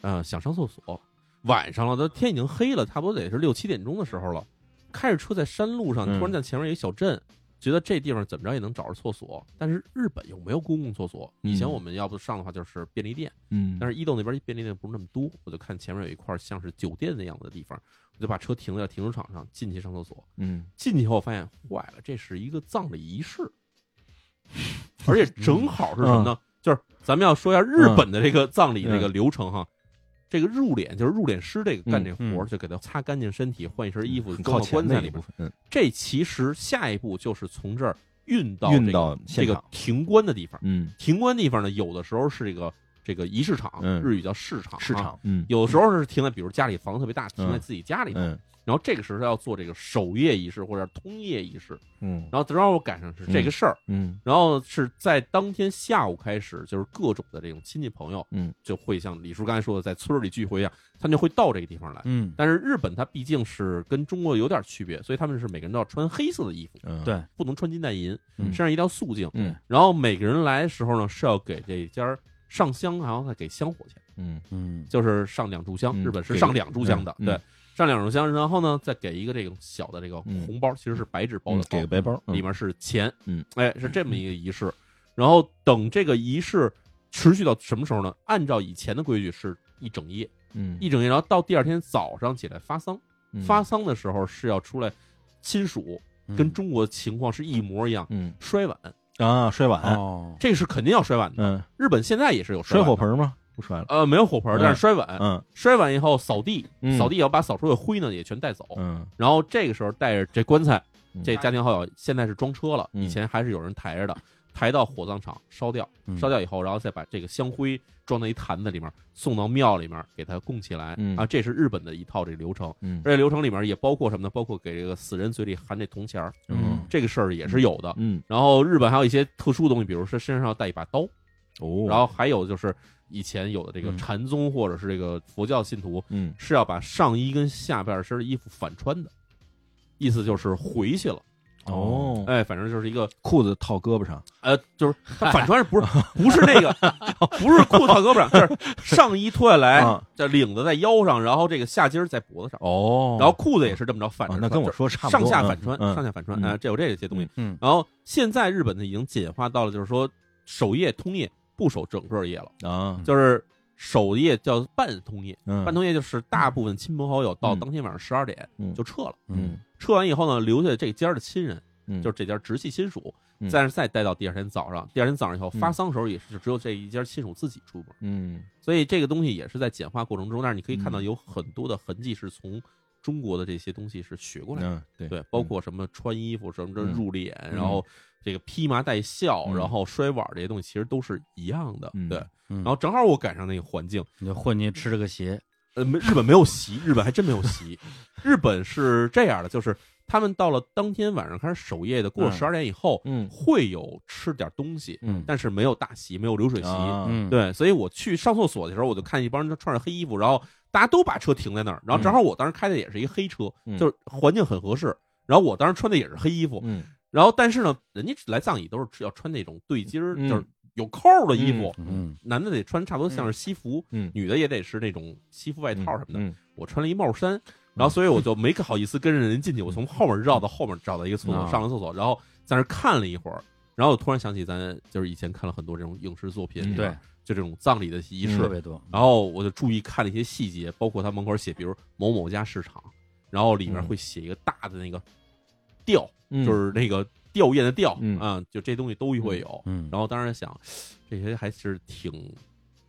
[SPEAKER 1] 啊、想上厕所，晚上了，都天已经黑了，差不多得是六七点钟的时候了，开着车在山路上，
[SPEAKER 3] 嗯
[SPEAKER 1] 突然在前面有一小镇。觉得这地方怎么着也能找着厕所，但是日本又没有公共厕所。
[SPEAKER 3] 嗯
[SPEAKER 1] 以前我们要不上的话就是便利店，
[SPEAKER 3] 嗯
[SPEAKER 1] 但是伊豆那边便利店不是那么多，我就看前面有一块像是酒店那样的地方，我就把车停在停车场上，进去上厕所。
[SPEAKER 3] 嗯
[SPEAKER 1] 进去后发现坏了，这是一个葬礼仪式，而且正好是什么
[SPEAKER 3] 嗯
[SPEAKER 1] 呢？就是咱们要说一下日本的这个葬礼这个流程哈。这个入殓就是入殓师这个干这活儿，就给他擦干净身体，换一身衣服，
[SPEAKER 3] 嗯很
[SPEAKER 1] 装
[SPEAKER 3] 靠
[SPEAKER 1] 到
[SPEAKER 3] 前
[SPEAKER 1] 棺
[SPEAKER 3] 的
[SPEAKER 1] 材
[SPEAKER 3] 一
[SPEAKER 1] 里
[SPEAKER 3] 部
[SPEAKER 1] 边。
[SPEAKER 3] 分，嗯
[SPEAKER 1] 这其实下一步就是从这儿运到
[SPEAKER 3] 运
[SPEAKER 1] 这个
[SPEAKER 3] 到
[SPEAKER 1] 这
[SPEAKER 3] 现
[SPEAKER 1] 个
[SPEAKER 3] 场，
[SPEAKER 1] 停棺的地方。
[SPEAKER 3] 嗯，
[SPEAKER 1] 停棺地方呢，有的时候是这个这个仪式场，
[SPEAKER 3] 嗯
[SPEAKER 1] 日语叫市场啊，
[SPEAKER 3] 市场，嗯
[SPEAKER 1] 有的时候是停在，比如家里房子特别大，停在
[SPEAKER 3] 嗯
[SPEAKER 1] 自己家里头。
[SPEAKER 3] 嗯
[SPEAKER 1] 然后这个时候要做这个守夜仪式或者通夜仪式，
[SPEAKER 3] 嗯
[SPEAKER 1] 然后正好我赶上是这个事儿，
[SPEAKER 3] 嗯
[SPEAKER 1] 然后是在当天下午开始，就是各种的这种亲戚朋友，
[SPEAKER 3] 嗯，
[SPEAKER 1] 就会像李叔刚才说的，在村儿里聚会一样，他们就会到这个地方来。
[SPEAKER 2] 嗯，
[SPEAKER 1] 但是日本它毕竟是跟中国有点区别，所以他们是每个人都要穿黑色的衣服，
[SPEAKER 3] 嗯，
[SPEAKER 2] 对
[SPEAKER 1] 不能穿金戴银，
[SPEAKER 2] 嗯
[SPEAKER 1] 身上一定要肃静。
[SPEAKER 3] 嗯
[SPEAKER 1] 然后每个人来的时候呢，是要给这家上香，然后再给香火钱。
[SPEAKER 3] 嗯
[SPEAKER 2] 嗯
[SPEAKER 1] 就是上两炷香，
[SPEAKER 3] 嗯
[SPEAKER 1] 日本是上两炷香的，
[SPEAKER 3] 给嗯
[SPEAKER 1] 对
[SPEAKER 3] 嗯，
[SPEAKER 1] 上两炷香，然后呢，再给一个这种小的这个
[SPEAKER 3] 嗯
[SPEAKER 1] 红包，其实是白纸包的
[SPEAKER 3] 嗯
[SPEAKER 1] 包，
[SPEAKER 3] 给个白包，嗯
[SPEAKER 1] 里面是钱，
[SPEAKER 3] 嗯，
[SPEAKER 1] 哎，是这么一个仪式。然后等这个仪式持续到什么时候呢？按照以前的规矩是一整夜，
[SPEAKER 3] 嗯
[SPEAKER 1] 一整夜，然后到第二天早上起来发丧，
[SPEAKER 3] 嗯
[SPEAKER 1] 发丧的时候是要出来亲属，跟中国情况是一模一样，
[SPEAKER 3] 嗯
[SPEAKER 1] 摔碗，
[SPEAKER 3] 啊摔碗，
[SPEAKER 2] 哦
[SPEAKER 1] 这是肯定要摔碗的。
[SPEAKER 3] 嗯
[SPEAKER 1] 日本现在也是有
[SPEAKER 3] 摔
[SPEAKER 1] 碗
[SPEAKER 3] 火
[SPEAKER 1] 的，
[SPEAKER 3] 盆吗？不摔了，
[SPEAKER 1] 呃，没有火盆，但是摔碗，
[SPEAKER 3] 嗯
[SPEAKER 1] 摔完以后扫地，
[SPEAKER 3] 嗯
[SPEAKER 1] 扫地也要把扫出的灰呢也全带走。
[SPEAKER 3] 嗯
[SPEAKER 1] 然后这个时候带着这棺材，
[SPEAKER 3] 嗯
[SPEAKER 1] 这家庭好友现在是装车了，
[SPEAKER 3] 嗯
[SPEAKER 1] 以前还是有人抬着的，抬到火葬场烧掉，
[SPEAKER 2] 嗯
[SPEAKER 1] 烧掉以后，然后再把这个香灰装到一坛子里面，送到庙里面给它供起来
[SPEAKER 3] 嗯
[SPEAKER 1] 啊。这是日本的一套这个流程，
[SPEAKER 3] 嗯
[SPEAKER 1] 而且流程里面也包括什么呢？包括给这个死人嘴里含这铜钱儿，
[SPEAKER 3] 嗯
[SPEAKER 1] 这个事儿也是有的。
[SPEAKER 3] 嗯
[SPEAKER 1] 然后日本还有一些特殊的东西，比如说身上要带一把刀，
[SPEAKER 3] 哦，
[SPEAKER 1] 然后还有就是以前有的这个
[SPEAKER 3] 嗯
[SPEAKER 1] 禅宗或者是这个佛教信徒，
[SPEAKER 3] 嗯
[SPEAKER 1] 是要把上衣跟下半身的衣服反穿的，意思就是回去了。
[SPEAKER 3] 哦
[SPEAKER 1] 哎，反正就是一 个
[SPEAKER 3] 裤子套胳膊上，
[SPEAKER 1] 呃，就是他反穿是不是不是那个不是裤套胳膊上，就是上衣脱下来
[SPEAKER 3] 啊，
[SPEAKER 1] 这领子在腰上，然后这个下襟儿在脖子上，
[SPEAKER 3] 哦
[SPEAKER 1] 然后裤子也是这么着反着
[SPEAKER 3] 啊
[SPEAKER 1] 穿，
[SPEAKER 3] 那跟我说差
[SPEAKER 1] 就
[SPEAKER 3] 不
[SPEAKER 1] 上
[SPEAKER 3] 多，
[SPEAKER 1] 下反穿，
[SPEAKER 3] 嗯
[SPEAKER 1] 上下反穿，
[SPEAKER 3] 嗯
[SPEAKER 1] 哎，这有这些东西。
[SPEAKER 2] 嗯
[SPEAKER 1] 然后现在日本呢已经简化到了，就是说守夜通夜不守整个夜了，
[SPEAKER 3] 嗯啊，
[SPEAKER 1] 就是守夜叫半通夜，
[SPEAKER 3] 嗯
[SPEAKER 1] 半通夜就是大部分亲朋好友到
[SPEAKER 3] 嗯
[SPEAKER 1] 当天晚上十二点
[SPEAKER 3] 嗯
[SPEAKER 1] 就撤了，
[SPEAKER 3] 嗯
[SPEAKER 1] 撤完以后呢，留下这家的亲人，
[SPEAKER 3] 嗯
[SPEAKER 1] 就是这家直系亲属，
[SPEAKER 3] 嗯
[SPEAKER 1] 但是再待到第二天早上，第二天早上以后
[SPEAKER 3] 嗯
[SPEAKER 1] 发丧的时候也是只有这一家亲属自己出门，
[SPEAKER 3] 嗯
[SPEAKER 1] 所以这个东西也是在简化过程中，但是你可以看到
[SPEAKER 3] 嗯
[SPEAKER 1] 有很多的痕迹是从中国的这些东西是学过来的，
[SPEAKER 3] 嗯对
[SPEAKER 1] 对，包括什么穿衣服，什么这
[SPEAKER 3] 嗯
[SPEAKER 1] 入殓，然后这个披麻戴孝，
[SPEAKER 3] 嗯
[SPEAKER 1] 然后摔碗这些东西其实都是一样的，
[SPEAKER 3] 嗯
[SPEAKER 1] 对。
[SPEAKER 2] 嗯
[SPEAKER 1] 然后正好我赶上那个环境，
[SPEAKER 2] 你就混进去吃了个鞋，
[SPEAKER 1] 呃，没日本没有席，日本还真没有席。日本是这样的，就是他们到了当天晚上开始守夜的，过了
[SPEAKER 3] 嗯
[SPEAKER 1] 十二点以后，
[SPEAKER 3] 嗯
[SPEAKER 1] 会有吃点东西，
[SPEAKER 2] 嗯
[SPEAKER 1] 但是没有大席，没有流水席。
[SPEAKER 3] 啊
[SPEAKER 2] 嗯
[SPEAKER 1] 对，所以我去上厕所的时候，我就看一帮人穿着黑衣服，然后大家都把车停在那儿，然后正好我当时开的也是一个黑车，
[SPEAKER 3] 嗯
[SPEAKER 1] 就是环境很合适。然后我当时穿的也是黑衣服，
[SPEAKER 3] 嗯
[SPEAKER 1] 然后但是呢，人家来葬礼都是要穿那种对襟儿，
[SPEAKER 3] 嗯
[SPEAKER 1] 就是有扣儿的衣服，
[SPEAKER 2] 嗯
[SPEAKER 1] 男的得穿差不多像是西服，
[SPEAKER 3] 嗯
[SPEAKER 1] 女的也得是那种西服外套什么的。
[SPEAKER 3] 嗯
[SPEAKER 1] 我穿了一帽衫，然后所以我就没好意思跟着人进去，我从后面绕到后面找到一个厕
[SPEAKER 3] 嗯
[SPEAKER 1] 所，
[SPEAKER 2] 啊
[SPEAKER 1] 上了厕所，然后在那儿看了一会儿，然后我突然想起咱就是以前看了很多这种影视作品，
[SPEAKER 3] 嗯
[SPEAKER 2] 对，，
[SPEAKER 1] 就这种葬礼的仪式
[SPEAKER 2] 特，别多，
[SPEAKER 1] 然后我就注意看了一些细节，包括他门口写，比如某某家市场，然后里面会写一个大的那个吊，
[SPEAKER 3] 嗯
[SPEAKER 1] 就是那个吊唁的吊
[SPEAKER 3] 嗯
[SPEAKER 1] 啊，就这东西都会有。
[SPEAKER 2] 嗯，
[SPEAKER 1] 然后当时想，这些还是挺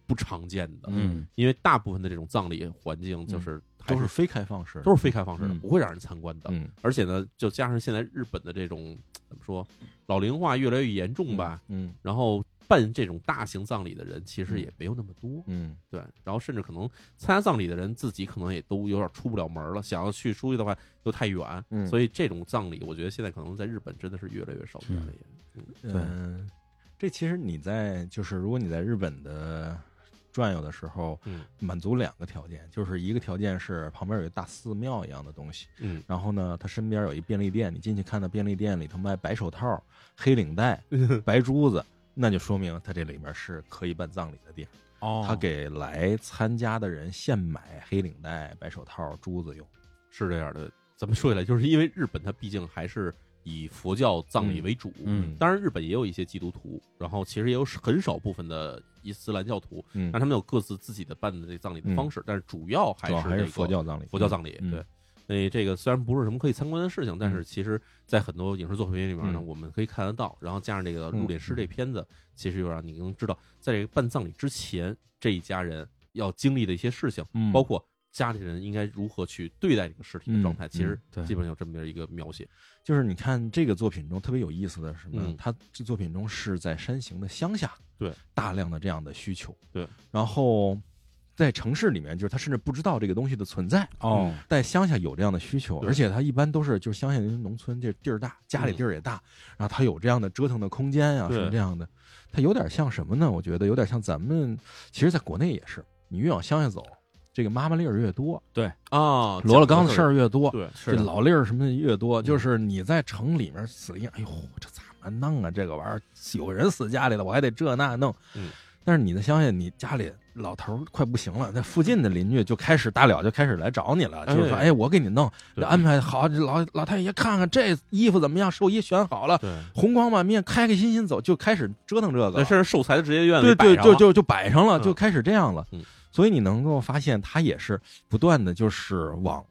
[SPEAKER 1] 不常见的，
[SPEAKER 2] 嗯
[SPEAKER 1] 因为大部分的这种葬礼环境就是还
[SPEAKER 3] 嗯都是
[SPEAKER 1] 是
[SPEAKER 3] 非开放式的，
[SPEAKER 1] 都是非开放式的，
[SPEAKER 3] 嗯
[SPEAKER 1] 不会让人参观的。
[SPEAKER 3] 嗯
[SPEAKER 1] 而且呢，就加上现在日本的这种怎么说，老龄化越来越严重吧，
[SPEAKER 3] 嗯
[SPEAKER 1] 然后办这种大型葬礼的人其实也没有那么多，
[SPEAKER 3] 嗯
[SPEAKER 1] 对，然后甚至可能参加葬礼的人自己可能也都有点出不了门了，想要去出去的话又太远，
[SPEAKER 3] 嗯
[SPEAKER 1] 所以这种葬礼，我觉得现在可能在日本真的是越来越少见了也。
[SPEAKER 3] 嗯，这其实你在就是如果你在日本的转悠的时候，
[SPEAKER 1] 嗯
[SPEAKER 3] 满足两个条件，就是一个条件是旁边有一大寺庙一样的东西，
[SPEAKER 1] 嗯，
[SPEAKER 3] 然后呢，它身边有一便利店，你进去看到便利店里头卖白手套、黑领 带、白珠子，那就说明它这里面是可以办葬礼的地方。
[SPEAKER 2] 哦
[SPEAKER 3] 他给来参加的人现买黑领带、白手套、珠子用。
[SPEAKER 1] 是这样的。咱们说起来，就是因为日本它毕竟还是以佛教葬礼为主，
[SPEAKER 2] 嗯
[SPEAKER 1] 当然日本也有一些基督徒，然后其实也有很少部分的伊斯兰教徒，
[SPEAKER 3] 嗯
[SPEAKER 1] 那他们有各自自己的办的这葬礼的方式，但是主要还
[SPEAKER 3] 主要还
[SPEAKER 1] 这
[SPEAKER 3] 是
[SPEAKER 1] 个
[SPEAKER 3] 佛教葬礼，
[SPEAKER 1] 佛教葬礼，
[SPEAKER 3] 嗯
[SPEAKER 1] 对。那这个虽然不是什么可以参观的事情，但是其实，在很多影视作品里面呢，
[SPEAKER 3] 嗯
[SPEAKER 1] 我们可以看得到。然后加上这个《入殓师》这片子，其实又让你能知道，在这个办葬礼之前，这一家人要经历的一些事情，
[SPEAKER 3] 嗯
[SPEAKER 1] 包括家里人应该如何去对待这个尸体的状态。
[SPEAKER 3] 嗯
[SPEAKER 1] 其实
[SPEAKER 3] 嗯
[SPEAKER 2] 对
[SPEAKER 1] 基本上有这么一个描写。
[SPEAKER 3] 就是你看这个作品中特别有意思的是什么？
[SPEAKER 1] 嗯
[SPEAKER 3] 他这作品中是在山形的乡下，
[SPEAKER 1] 对
[SPEAKER 3] 大量的这样的需求，
[SPEAKER 1] 对，
[SPEAKER 3] 然后。在城市里面，就是他甚至不知道这个东西的存在，嗯
[SPEAKER 2] 哦，
[SPEAKER 3] 在乡下有这样的需求，
[SPEAKER 1] 对
[SPEAKER 3] 而且他一般都是就是乡下人农村这地儿大，家里
[SPEAKER 1] 嗯
[SPEAKER 3] 地儿也大，然后他有这样的折腾的空间啊，
[SPEAKER 1] 对
[SPEAKER 3] 是这样的，他有点像什么呢？我觉得有点像咱们，其实在国内也是，你越往乡下走，这个妈妈粒儿越多，
[SPEAKER 1] 啊，
[SPEAKER 3] 罗了刚的
[SPEAKER 1] 讲
[SPEAKER 3] 事
[SPEAKER 1] 得
[SPEAKER 3] 儿越多，
[SPEAKER 1] 对，
[SPEAKER 3] 这
[SPEAKER 2] 是的，
[SPEAKER 3] 老粒儿什么的越
[SPEAKER 1] 嗯
[SPEAKER 3] 多，就是你在城里面死一样，哎呦，这咋弄啊？这个玩意儿有人死家里了，我还得这那弄。
[SPEAKER 1] 嗯
[SPEAKER 3] 但是你在乡下，你家里老头儿快不行了，那附近的邻居就开始大了就开始来找你了，就是说，
[SPEAKER 1] 哎
[SPEAKER 3] 哎，我给你弄，
[SPEAKER 1] 对
[SPEAKER 3] 安排好，这老老太爷看看这衣服怎么样，寿衣选好了，
[SPEAKER 1] 对，
[SPEAKER 3] 红光满面，开开心心走，就开始折腾这个了。
[SPEAKER 1] 但是寿材的职业院
[SPEAKER 3] 对
[SPEAKER 1] 里
[SPEAKER 3] 对，
[SPEAKER 1] 摆上
[SPEAKER 3] 就
[SPEAKER 1] 了
[SPEAKER 3] 就就摆上了，
[SPEAKER 1] 嗯
[SPEAKER 3] 就开始这样了。
[SPEAKER 1] 嗯
[SPEAKER 3] 所以你能够发现，他也是不断的就是往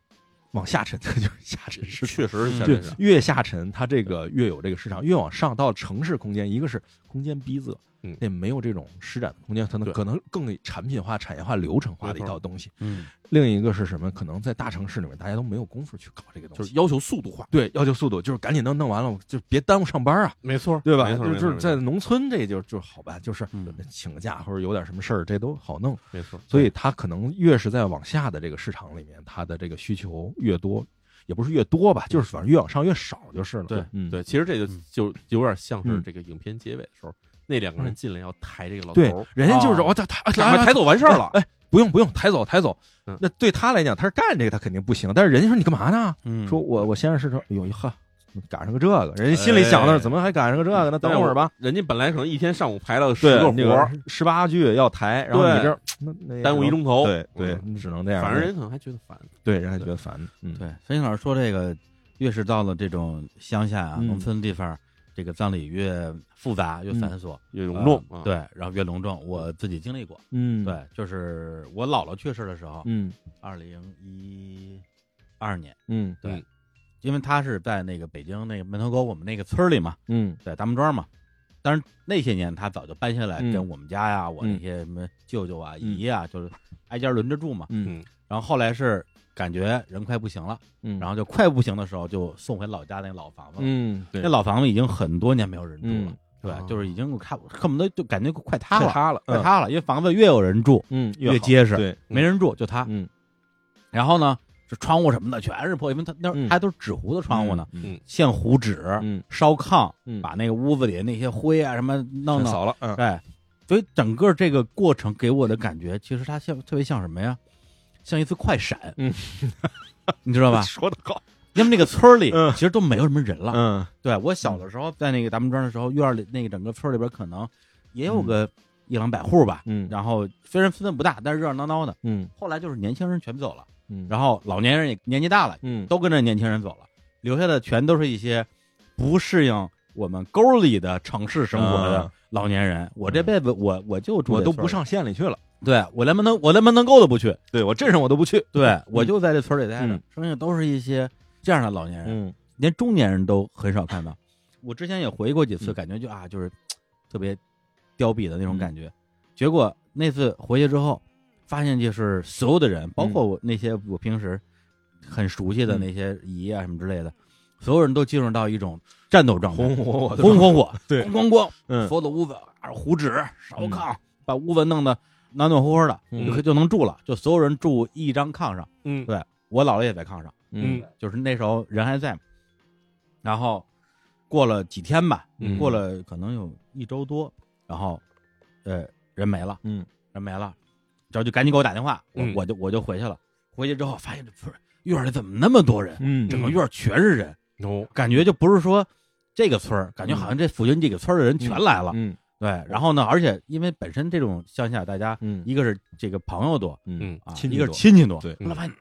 [SPEAKER 3] 往下沉， 就是下沉
[SPEAKER 1] 是
[SPEAKER 3] 市场。
[SPEAKER 1] 确实是
[SPEAKER 2] 嗯
[SPEAKER 1] 下
[SPEAKER 3] 对
[SPEAKER 1] 沉市场，
[SPEAKER 3] 越下沉，它这个越有这个市场，越往上到城市空间，一个是空间逼仄，
[SPEAKER 1] 嗯
[SPEAKER 3] 那没有这种施展的空间，它能
[SPEAKER 1] 对
[SPEAKER 3] 可能更产品化、产业化、流程化的一
[SPEAKER 1] 没错
[SPEAKER 3] 套东西。
[SPEAKER 2] 嗯，
[SPEAKER 3] 另一个是什么？可能在大城市里面，大家都没有功夫去搞这个东
[SPEAKER 1] 就
[SPEAKER 3] 西，
[SPEAKER 1] 是要求速度化。
[SPEAKER 3] 对要求速度，就是赶紧弄弄完了，我就别耽误上班啊。
[SPEAKER 1] 没错，
[SPEAKER 3] 对吧？
[SPEAKER 1] 没错，
[SPEAKER 3] 就
[SPEAKER 1] 没
[SPEAKER 3] 就
[SPEAKER 1] 错
[SPEAKER 3] 是在农村，这就就好办，就是
[SPEAKER 2] 嗯
[SPEAKER 3] 请个假或者有点什么事儿，这都好弄。
[SPEAKER 1] 没错，
[SPEAKER 3] 所以它可能越是在往下的这个市场里面，它的这个需求越多，也不是越多吧，就是反正越往上越少就是了。
[SPEAKER 2] 对
[SPEAKER 3] 嗯，
[SPEAKER 1] 对，其实这个
[SPEAKER 2] 嗯
[SPEAKER 1] 就有点像是
[SPEAKER 3] 嗯
[SPEAKER 1] 这个影片结尾的时候，那两个人进来要抬这个老
[SPEAKER 3] 对
[SPEAKER 1] 头儿，，
[SPEAKER 3] 人家就是
[SPEAKER 2] 哦
[SPEAKER 3] 我他他
[SPEAKER 1] 啊赶快抬走完事儿了。
[SPEAKER 3] 哎，哎不用不用，抬走抬走
[SPEAKER 1] 嗯。
[SPEAKER 3] 那对他来讲，他是干这个，他肯定不行。但是人家说你干嘛呢？
[SPEAKER 2] 嗯
[SPEAKER 3] 说我我先生是说，哎呦呵，赶上个这个，人家心里想的
[SPEAKER 1] 哎
[SPEAKER 3] 是怎么还赶上个这个呢？等会儿吧。
[SPEAKER 1] 人家本来可能一天上午排了十
[SPEAKER 3] 对
[SPEAKER 1] 个，活
[SPEAKER 3] 那个
[SPEAKER 1] 儿，
[SPEAKER 3] 十八句要抬，然后
[SPEAKER 1] 对
[SPEAKER 3] 你这儿那那也
[SPEAKER 1] 耽误一钟头。
[SPEAKER 3] 对对，
[SPEAKER 1] 嗯
[SPEAKER 3] 你哦只能这样。
[SPEAKER 1] 反正人可能还觉得烦。
[SPEAKER 3] 对人还觉得烦，嗯，
[SPEAKER 2] 对，孙鑫老师说这个，越是到了这种乡下啊、
[SPEAKER 3] 嗯
[SPEAKER 2] 农村地方，这个葬礼越复杂、越繁琐、
[SPEAKER 1] 越隆重
[SPEAKER 2] 呃
[SPEAKER 1] 啊，
[SPEAKER 2] 对，然后越隆重。我自己经历过，
[SPEAKER 3] 嗯，
[SPEAKER 2] 对，就是我姥姥去世的时候，
[SPEAKER 3] 嗯
[SPEAKER 2] 二零一二年，
[SPEAKER 3] 嗯
[SPEAKER 2] 对
[SPEAKER 1] 嗯，
[SPEAKER 2] 因为她是在那个北京那个门头沟我们那个村儿里嘛，
[SPEAKER 3] 嗯
[SPEAKER 2] 在大门庄嘛。当然那些年她早就搬下来，
[SPEAKER 3] 嗯
[SPEAKER 2] 跟我们家呀、我那
[SPEAKER 3] 嗯
[SPEAKER 2] 些什么舅舅啊、姨啊，就是挨家轮着住嘛。
[SPEAKER 3] 嗯
[SPEAKER 2] 然后后来是感觉人快不行了。
[SPEAKER 3] 嗯，
[SPEAKER 2] 然
[SPEAKER 3] 后
[SPEAKER 2] 后就快不行的时候，就送回老家那老房子了。
[SPEAKER 3] 嗯对
[SPEAKER 2] 那，老房子已经很多年没有人住了
[SPEAKER 3] 嗯，
[SPEAKER 2] 对吧
[SPEAKER 1] 哦，
[SPEAKER 2] 就是已经我看我恨不得就感觉快塌
[SPEAKER 3] 太
[SPEAKER 2] 了，
[SPEAKER 3] 塌了，
[SPEAKER 2] 快塌了，因为房子越有人住
[SPEAKER 3] 嗯嗯
[SPEAKER 2] 越
[SPEAKER 3] 好
[SPEAKER 2] 结实，
[SPEAKER 3] 对，
[SPEAKER 2] 没人住就塌。
[SPEAKER 3] 嗯
[SPEAKER 2] 然后呢，这窗户什么的全是破，因为它那儿
[SPEAKER 3] 嗯
[SPEAKER 2] 还都是纸糊的窗户呢，
[SPEAKER 3] 嗯
[SPEAKER 2] 现糊纸
[SPEAKER 3] 嗯
[SPEAKER 2] 烧炕，
[SPEAKER 3] 嗯，
[SPEAKER 2] 把那个屋子里那些灰啊什么弄
[SPEAKER 3] 全
[SPEAKER 2] 弄，
[SPEAKER 3] 扫了， 嗯
[SPEAKER 2] 对，哎所以整个这个过程给我的感觉，其实它像特别像什么呀？像一次快闪，
[SPEAKER 3] 嗯，？
[SPEAKER 2] 你知道吧
[SPEAKER 3] 嗯说的好，
[SPEAKER 2] 因为那个村儿里
[SPEAKER 3] 嗯
[SPEAKER 2] 其实都没有什么人了，
[SPEAKER 3] 嗯
[SPEAKER 2] 对我小的时候在那个咱们庄的时候，院儿里那个整个村儿里边可能也有个一两百户吧。
[SPEAKER 3] 嗯
[SPEAKER 2] 然后虽然分的不大，但是热热闹闹的。
[SPEAKER 3] 嗯
[SPEAKER 2] 后来就是年轻人全走了，
[SPEAKER 3] 嗯，
[SPEAKER 2] 然后老年人也年纪大了，
[SPEAKER 3] 嗯
[SPEAKER 2] 都跟着年轻人走了，留下的全都是一些不适应我们沟里的城市生活的
[SPEAKER 3] 啊
[SPEAKER 2] 老年人。我这辈子我我就住
[SPEAKER 3] 我
[SPEAKER 2] 这
[SPEAKER 3] 都
[SPEAKER 2] 村儿
[SPEAKER 3] 不
[SPEAKER 2] 里，
[SPEAKER 3] 上县里去了，
[SPEAKER 2] 对我连门头我连门头沟都不去，
[SPEAKER 3] 对我镇上我都不去，
[SPEAKER 2] 对我就在这村儿里待着
[SPEAKER 3] 嗯，
[SPEAKER 2] 剩下都是一些这样的老年人。
[SPEAKER 3] 嗯
[SPEAKER 2] 连中年人都很少看到。我之前也回过几次，
[SPEAKER 3] 嗯
[SPEAKER 2] 感觉就啊，就是嘖特别凋敝的那种
[SPEAKER 3] 嗯
[SPEAKER 2] 感觉。结果那次回去之后，发现就是所有的人，
[SPEAKER 3] 嗯
[SPEAKER 2] 包括我那些我平时很熟悉的那些姨啊什么之类的，所有人都进入到一种战斗状态，
[SPEAKER 3] 红火火的，
[SPEAKER 2] 红火火，
[SPEAKER 3] 对
[SPEAKER 2] 咣咣咣，
[SPEAKER 3] 嗯
[SPEAKER 2] 所有的屋子啊，糊纸、烧炕，把屋子弄得暖暖和和的，
[SPEAKER 3] 嗯
[SPEAKER 2] 就可就能住了，就所有人住一张炕上。
[SPEAKER 1] 嗯
[SPEAKER 2] 对我姥姥也在炕上，
[SPEAKER 3] 嗯
[SPEAKER 2] 就是那时候人还在嘛。然后过了几天吧，
[SPEAKER 3] 嗯
[SPEAKER 2] 过了可能有一周多，然后呃人没了，
[SPEAKER 3] 嗯，
[SPEAKER 2] 人没了，然后就赶紧给我打电话，我、
[SPEAKER 1] 嗯
[SPEAKER 2] 我就我就回去了。回去之后发现不是院里怎么那么多人，
[SPEAKER 3] 嗯
[SPEAKER 2] 整个院儿全是人，
[SPEAKER 1] 哦，
[SPEAKER 2] 感觉就不是说这个村儿，感觉好像这附近这个村儿的人全来了。
[SPEAKER 3] 嗯
[SPEAKER 2] 对，然后呢，而且因为本身这种乡下，大家
[SPEAKER 3] 嗯
[SPEAKER 2] 一个是这个朋友多
[SPEAKER 3] 嗯
[SPEAKER 2] 啊，
[SPEAKER 3] 亲戚
[SPEAKER 2] 一个是
[SPEAKER 3] 多
[SPEAKER 2] 亲戚多，
[SPEAKER 3] 对
[SPEAKER 2] 后
[SPEAKER 3] 嗯
[SPEAKER 2] 来发现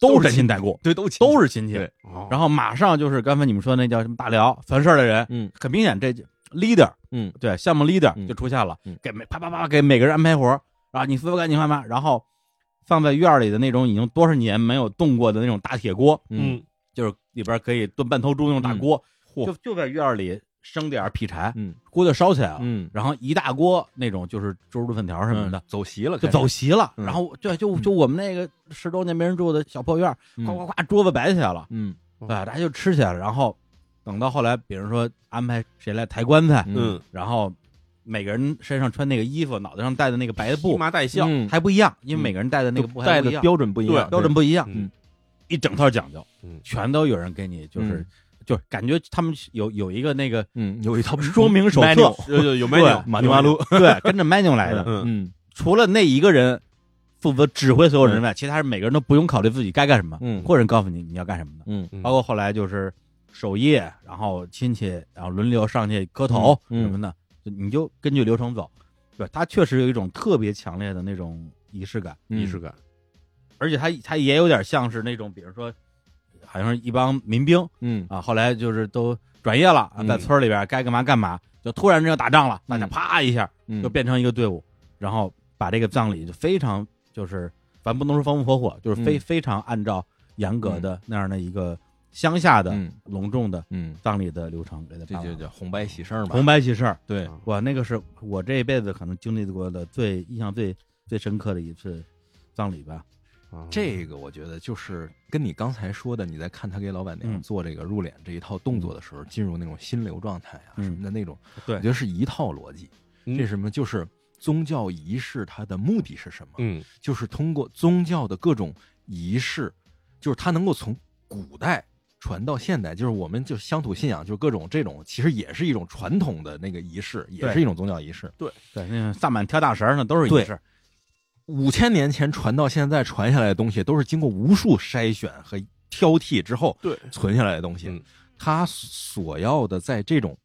[SPEAKER 3] 都
[SPEAKER 2] 都
[SPEAKER 3] 是
[SPEAKER 2] 是沾
[SPEAKER 3] 亲
[SPEAKER 2] 亲带故，
[SPEAKER 3] 对，都
[SPEAKER 2] 都是亲戚。
[SPEAKER 3] 对
[SPEAKER 1] 哦
[SPEAKER 2] 然后马上就是刚才你们说那叫什么大辽烦事儿的人，
[SPEAKER 3] 嗯
[SPEAKER 2] 很明显这 leader，
[SPEAKER 3] 嗯
[SPEAKER 2] 对，项目 leader
[SPEAKER 3] 嗯
[SPEAKER 2] 就出现了，
[SPEAKER 3] 嗯
[SPEAKER 2] 给每啪啪啪给每个人安排活儿，啊，你扶干你干嘛，然后放在院儿里的那种已经多少年没有动过的那种大铁锅，
[SPEAKER 3] 嗯
[SPEAKER 2] 就是里边可以炖半头猪那种大锅，
[SPEAKER 3] 嚯
[SPEAKER 2] 就就在院儿里生点儿劈柴，
[SPEAKER 3] 嗯
[SPEAKER 2] 锅就烧起来了，
[SPEAKER 3] 嗯
[SPEAKER 2] 然后一大锅那种就是猪肉粉条什么的，
[SPEAKER 3] 走席了，
[SPEAKER 2] 就走席了。
[SPEAKER 3] 嗯
[SPEAKER 2] 然后对，就就我们那个十周年没人住的小破院儿，
[SPEAKER 3] 嗯
[SPEAKER 2] 夸夸夸，桌子摆起来了，
[SPEAKER 3] 嗯
[SPEAKER 2] 对，大家就吃起来了。然后等到后来，比如说安排谁来抬棺材，
[SPEAKER 1] 嗯，
[SPEAKER 2] 然后每个人身上穿那个衣服，脑袋上戴的那个白的
[SPEAKER 1] 披
[SPEAKER 2] 布
[SPEAKER 1] 麻戴孝
[SPEAKER 3] 笑，
[SPEAKER 2] 还不一样，因为
[SPEAKER 3] 嗯
[SPEAKER 2] 每个人戴的那个布还
[SPEAKER 3] 带
[SPEAKER 2] 不
[SPEAKER 3] 的
[SPEAKER 2] 一样，
[SPEAKER 3] 标准不一样，
[SPEAKER 2] 标准不一样，
[SPEAKER 1] 嗯
[SPEAKER 2] 一整套讲究
[SPEAKER 1] 嗯，
[SPEAKER 2] 全都有人给你就是
[SPEAKER 3] 嗯。
[SPEAKER 2] 就感觉他们有有一个那个
[SPEAKER 3] 嗯有一套
[SPEAKER 2] 说明手
[SPEAKER 3] 嗯
[SPEAKER 2] 册，
[SPEAKER 1] 有有有没
[SPEAKER 2] 对
[SPEAKER 1] 有？
[SPEAKER 3] 马尼马路，
[SPEAKER 2] 对，跟着 menu 来的。
[SPEAKER 1] 嗯
[SPEAKER 3] 嗯
[SPEAKER 2] 除了那一个人负责指挥所有人外，其他人每个人都不用考虑自己该干什么，
[SPEAKER 3] 嗯
[SPEAKER 2] 或者告诉你你要干什么的。
[SPEAKER 3] 嗯
[SPEAKER 1] 嗯
[SPEAKER 2] 包括后来就是守夜，然后亲戚，然后轮流上去磕头
[SPEAKER 3] 嗯嗯
[SPEAKER 2] 什么的，就你就根据流程走。对，它确实有一种特别强烈的那种仪式感，
[SPEAKER 3] 嗯
[SPEAKER 1] 仪式感，
[SPEAKER 2] 而且它它也有点像是那种，比如说，好像是一帮民兵
[SPEAKER 3] 嗯
[SPEAKER 2] 啊，后来就是都转业了，啊
[SPEAKER 3] 嗯
[SPEAKER 2] 在村里边该干嘛干嘛，就突然之间打仗了，大家
[SPEAKER 3] 嗯
[SPEAKER 2] 啪一下，
[SPEAKER 3] 嗯
[SPEAKER 2] 就变成一个队伍，然后把这个葬礼就非常就是，咱不能说风风火火，就是非、
[SPEAKER 3] 嗯
[SPEAKER 2] 非常按照严格的那样的一个乡下的、
[SPEAKER 3] 嗯
[SPEAKER 2] 隆重的
[SPEAKER 3] 嗯，
[SPEAKER 2] 葬礼的流程给他
[SPEAKER 3] 这
[SPEAKER 2] 办
[SPEAKER 3] 就
[SPEAKER 2] 了。
[SPEAKER 3] 叫红白喜事儿嘛，
[SPEAKER 2] 红白喜事儿，
[SPEAKER 3] 对，
[SPEAKER 2] 哇，那个是我这辈子可能经历过的最印象最最深刻的一次葬礼吧。
[SPEAKER 1] 啊
[SPEAKER 3] 这个我觉得就是跟你刚才说的，你在看他给老板娘
[SPEAKER 2] 嗯
[SPEAKER 3] 做这个入殓这一套动作的时候，进入那种心流状态啊
[SPEAKER 2] 嗯
[SPEAKER 3] 什么的那种，
[SPEAKER 2] 对
[SPEAKER 3] 我觉得是一套逻辑。
[SPEAKER 1] 嗯
[SPEAKER 3] 这什么就是宗教仪式它的目的是什么？
[SPEAKER 1] 嗯
[SPEAKER 3] 就是通过宗教的各种仪式，就是它能够从古代传到现代，就是我们就乡土信仰，就是各种这种，其实也是一种传统的那个仪式，也
[SPEAKER 2] 对
[SPEAKER 3] 是一种宗教仪式。
[SPEAKER 2] 对，那个萨满跳大神儿那都是仪
[SPEAKER 3] 对
[SPEAKER 2] 式，
[SPEAKER 3] 五千年前传到现在传下来的东西，都是经过无数筛选和挑剔之后
[SPEAKER 1] 对
[SPEAKER 3] 存下来的东西。
[SPEAKER 1] 嗯
[SPEAKER 3] 它所要的在这种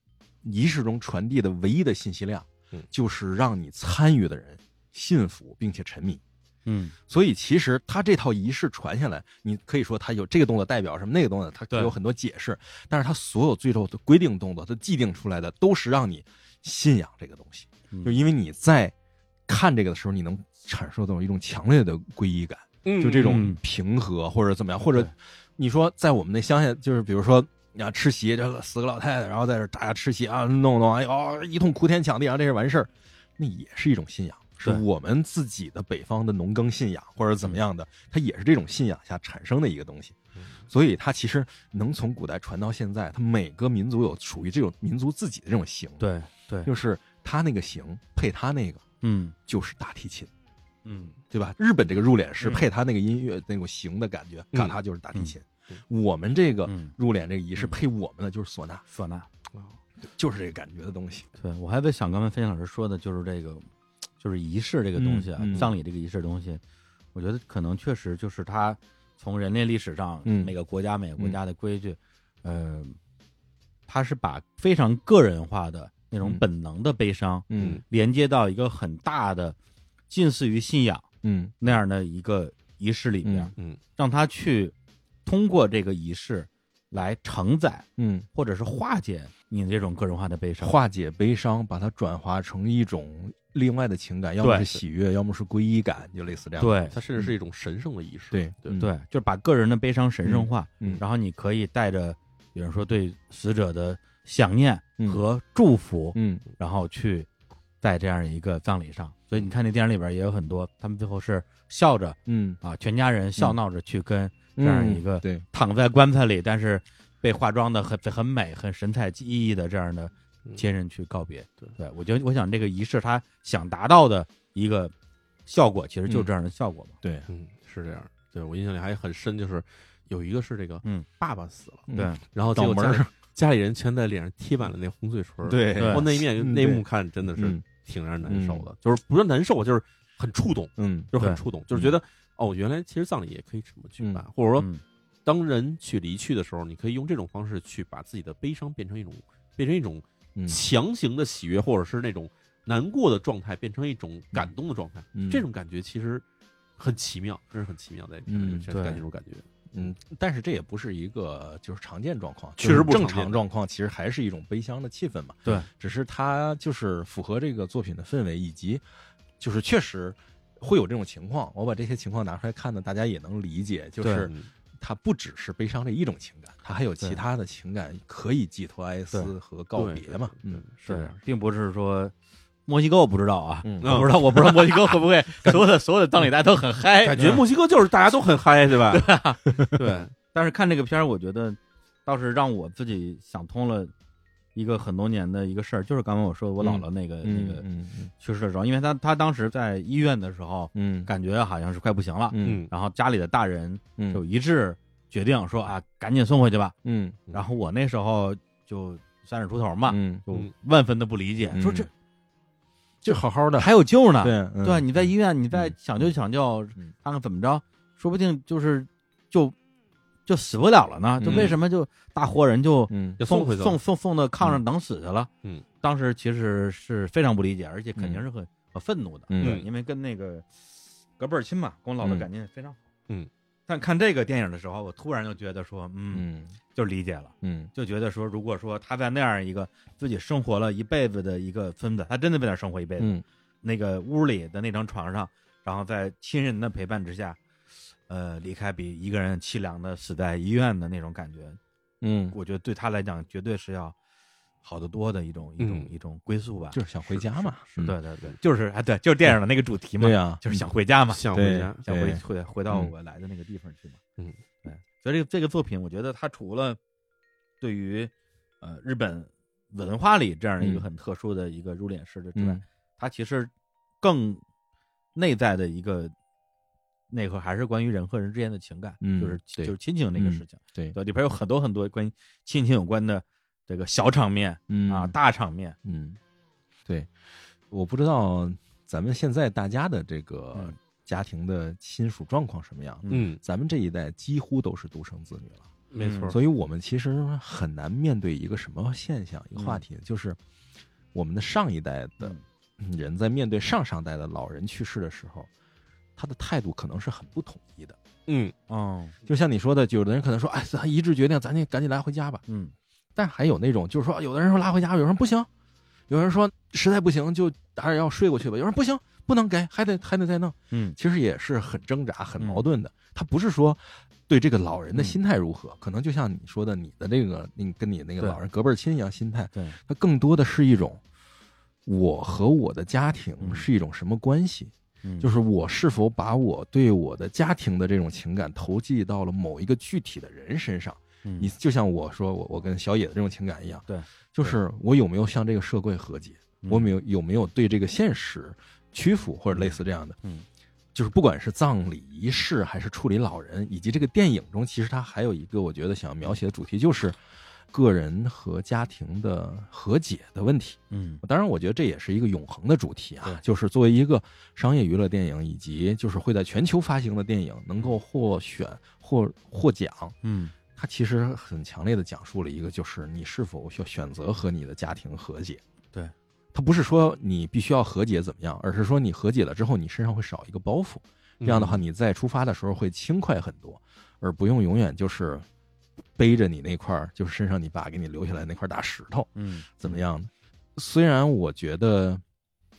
[SPEAKER 3] 仪式中传递的唯一的信息量
[SPEAKER 1] 嗯，
[SPEAKER 3] 就是让你参与的人信服并且沉迷。
[SPEAKER 2] 嗯，
[SPEAKER 3] 所以其实它这套仪式传下来，你可以说它有这个动作代表什么，那个动作它
[SPEAKER 2] 对
[SPEAKER 3] 有很多解释，但是它所有最后的规定动作，它既定出来的都是让你信仰这个东西，
[SPEAKER 2] 嗯
[SPEAKER 3] 就因为你在看这个的时候，你能产生到一种强烈的皈依感，
[SPEAKER 1] 嗯
[SPEAKER 3] 就这种
[SPEAKER 2] 嗯
[SPEAKER 3] 平和或者怎么样，或者
[SPEAKER 2] 对
[SPEAKER 3] 你说在我们那乡下，就是比如说。啊，吃席，这死个老太太，然后在这大家吃席啊，弄弄，哎呦，一通哭天抢地，然后这是完事儿，那也是一种信仰，是
[SPEAKER 2] 对
[SPEAKER 3] 我们自己的北方的农耕信仰或者怎么样
[SPEAKER 2] 嗯
[SPEAKER 3] 的，它也是这种信仰下产生的一个东西。所以它其实能从古代传到现在，它每个民族有属于这种民族自己的这种形，，
[SPEAKER 2] 对对，
[SPEAKER 3] 就是它那个形配它那个
[SPEAKER 2] 嗯
[SPEAKER 3] 就是大提琴，
[SPEAKER 2] 嗯，
[SPEAKER 3] 对吧？日本这个入殓是
[SPEAKER 2] 嗯
[SPEAKER 3] 配它那个音乐那种形的感觉，
[SPEAKER 1] 嗯
[SPEAKER 3] 嘎它就是大提琴。我们这个入殓这个仪式配我们的就是唢呐，
[SPEAKER 2] 唢呐。
[SPEAKER 3] 就是这个感觉的东西。
[SPEAKER 2] 对我还在想，刚才飞翔老师说的就是这个，就是仪式这个东西啊，
[SPEAKER 3] 嗯嗯
[SPEAKER 2] 葬礼这个仪式东西，我觉得可能确实就是它从人类历史上、
[SPEAKER 3] 嗯
[SPEAKER 2] 每个国家每个国家的规矩，呃，它是把非常个人化的那种
[SPEAKER 3] 嗯
[SPEAKER 2] 本能的悲伤、
[SPEAKER 3] 嗯
[SPEAKER 2] 连接到一个很大的，近似于信仰
[SPEAKER 3] 嗯
[SPEAKER 2] 那样的一个仪式里面，
[SPEAKER 1] 嗯嗯
[SPEAKER 2] 让他去通过这个仪式来承载
[SPEAKER 3] 嗯，
[SPEAKER 2] 或者是化解你的这种个人化的悲伤。
[SPEAKER 3] 化解悲伤，把它转化成一种另外的情感，要么是
[SPEAKER 2] 对
[SPEAKER 3] 喜悦，要么是皈依感，就类似这样的。
[SPEAKER 2] 对，
[SPEAKER 1] 它甚至是一种神圣的仪式。
[SPEAKER 3] 对
[SPEAKER 1] 对
[SPEAKER 3] 嗯
[SPEAKER 2] 对，就是把个人的悲伤神圣化，
[SPEAKER 3] 嗯嗯
[SPEAKER 2] 然后你可以带着，比如说对死者的想念
[SPEAKER 3] 嗯
[SPEAKER 2] 和祝福，
[SPEAKER 3] 嗯
[SPEAKER 2] 然后去在这样一个葬礼上。所以你看那电影里边也有很多，他们最后是笑着
[SPEAKER 3] 嗯，
[SPEAKER 2] 啊，全家人笑闹着去跟这
[SPEAKER 3] 这
[SPEAKER 2] 样
[SPEAKER 3] 样
[SPEAKER 2] 一
[SPEAKER 3] 一
[SPEAKER 2] 个
[SPEAKER 3] 个对
[SPEAKER 2] 躺在棺材里，但是被化妆的很很美、很神采奕奕的这样的
[SPEAKER 3] 嗯
[SPEAKER 2] 亲人去告别。
[SPEAKER 1] 对
[SPEAKER 2] 对，我觉得我想这个仪式他想达到的一个效果，其实就是这样的效果嘛。
[SPEAKER 3] 对，
[SPEAKER 1] 嗯，是这样。对我印象里还很深，就是有一个是这个，
[SPEAKER 2] 嗯，
[SPEAKER 1] 爸爸死了，
[SPEAKER 3] 嗯
[SPEAKER 2] 对，
[SPEAKER 1] 然后结
[SPEAKER 3] 脑
[SPEAKER 1] 果
[SPEAKER 3] 门
[SPEAKER 1] 家里
[SPEAKER 3] 儿
[SPEAKER 1] 家里人全在脸上贴满了那红嘴唇，，
[SPEAKER 3] 对
[SPEAKER 2] 对
[SPEAKER 1] 我那一面
[SPEAKER 3] 嗯
[SPEAKER 1] 那一
[SPEAKER 3] 对
[SPEAKER 1] 幕看真的是
[SPEAKER 3] 嗯
[SPEAKER 1] 挺让人难受的，就是不是难受，就是很触动，
[SPEAKER 3] 嗯
[SPEAKER 1] 就是很
[SPEAKER 2] 对
[SPEAKER 1] 触动，就是觉得哦，原来其实葬礼也可以这么举办，或者说
[SPEAKER 2] 嗯
[SPEAKER 1] 当人去离去的时候，你可以用这种方式去把自己的悲伤变成一种变成一种
[SPEAKER 3] 嗯
[SPEAKER 1] 强行的喜悦，或者是那种难过的状态，变成一种感动的状态。
[SPEAKER 3] 嗯
[SPEAKER 1] 这种感觉其实很奇妙，真是很奇妙，在这
[SPEAKER 3] 嗯
[SPEAKER 1] 这
[SPEAKER 2] 对
[SPEAKER 1] 感这种感觉。
[SPEAKER 3] 嗯，但是这也不是一个就是常见状况，
[SPEAKER 1] 确实不
[SPEAKER 3] 就是
[SPEAKER 1] 常
[SPEAKER 3] 正
[SPEAKER 1] 见
[SPEAKER 3] 常状况，其实还是一种悲伤的气氛嘛。
[SPEAKER 2] 对，
[SPEAKER 3] 只是它就是符合这个作品的氛围，以及就是确实会有这种情况。我把这些情况拿出来看呢，大家也能理解，就是
[SPEAKER 1] 嗯
[SPEAKER 3] 它不只是悲伤这一种情感，它还有其他的情感可以寄托哀思和告别嘛。
[SPEAKER 1] 对
[SPEAKER 3] 嗯，
[SPEAKER 1] 是这
[SPEAKER 2] 对
[SPEAKER 1] 样，
[SPEAKER 2] 并不是说墨西哥我不知道啊，
[SPEAKER 3] 嗯
[SPEAKER 2] 我不知道，我不知道墨西哥会 不会所有的所有的葬礼大家都很嗨，
[SPEAKER 3] 哎
[SPEAKER 2] 嗯
[SPEAKER 1] 感
[SPEAKER 3] 嗯
[SPEAKER 1] 觉墨西哥就是大家都很嗨，对吧？
[SPEAKER 2] 对，但是看这个片儿，我觉得倒是让我自己想通了一个很多年的一个事儿，就是刚刚我说我姥姥那个、 那个
[SPEAKER 3] 嗯嗯
[SPEAKER 2] 去世的时候，因为她她当时在医院的时候，
[SPEAKER 3] 嗯
[SPEAKER 2] 感觉好像是快不行了，
[SPEAKER 3] 嗯
[SPEAKER 2] 然后家里的大人就
[SPEAKER 3] 嗯
[SPEAKER 2] 一致决定说啊，赶紧送回去吧。
[SPEAKER 3] 嗯
[SPEAKER 2] 然后我那时候就三十出头嘛，
[SPEAKER 3] 嗯，
[SPEAKER 2] 就
[SPEAKER 1] 嗯
[SPEAKER 2] 万分的不理解，说这
[SPEAKER 3] 嗯就好好的，
[SPEAKER 2] 还有救呢，
[SPEAKER 3] 对
[SPEAKER 2] 对，
[SPEAKER 3] 嗯对
[SPEAKER 2] 你在医院，你再
[SPEAKER 3] 嗯
[SPEAKER 2] 抢救抢救
[SPEAKER 3] 嗯，
[SPEAKER 2] 看看怎么着，说不定就是就就死不了了呢。就
[SPEAKER 3] 嗯
[SPEAKER 2] 为什么就大活人就
[SPEAKER 3] 嗯
[SPEAKER 1] 就
[SPEAKER 2] 送
[SPEAKER 1] 送回去了
[SPEAKER 2] 送送送到炕上等死去了？
[SPEAKER 1] 嗯，
[SPEAKER 2] 当时其实是非常不理解，而且肯定是很很愤怒的，
[SPEAKER 3] 嗯
[SPEAKER 2] 对因为跟那个隔辈儿亲嘛，跟我姥姥感情也非常好。
[SPEAKER 1] 嗯，
[SPEAKER 2] 但看这个电影的时候，我突然就觉得说，嗯，
[SPEAKER 3] 嗯
[SPEAKER 2] 就理解了。
[SPEAKER 3] 嗯
[SPEAKER 2] 就觉得说，如果说他在那样一个自己生活了一辈子的一个村子，他真的在那儿生活一辈子，
[SPEAKER 3] 嗯
[SPEAKER 2] 那个屋里的那张床上，然后在亲人的陪伴之下，呃，离开比一个人凄凉的死在医院的那种感觉，
[SPEAKER 3] 嗯，
[SPEAKER 2] 我觉得对他来讲绝对是要好得多的一种一种、
[SPEAKER 1] 嗯
[SPEAKER 2] 一种归宿吧。
[SPEAKER 3] 就是想回家嘛。嗯
[SPEAKER 1] 是
[SPEAKER 2] 对对对，就是啊，对，就是电影的那个主题嘛，
[SPEAKER 3] 对啊嗯呀，
[SPEAKER 2] 就是想回家嘛，
[SPEAKER 1] 想回
[SPEAKER 3] 对
[SPEAKER 1] 家，
[SPEAKER 2] 想回
[SPEAKER 3] 对
[SPEAKER 2] 回回到
[SPEAKER 3] 嗯
[SPEAKER 2] 我来的那个地方去嘛。
[SPEAKER 1] 嗯，
[SPEAKER 2] 对，所以这个这个作品，我觉得它除了对于呃日本文化里这样的一个
[SPEAKER 3] 嗯
[SPEAKER 2] 很特殊的一个入殓式的之外，
[SPEAKER 3] 嗯
[SPEAKER 2] 它其实更内在的一个内核还是关于人和人之间的情感，
[SPEAKER 3] 嗯
[SPEAKER 2] 就是
[SPEAKER 3] 对
[SPEAKER 2] 就是亲情这个
[SPEAKER 3] 嗯
[SPEAKER 2] 事情。
[SPEAKER 3] 对
[SPEAKER 2] 对，里边有很多很多关于亲情有关的这个小场面、
[SPEAKER 3] 嗯
[SPEAKER 2] 啊、大场面，
[SPEAKER 3] 嗯，对，我不知道咱们现在大家的这个
[SPEAKER 2] 嗯
[SPEAKER 3] 家庭的亲属状况什么样。
[SPEAKER 1] 嗯，
[SPEAKER 3] 咱们这一代几乎都是独生子女了，
[SPEAKER 1] 没错，
[SPEAKER 3] 所以我们其实很难面对一个什么现象、一个话
[SPEAKER 2] 嗯
[SPEAKER 3] 题，就是我们的上一代的
[SPEAKER 2] 嗯
[SPEAKER 3] 人在面对上上代的老人去世的时候，他的态度可能是很不统一的。
[SPEAKER 1] 嗯
[SPEAKER 2] 哦，
[SPEAKER 3] 就像你说的，有的人可能说：“哎，咱一致决定，咱就赶紧拉回家吧。”
[SPEAKER 2] 嗯
[SPEAKER 3] 但还有那种就是说，有的人说拉回家，有人说不行，有人说实在不行就还是要睡过去吧，有人不行不能给，还得还得再弄。
[SPEAKER 2] 嗯，
[SPEAKER 3] 其实也是很挣扎、很矛盾的。他不是说对这个老
[SPEAKER 2] 嗯
[SPEAKER 3] 人的心态如何，可能就像你说的，你的这个你跟你那个
[SPEAKER 2] 对
[SPEAKER 3] 老人隔辈儿亲一样心态，
[SPEAKER 2] 对，
[SPEAKER 3] 它更多的是一种我和我的家
[SPEAKER 2] 嗯
[SPEAKER 3] 庭是一种什么关系。
[SPEAKER 2] 嗯
[SPEAKER 3] 就是我是否把我对我的家庭的这种情感投寄到了某一个具体的人身上？
[SPEAKER 2] 嗯
[SPEAKER 3] 你就像我说我我跟小野的这种情感一样，
[SPEAKER 2] 啊对，
[SPEAKER 3] 就是我有没有向这个社会和解，
[SPEAKER 2] 嗯
[SPEAKER 3] 我没有有没有对这个现实屈服或者类似这样的，
[SPEAKER 2] 嗯，
[SPEAKER 3] 就是不管是葬礼仪式还是处理老人，以及这个电影中，其实它还有一个我觉得想描写的主题就是个人和家庭的和解的问题。
[SPEAKER 2] 嗯
[SPEAKER 3] 当然，我觉得这也是一个永恒的主题
[SPEAKER 2] 对
[SPEAKER 3] 啊，就是作为一个商业娱乐电影，以及就是会在全球发行的电影能够获选或获奖，
[SPEAKER 2] 嗯
[SPEAKER 3] 它其实很强烈的讲述了一个，就是你是否需要选择和你的家庭和解。
[SPEAKER 2] 对，
[SPEAKER 3] 它不是说你必须要和解怎么样，而是说你和解了之后，你身上会少一个包袱，这样的
[SPEAKER 2] 嗯
[SPEAKER 3] 话，你在出发的时候会轻快很多，而不用永远就是背着你那块儿，就是身上你爸给你留下来那块大石头。
[SPEAKER 2] 嗯，
[SPEAKER 3] 怎么样的。虽然我觉得，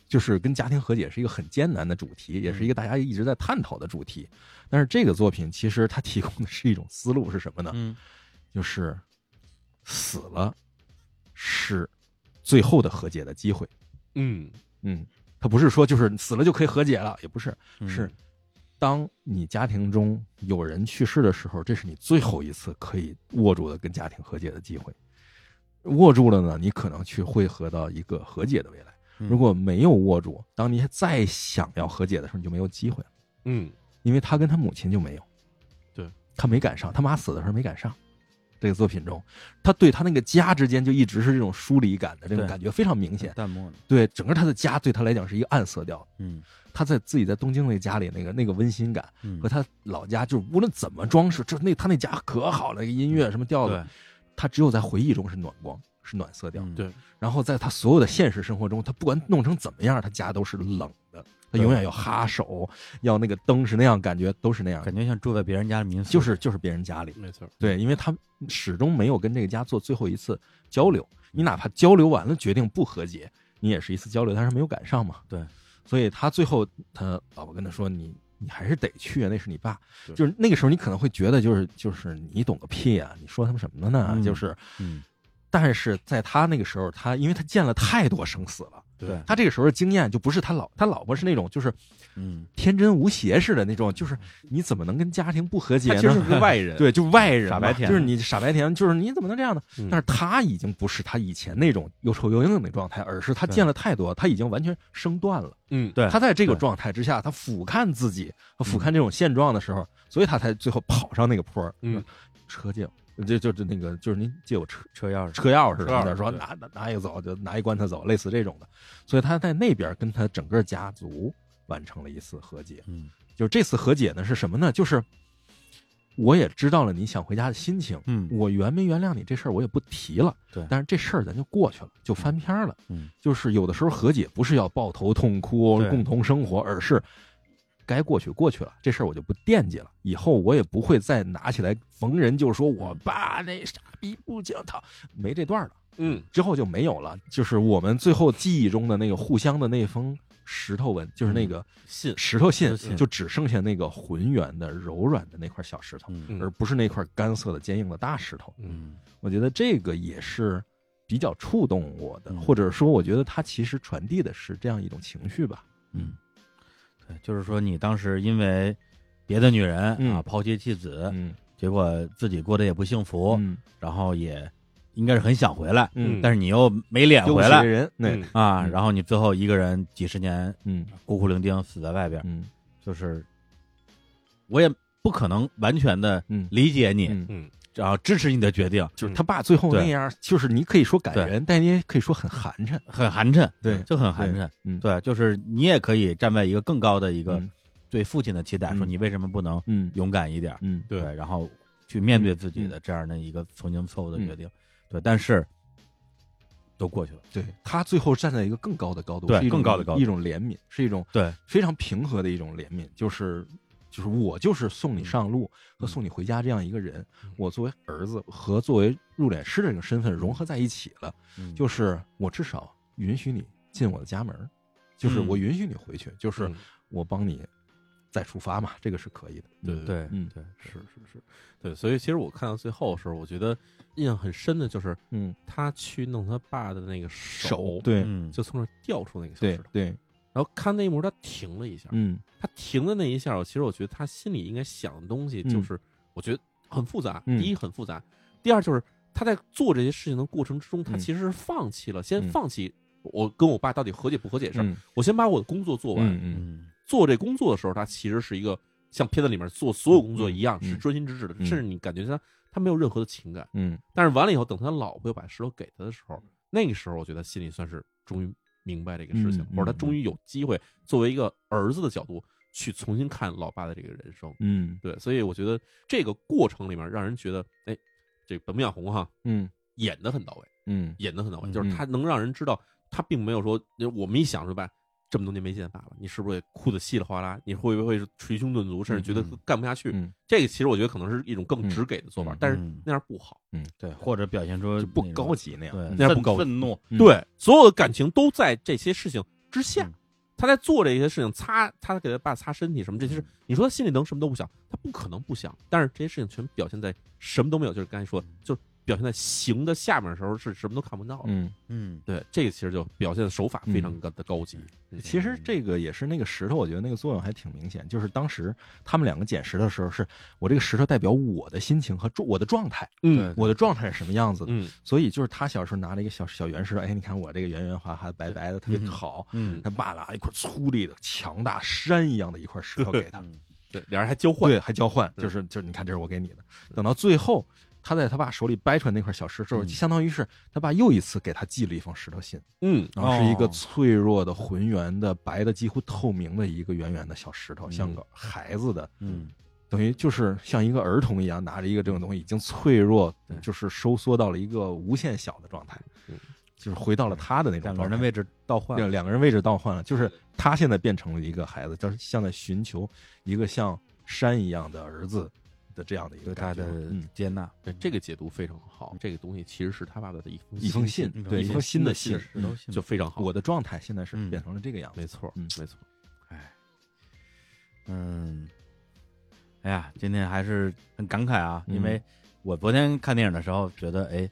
[SPEAKER 3] 就是跟家庭和解是一个很艰难的主题，也是一个大家一直在探讨的主题，但是这个作品其实它提供的是一种思路是什么呢？
[SPEAKER 2] 嗯
[SPEAKER 3] 就是死了是最后的和解的机会，
[SPEAKER 1] 嗯
[SPEAKER 3] 嗯，他不是说就是死了就可以和解了，也不是，
[SPEAKER 2] 嗯
[SPEAKER 3] 是当你家庭中有人去世的时候，这是你最后一次可以握住的跟家庭和解的机会。握住了呢，你可能去会合到一个和解的未来；
[SPEAKER 2] 嗯
[SPEAKER 3] 如果没有握住，当你再想要和解的时候，你就没有机会了，
[SPEAKER 1] 嗯，
[SPEAKER 3] 因为他跟他母亲就没有。
[SPEAKER 1] 对，
[SPEAKER 3] 他没赶上，他妈死的时候没赶上。这个作品中，他对他那个家之间就一直是这种疏离感的这种
[SPEAKER 2] 对
[SPEAKER 3] 感觉非常明显。
[SPEAKER 2] 弹幕呢，
[SPEAKER 3] 对，整个他的家对他来讲是一个暗色调。
[SPEAKER 2] 嗯
[SPEAKER 3] 他在自己在东京那家里那个那个温馨感，
[SPEAKER 2] 嗯
[SPEAKER 3] 和他老家就是无论怎么装饰，就是那他那家可好了，音乐什么调
[SPEAKER 2] 嗯对
[SPEAKER 3] 子，他只有在回忆中是暖光，是暖色调。
[SPEAKER 2] 嗯
[SPEAKER 1] 对
[SPEAKER 3] 然后在他所有的现实生活中，他不管弄成怎么样，他家都是冷的，他
[SPEAKER 2] 对
[SPEAKER 3] 永远要哈手，要那个灯是那样，感觉都是那样，
[SPEAKER 2] 感觉像住在别人家的民宿，
[SPEAKER 3] 就是就是别人家里。
[SPEAKER 1] 没错，
[SPEAKER 3] 对，因为他始终没有跟这个家做最后一次交流。你哪怕交流完了，决定不和解，你也是一次交流，但是没有赶上嘛。
[SPEAKER 2] 对，
[SPEAKER 3] 所以他最后他老婆跟他说：“你你还是得去啊，那是你爸。”
[SPEAKER 1] 对
[SPEAKER 3] 就是那个时候，你可能会觉得就是就是你懂个屁啊，你说他们什么呢？
[SPEAKER 2] 嗯
[SPEAKER 3] 就是，
[SPEAKER 2] 嗯
[SPEAKER 3] 但是在他那个时候，他因为他见了太多生死了，
[SPEAKER 2] 对
[SPEAKER 3] 他这个时候的经验就不是他老他老婆是那种就是
[SPEAKER 2] 嗯
[SPEAKER 3] 天真无邪似的那种，就是你怎么能跟家庭不和解
[SPEAKER 1] 他
[SPEAKER 3] 呢？
[SPEAKER 1] 其实是个外人，
[SPEAKER 3] 对，就外人嘛，
[SPEAKER 2] 傻白甜
[SPEAKER 3] 就是你傻白甜，就是你怎么能这样呢？
[SPEAKER 1] 嗯
[SPEAKER 3] 但是他已经不是他以前那种又丑又硬的那状态，而是他
[SPEAKER 2] 对
[SPEAKER 3] 见了太多，他已经完全生断了。
[SPEAKER 1] 嗯，
[SPEAKER 2] 对
[SPEAKER 3] 他在这个
[SPEAKER 2] 对
[SPEAKER 3] 状态之下，他俯瞰自己，他俯瞰这种现状的时候，所以他才最后跑上那个坡儿。
[SPEAKER 1] 嗯，
[SPEAKER 3] 车借我，就就就那个，就是您借我车
[SPEAKER 2] 车钥匙，
[SPEAKER 3] 车钥匙什
[SPEAKER 1] 车
[SPEAKER 3] 么
[SPEAKER 1] 钥
[SPEAKER 3] 的，
[SPEAKER 1] 匙
[SPEAKER 3] 说
[SPEAKER 1] 对
[SPEAKER 3] 拿拿拿一个走，就拿一棺材走，类似这种的。所以他在那边跟他整个家族完成了一次和解。
[SPEAKER 2] 嗯
[SPEAKER 3] 就是这次和解呢是什么呢？就是我也知道了你想回家的心情，
[SPEAKER 2] 嗯
[SPEAKER 3] 我原没原谅你这事儿我也不提了，
[SPEAKER 2] 对
[SPEAKER 3] 但是这事儿咱就过去了，就翻篇儿了。
[SPEAKER 2] 嗯，
[SPEAKER 3] 就是有的时候和解不是要抱头痛哭、
[SPEAKER 2] 对
[SPEAKER 3] 共同生活，而是该过去过去了，这事儿我就不惦记了，以后我也不会再拿起来逢人就说我爸那傻逼不讲他没这段儿了，
[SPEAKER 1] 嗯，
[SPEAKER 3] 之后就没有了。就是我们最后记忆中的那个互相的那封石头文，就是那个
[SPEAKER 1] 信，
[SPEAKER 3] 石头信
[SPEAKER 2] 嗯石头，信
[SPEAKER 3] 就只剩下那个浑圆的、柔软的那块小石头，
[SPEAKER 2] 嗯
[SPEAKER 3] 而不是那块干涩的、坚硬的大石头。
[SPEAKER 2] 嗯
[SPEAKER 3] 我觉得这个也是比较触动我的，
[SPEAKER 2] 嗯
[SPEAKER 3] 或者说，我觉得它其实传递的是这样一种情绪吧。
[SPEAKER 2] 嗯，对，就是说你当时因为别的女人啊
[SPEAKER 3] 嗯
[SPEAKER 2] 抛妻弃子，
[SPEAKER 3] 嗯，
[SPEAKER 2] 结果自己过得也不幸福，
[SPEAKER 3] 嗯，
[SPEAKER 2] 然后也应该是很想回来，
[SPEAKER 3] 嗯
[SPEAKER 2] 但是你又没脸
[SPEAKER 3] 丢
[SPEAKER 2] 回
[SPEAKER 3] 不起这
[SPEAKER 2] 来
[SPEAKER 3] 人，那，
[SPEAKER 1] 嗯
[SPEAKER 2] 啊，
[SPEAKER 3] 嗯
[SPEAKER 2] 然后你最后一个人几十年
[SPEAKER 3] 嗯
[SPEAKER 2] 孤苦伶仃死在外边，
[SPEAKER 3] 嗯
[SPEAKER 2] 就是我也不可能完全的
[SPEAKER 3] 嗯
[SPEAKER 2] 理解你，
[SPEAKER 3] 嗯，
[SPEAKER 1] 嗯，
[SPEAKER 2] 然后支持你的决定，
[SPEAKER 3] 就是他爸最后那样，就是你可以说感人，但你也可以说很寒碜。
[SPEAKER 2] 很寒碜，
[SPEAKER 3] 对
[SPEAKER 2] 就很寒碜，
[SPEAKER 3] 嗯
[SPEAKER 2] 对，就是你也可以站在一个更高的一个
[SPEAKER 3] 嗯
[SPEAKER 2] 对父亲的期待，
[SPEAKER 3] 嗯
[SPEAKER 2] 说你为什么不能
[SPEAKER 3] 嗯
[SPEAKER 2] 勇敢一点儿？
[SPEAKER 3] 嗯，
[SPEAKER 1] 对
[SPEAKER 2] 对，然后去面对自己的这样的一个曾经错误的
[SPEAKER 3] 嗯
[SPEAKER 2] 决定，对，但是都过去了，
[SPEAKER 3] 对他最后站在一个更高的高度，
[SPEAKER 2] 对
[SPEAKER 3] 是一种
[SPEAKER 2] 更高的高度
[SPEAKER 3] 一种怜悯，是一种
[SPEAKER 2] 对，
[SPEAKER 3] 非常平和的一种怜悯，就是就是我就是送你上
[SPEAKER 2] 嗯
[SPEAKER 3] 路和送你回家这样一个人，我作为儿子和作为入殓师的这个身份融合在一起了，
[SPEAKER 2] 嗯
[SPEAKER 3] 就是我至少允许你进我的家门儿，就是
[SPEAKER 2] 嗯
[SPEAKER 3] 我允许你回去，就是
[SPEAKER 1] 嗯
[SPEAKER 3] 我帮你再出发嘛，这个是可以的。
[SPEAKER 1] 对
[SPEAKER 3] 嗯
[SPEAKER 2] 对，
[SPEAKER 3] 嗯
[SPEAKER 2] 对，
[SPEAKER 1] 是是是，对，所以其实我看到最后的时候，我觉得印象很深的就是
[SPEAKER 3] 嗯，
[SPEAKER 1] 他去弄他爸的那个手，
[SPEAKER 3] 对
[SPEAKER 2] 嗯，
[SPEAKER 1] 就从那儿掉出那个小
[SPEAKER 3] 对
[SPEAKER 1] 石头，
[SPEAKER 3] 对，
[SPEAKER 1] 然后看那一幕，他停了一下，
[SPEAKER 3] 嗯
[SPEAKER 1] 他停的那一下，我其实我觉得他心里应该想的东西就是，我觉得很复杂。
[SPEAKER 3] 嗯
[SPEAKER 1] 第一很复杂，第二就是他在做这些事情的过程之中，他
[SPEAKER 3] 嗯
[SPEAKER 1] 其实是放弃了，先
[SPEAKER 3] 嗯
[SPEAKER 1] 放弃我跟我爸到底和解不和解的事儿，
[SPEAKER 3] 嗯
[SPEAKER 1] 我先把我的工作做完。
[SPEAKER 3] 嗯
[SPEAKER 2] 嗯
[SPEAKER 1] 做这工作的时候，他其实是一个像片子里面做所有工作一样，
[SPEAKER 3] 嗯
[SPEAKER 1] 是专心致志的，
[SPEAKER 3] 嗯
[SPEAKER 1] 甚至你感觉他他没有任何的情感。
[SPEAKER 3] 嗯
[SPEAKER 1] 但是完了以后，等他老婆又把石头给他的时候，那个时候我觉得心里算是终于明白这个事情，
[SPEAKER 3] 嗯
[SPEAKER 1] 或者他
[SPEAKER 3] 嗯
[SPEAKER 1] 终于有机会作为一个儿子的角度去重新看老爸的这个人生。
[SPEAKER 3] 嗯
[SPEAKER 1] 对，所以我觉得这个过程里面让人觉得，哎，这个本木雅弘哈
[SPEAKER 3] 嗯
[SPEAKER 1] 演的很到位，
[SPEAKER 3] 嗯
[SPEAKER 1] 演的很到位，
[SPEAKER 2] 嗯
[SPEAKER 1] 就是他能让人知道他并没有说，我们一想说吧。这么多年没见爸爸，你是不是也哭得稀里哗啦？你会不会是捶胸顿足，甚至觉得
[SPEAKER 2] 嗯嗯
[SPEAKER 1] 干不下去？
[SPEAKER 3] 嗯
[SPEAKER 1] 这个其实我觉得可能是一种更直给的做法，
[SPEAKER 3] 嗯
[SPEAKER 1] 但是
[SPEAKER 2] 嗯
[SPEAKER 1] 那样不好。
[SPEAKER 2] 对，或者表现出
[SPEAKER 3] 就不
[SPEAKER 2] 那种
[SPEAKER 3] 高，级啊那样，
[SPEAKER 2] 对，
[SPEAKER 1] 那样不
[SPEAKER 2] 愤
[SPEAKER 1] 高级
[SPEAKER 2] 愤怒，
[SPEAKER 3] 嗯
[SPEAKER 1] 对，所有的感情都在这些事情之下。
[SPEAKER 2] 嗯
[SPEAKER 1] 他在做这些事情，擦他给他爸擦身体什么这些事
[SPEAKER 2] 嗯，
[SPEAKER 1] 你说他心里能什么都不想，他不可能不想。但是这些事情全表现在什么都没有，就是刚才说的，就是表现在形的下面的时候，是什么都看不到的。
[SPEAKER 3] 嗯，
[SPEAKER 2] 嗯，
[SPEAKER 1] 对，这个其实就表现的手法非常高的高级。
[SPEAKER 3] 其实这个也是那个石头，我觉得那个作用还挺明显。就是当时他们两个捡石头的时候，是我这个石头代表我的心情和状我的状态，
[SPEAKER 1] 嗯
[SPEAKER 3] 我的状态是什么样子的。
[SPEAKER 1] 嗯
[SPEAKER 3] 所以就是他小时候拿着一个小小圆石头，哎，你看我这个圆圆滑滑、白白的，特别好。
[SPEAKER 2] 嗯，
[SPEAKER 3] 他爸拿一块粗粝的、强大山一样的一块石头给他，
[SPEAKER 2] 嗯
[SPEAKER 1] 对，俩人还交换。
[SPEAKER 3] 对，还交换，
[SPEAKER 1] 对
[SPEAKER 3] 就是就是，你看这是我给你的。等到最后，他在他爸手里掰出来那块小石头，
[SPEAKER 2] 嗯
[SPEAKER 3] 相当于是他爸又一次给他寄了一封石头信，
[SPEAKER 1] 嗯
[SPEAKER 3] 然后是一个
[SPEAKER 2] 哦
[SPEAKER 3] 脆弱的、浑圆的、白的几乎透明的一个圆圆的小石头，
[SPEAKER 2] 嗯
[SPEAKER 3] 像个孩子的，
[SPEAKER 2] 嗯，
[SPEAKER 3] 等于就是像一个儿童一样拿着一个这种东西，已经脆弱
[SPEAKER 2] 对，
[SPEAKER 3] 就是收缩到了一个无限小的状态
[SPEAKER 1] 嗯，
[SPEAKER 3] 就是回到了他的那种
[SPEAKER 2] 两个
[SPEAKER 3] 状
[SPEAKER 2] 人
[SPEAKER 3] 态
[SPEAKER 2] 的。位置倒换，
[SPEAKER 3] 两两个人位置倒换了，就是他现在变成了一个孩子，就是像在寻求一个像山一样的儿子的这样的一个
[SPEAKER 2] 对他
[SPEAKER 3] 感觉。
[SPEAKER 2] 的
[SPEAKER 3] 嗯，
[SPEAKER 2] 接纳，
[SPEAKER 1] 对，这个解读非常好。这个东西其实是他爸爸的一封
[SPEAKER 3] 一封信，对
[SPEAKER 2] 一
[SPEAKER 3] 一
[SPEAKER 2] 封
[SPEAKER 3] 封新的
[SPEAKER 1] 信
[SPEAKER 3] 信，嗯
[SPEAKER 2] 是都信
[SPEAKER 1] 就非常好。
[SPEAKER 3] 我的状态现在是
[SPEAKER 2] 嗯
[SPEAKER 3] 变成了这个样子。
[SPEAKER 1] 没错，
[SPEAKER 3] 嗯
[SPEAKER 1] 没错。
[SPEAKER 2] 哎，嗯，哎呀，今天还是很感慨啊，
[SPEAKER 3] 嗯
[SPEAKER 2] 因为我昨天看电影的时候觉得，哎，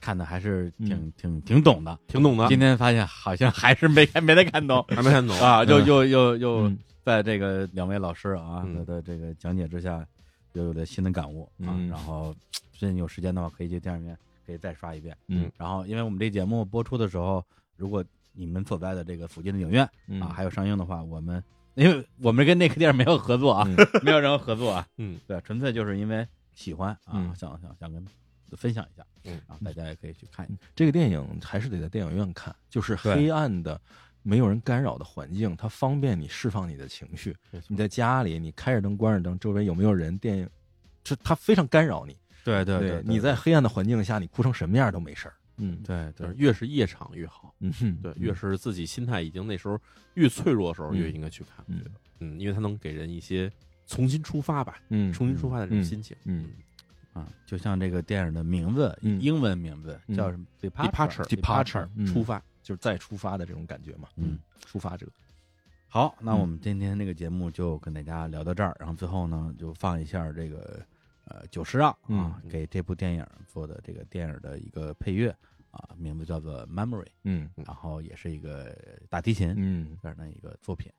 [SPEAKER 2] 看的还是挺、
[SPEAKER 3] 嗯啊
[SPEAKER 2] 挺挺懂的。
[SPEAKER 1] 挺懂的，
[SPEAKER 2] 今天发现好像还是没看没太看懂
[SPEAKER 1] 还没看懂
[SPEAKER 2] 啊，又
[SPEAKER 3] 嗯
[SPEAKER 2] 又又又
[SPEAKER 3] 嗯
[SPEAKER 2] 在这个两位老师啊
[SPEAKER 1] 嗯
[SPEAKER 2] 的的这个讲解之下，又有了新的感悟啊。
[SPEAKER 3] 嗯
[SPEAKER 2] 然后最近有时间的话，可以去电影院可以再刷一遍。
[SPEAKER 3] 嗯，
[SPEAKER 2] 然后因为我们这节目播出的时候，如果你们所在的这个附近的影院
[SPEAKER 3] 嗯
[SPEAKER 2] 啊，还有上映的话，我们因为我们跟那个电影没有合作啊，
[SPEAKER 3] 嗯
[SPEAKER 2] 没有任何合作啊，
[SPEAKER 1] 嗯，
[SPEAKER 2] 对，纯粹就是因为喜欢啊，
[SPEAKER 3] 嗯
[SPEAKER 2] 想想想跟分享一下，
[SPEAKER 1] 嗯
[SPEAKER 2] 然后大家也可以去看一下，
[SPEAKER 3] 这个电影还是得在电影院看，就是
[SPEAKER 2] 对
[SPEAKER 3] 黑暗的、没有人干扰的环境，它方便你释放你的情绪。你在家里，你开着灯、关着灯，周围有没有人，电影，这它非常干扰你。
[SPEAKER 2] 对对
[SPEAKER 3] 你在黑暗的环境下，你哭成什么样都没事儿。嗯
[SPEAKER 2] 对
[SPEAKER 1] 就
[SPEAKER 2] 对
[SPEAKER 1] 是越是夜场越好。
[SPEAKER 3] 嗯哼，
[SPEAKER 1] 对，越是自己心态已经那时候越脆弱的时候，
[SPEAKER 3] 嗯
[SPEAKER 1] 越应该去看。
[SPEAKER 3] 嗯
[SPEAKER 1] 嗯，因为它能给人一些重新出发吧，
[SPEAKER 3] 嗯
[SPEAKER 1] 重新出发的这种心情。
[SPEAKER 3] 嗯
[SPEAKER 2] 啊，就像这个电影的名字，
[SPEAKER 3] 嗯
[SPEAKER 2] 英文名字
[SPEAKER 3] 嗯
[SPEAKER 2] 叫什么
[SPEAKER 3] departure 嗯
[SPEAKER 1] 出发，
[SPEAKER 3] 就是再出发的这种感觉嘛。
[SPEAKER 2] 嗯，
[SPEAKER 3] 出发者。
[SPEAKER 2] 好，那
[SPEAKER 3] 嗯
[SPEAKER 2] 我们今天这个节目就跟大家聊到这儿，然后最后呢，就放一下这个呃久石让啊、
[SPEAKER 1] 嗯
[SPEAKER 2] 给这部电影做的这个电影的一个配乐啊，名字叫做《Memory》，
[SPEAKER 3] 嗯
[SPEAKER 2] 然后也是一个大提琴
[SPEAKER 3] 嗯，
[SPEAKER 2] 这样的一个作品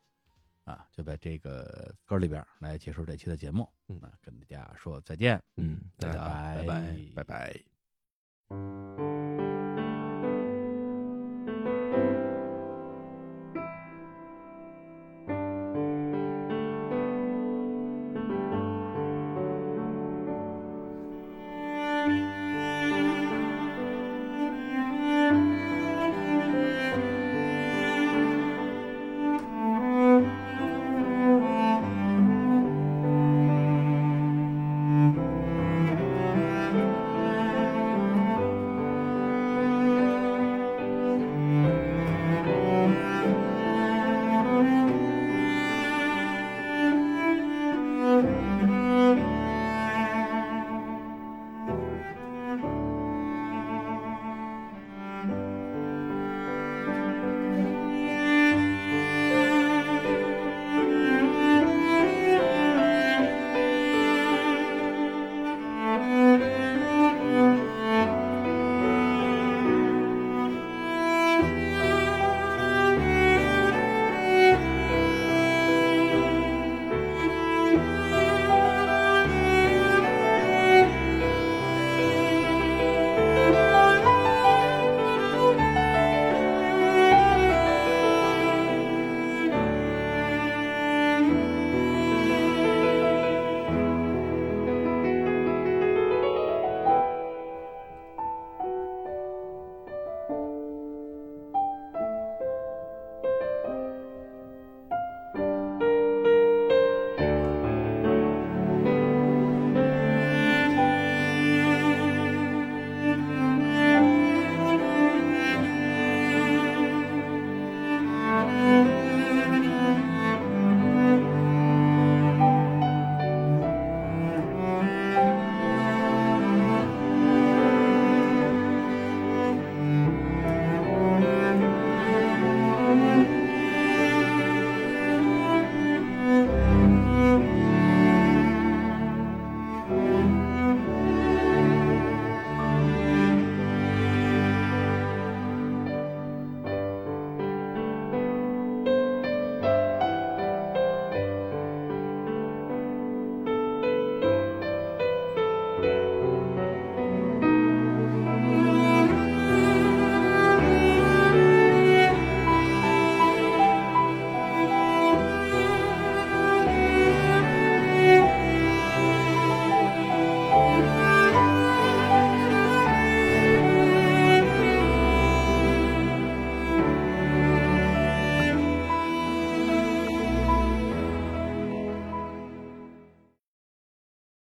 [SPEAKER 2] 啊，就在这个歌里边儿来结束这期的节目，
[SPEAKER 1] 嗯
[SPEAKER 2] 啊，跟大家说再见，
[SPEAKER 3] 嗯
[SPEAKER 2] 嗯拜
[SPEAKER 1] 拜
[SPEAKER 2] 拜
[SPEAKER 1] 拜拜拜。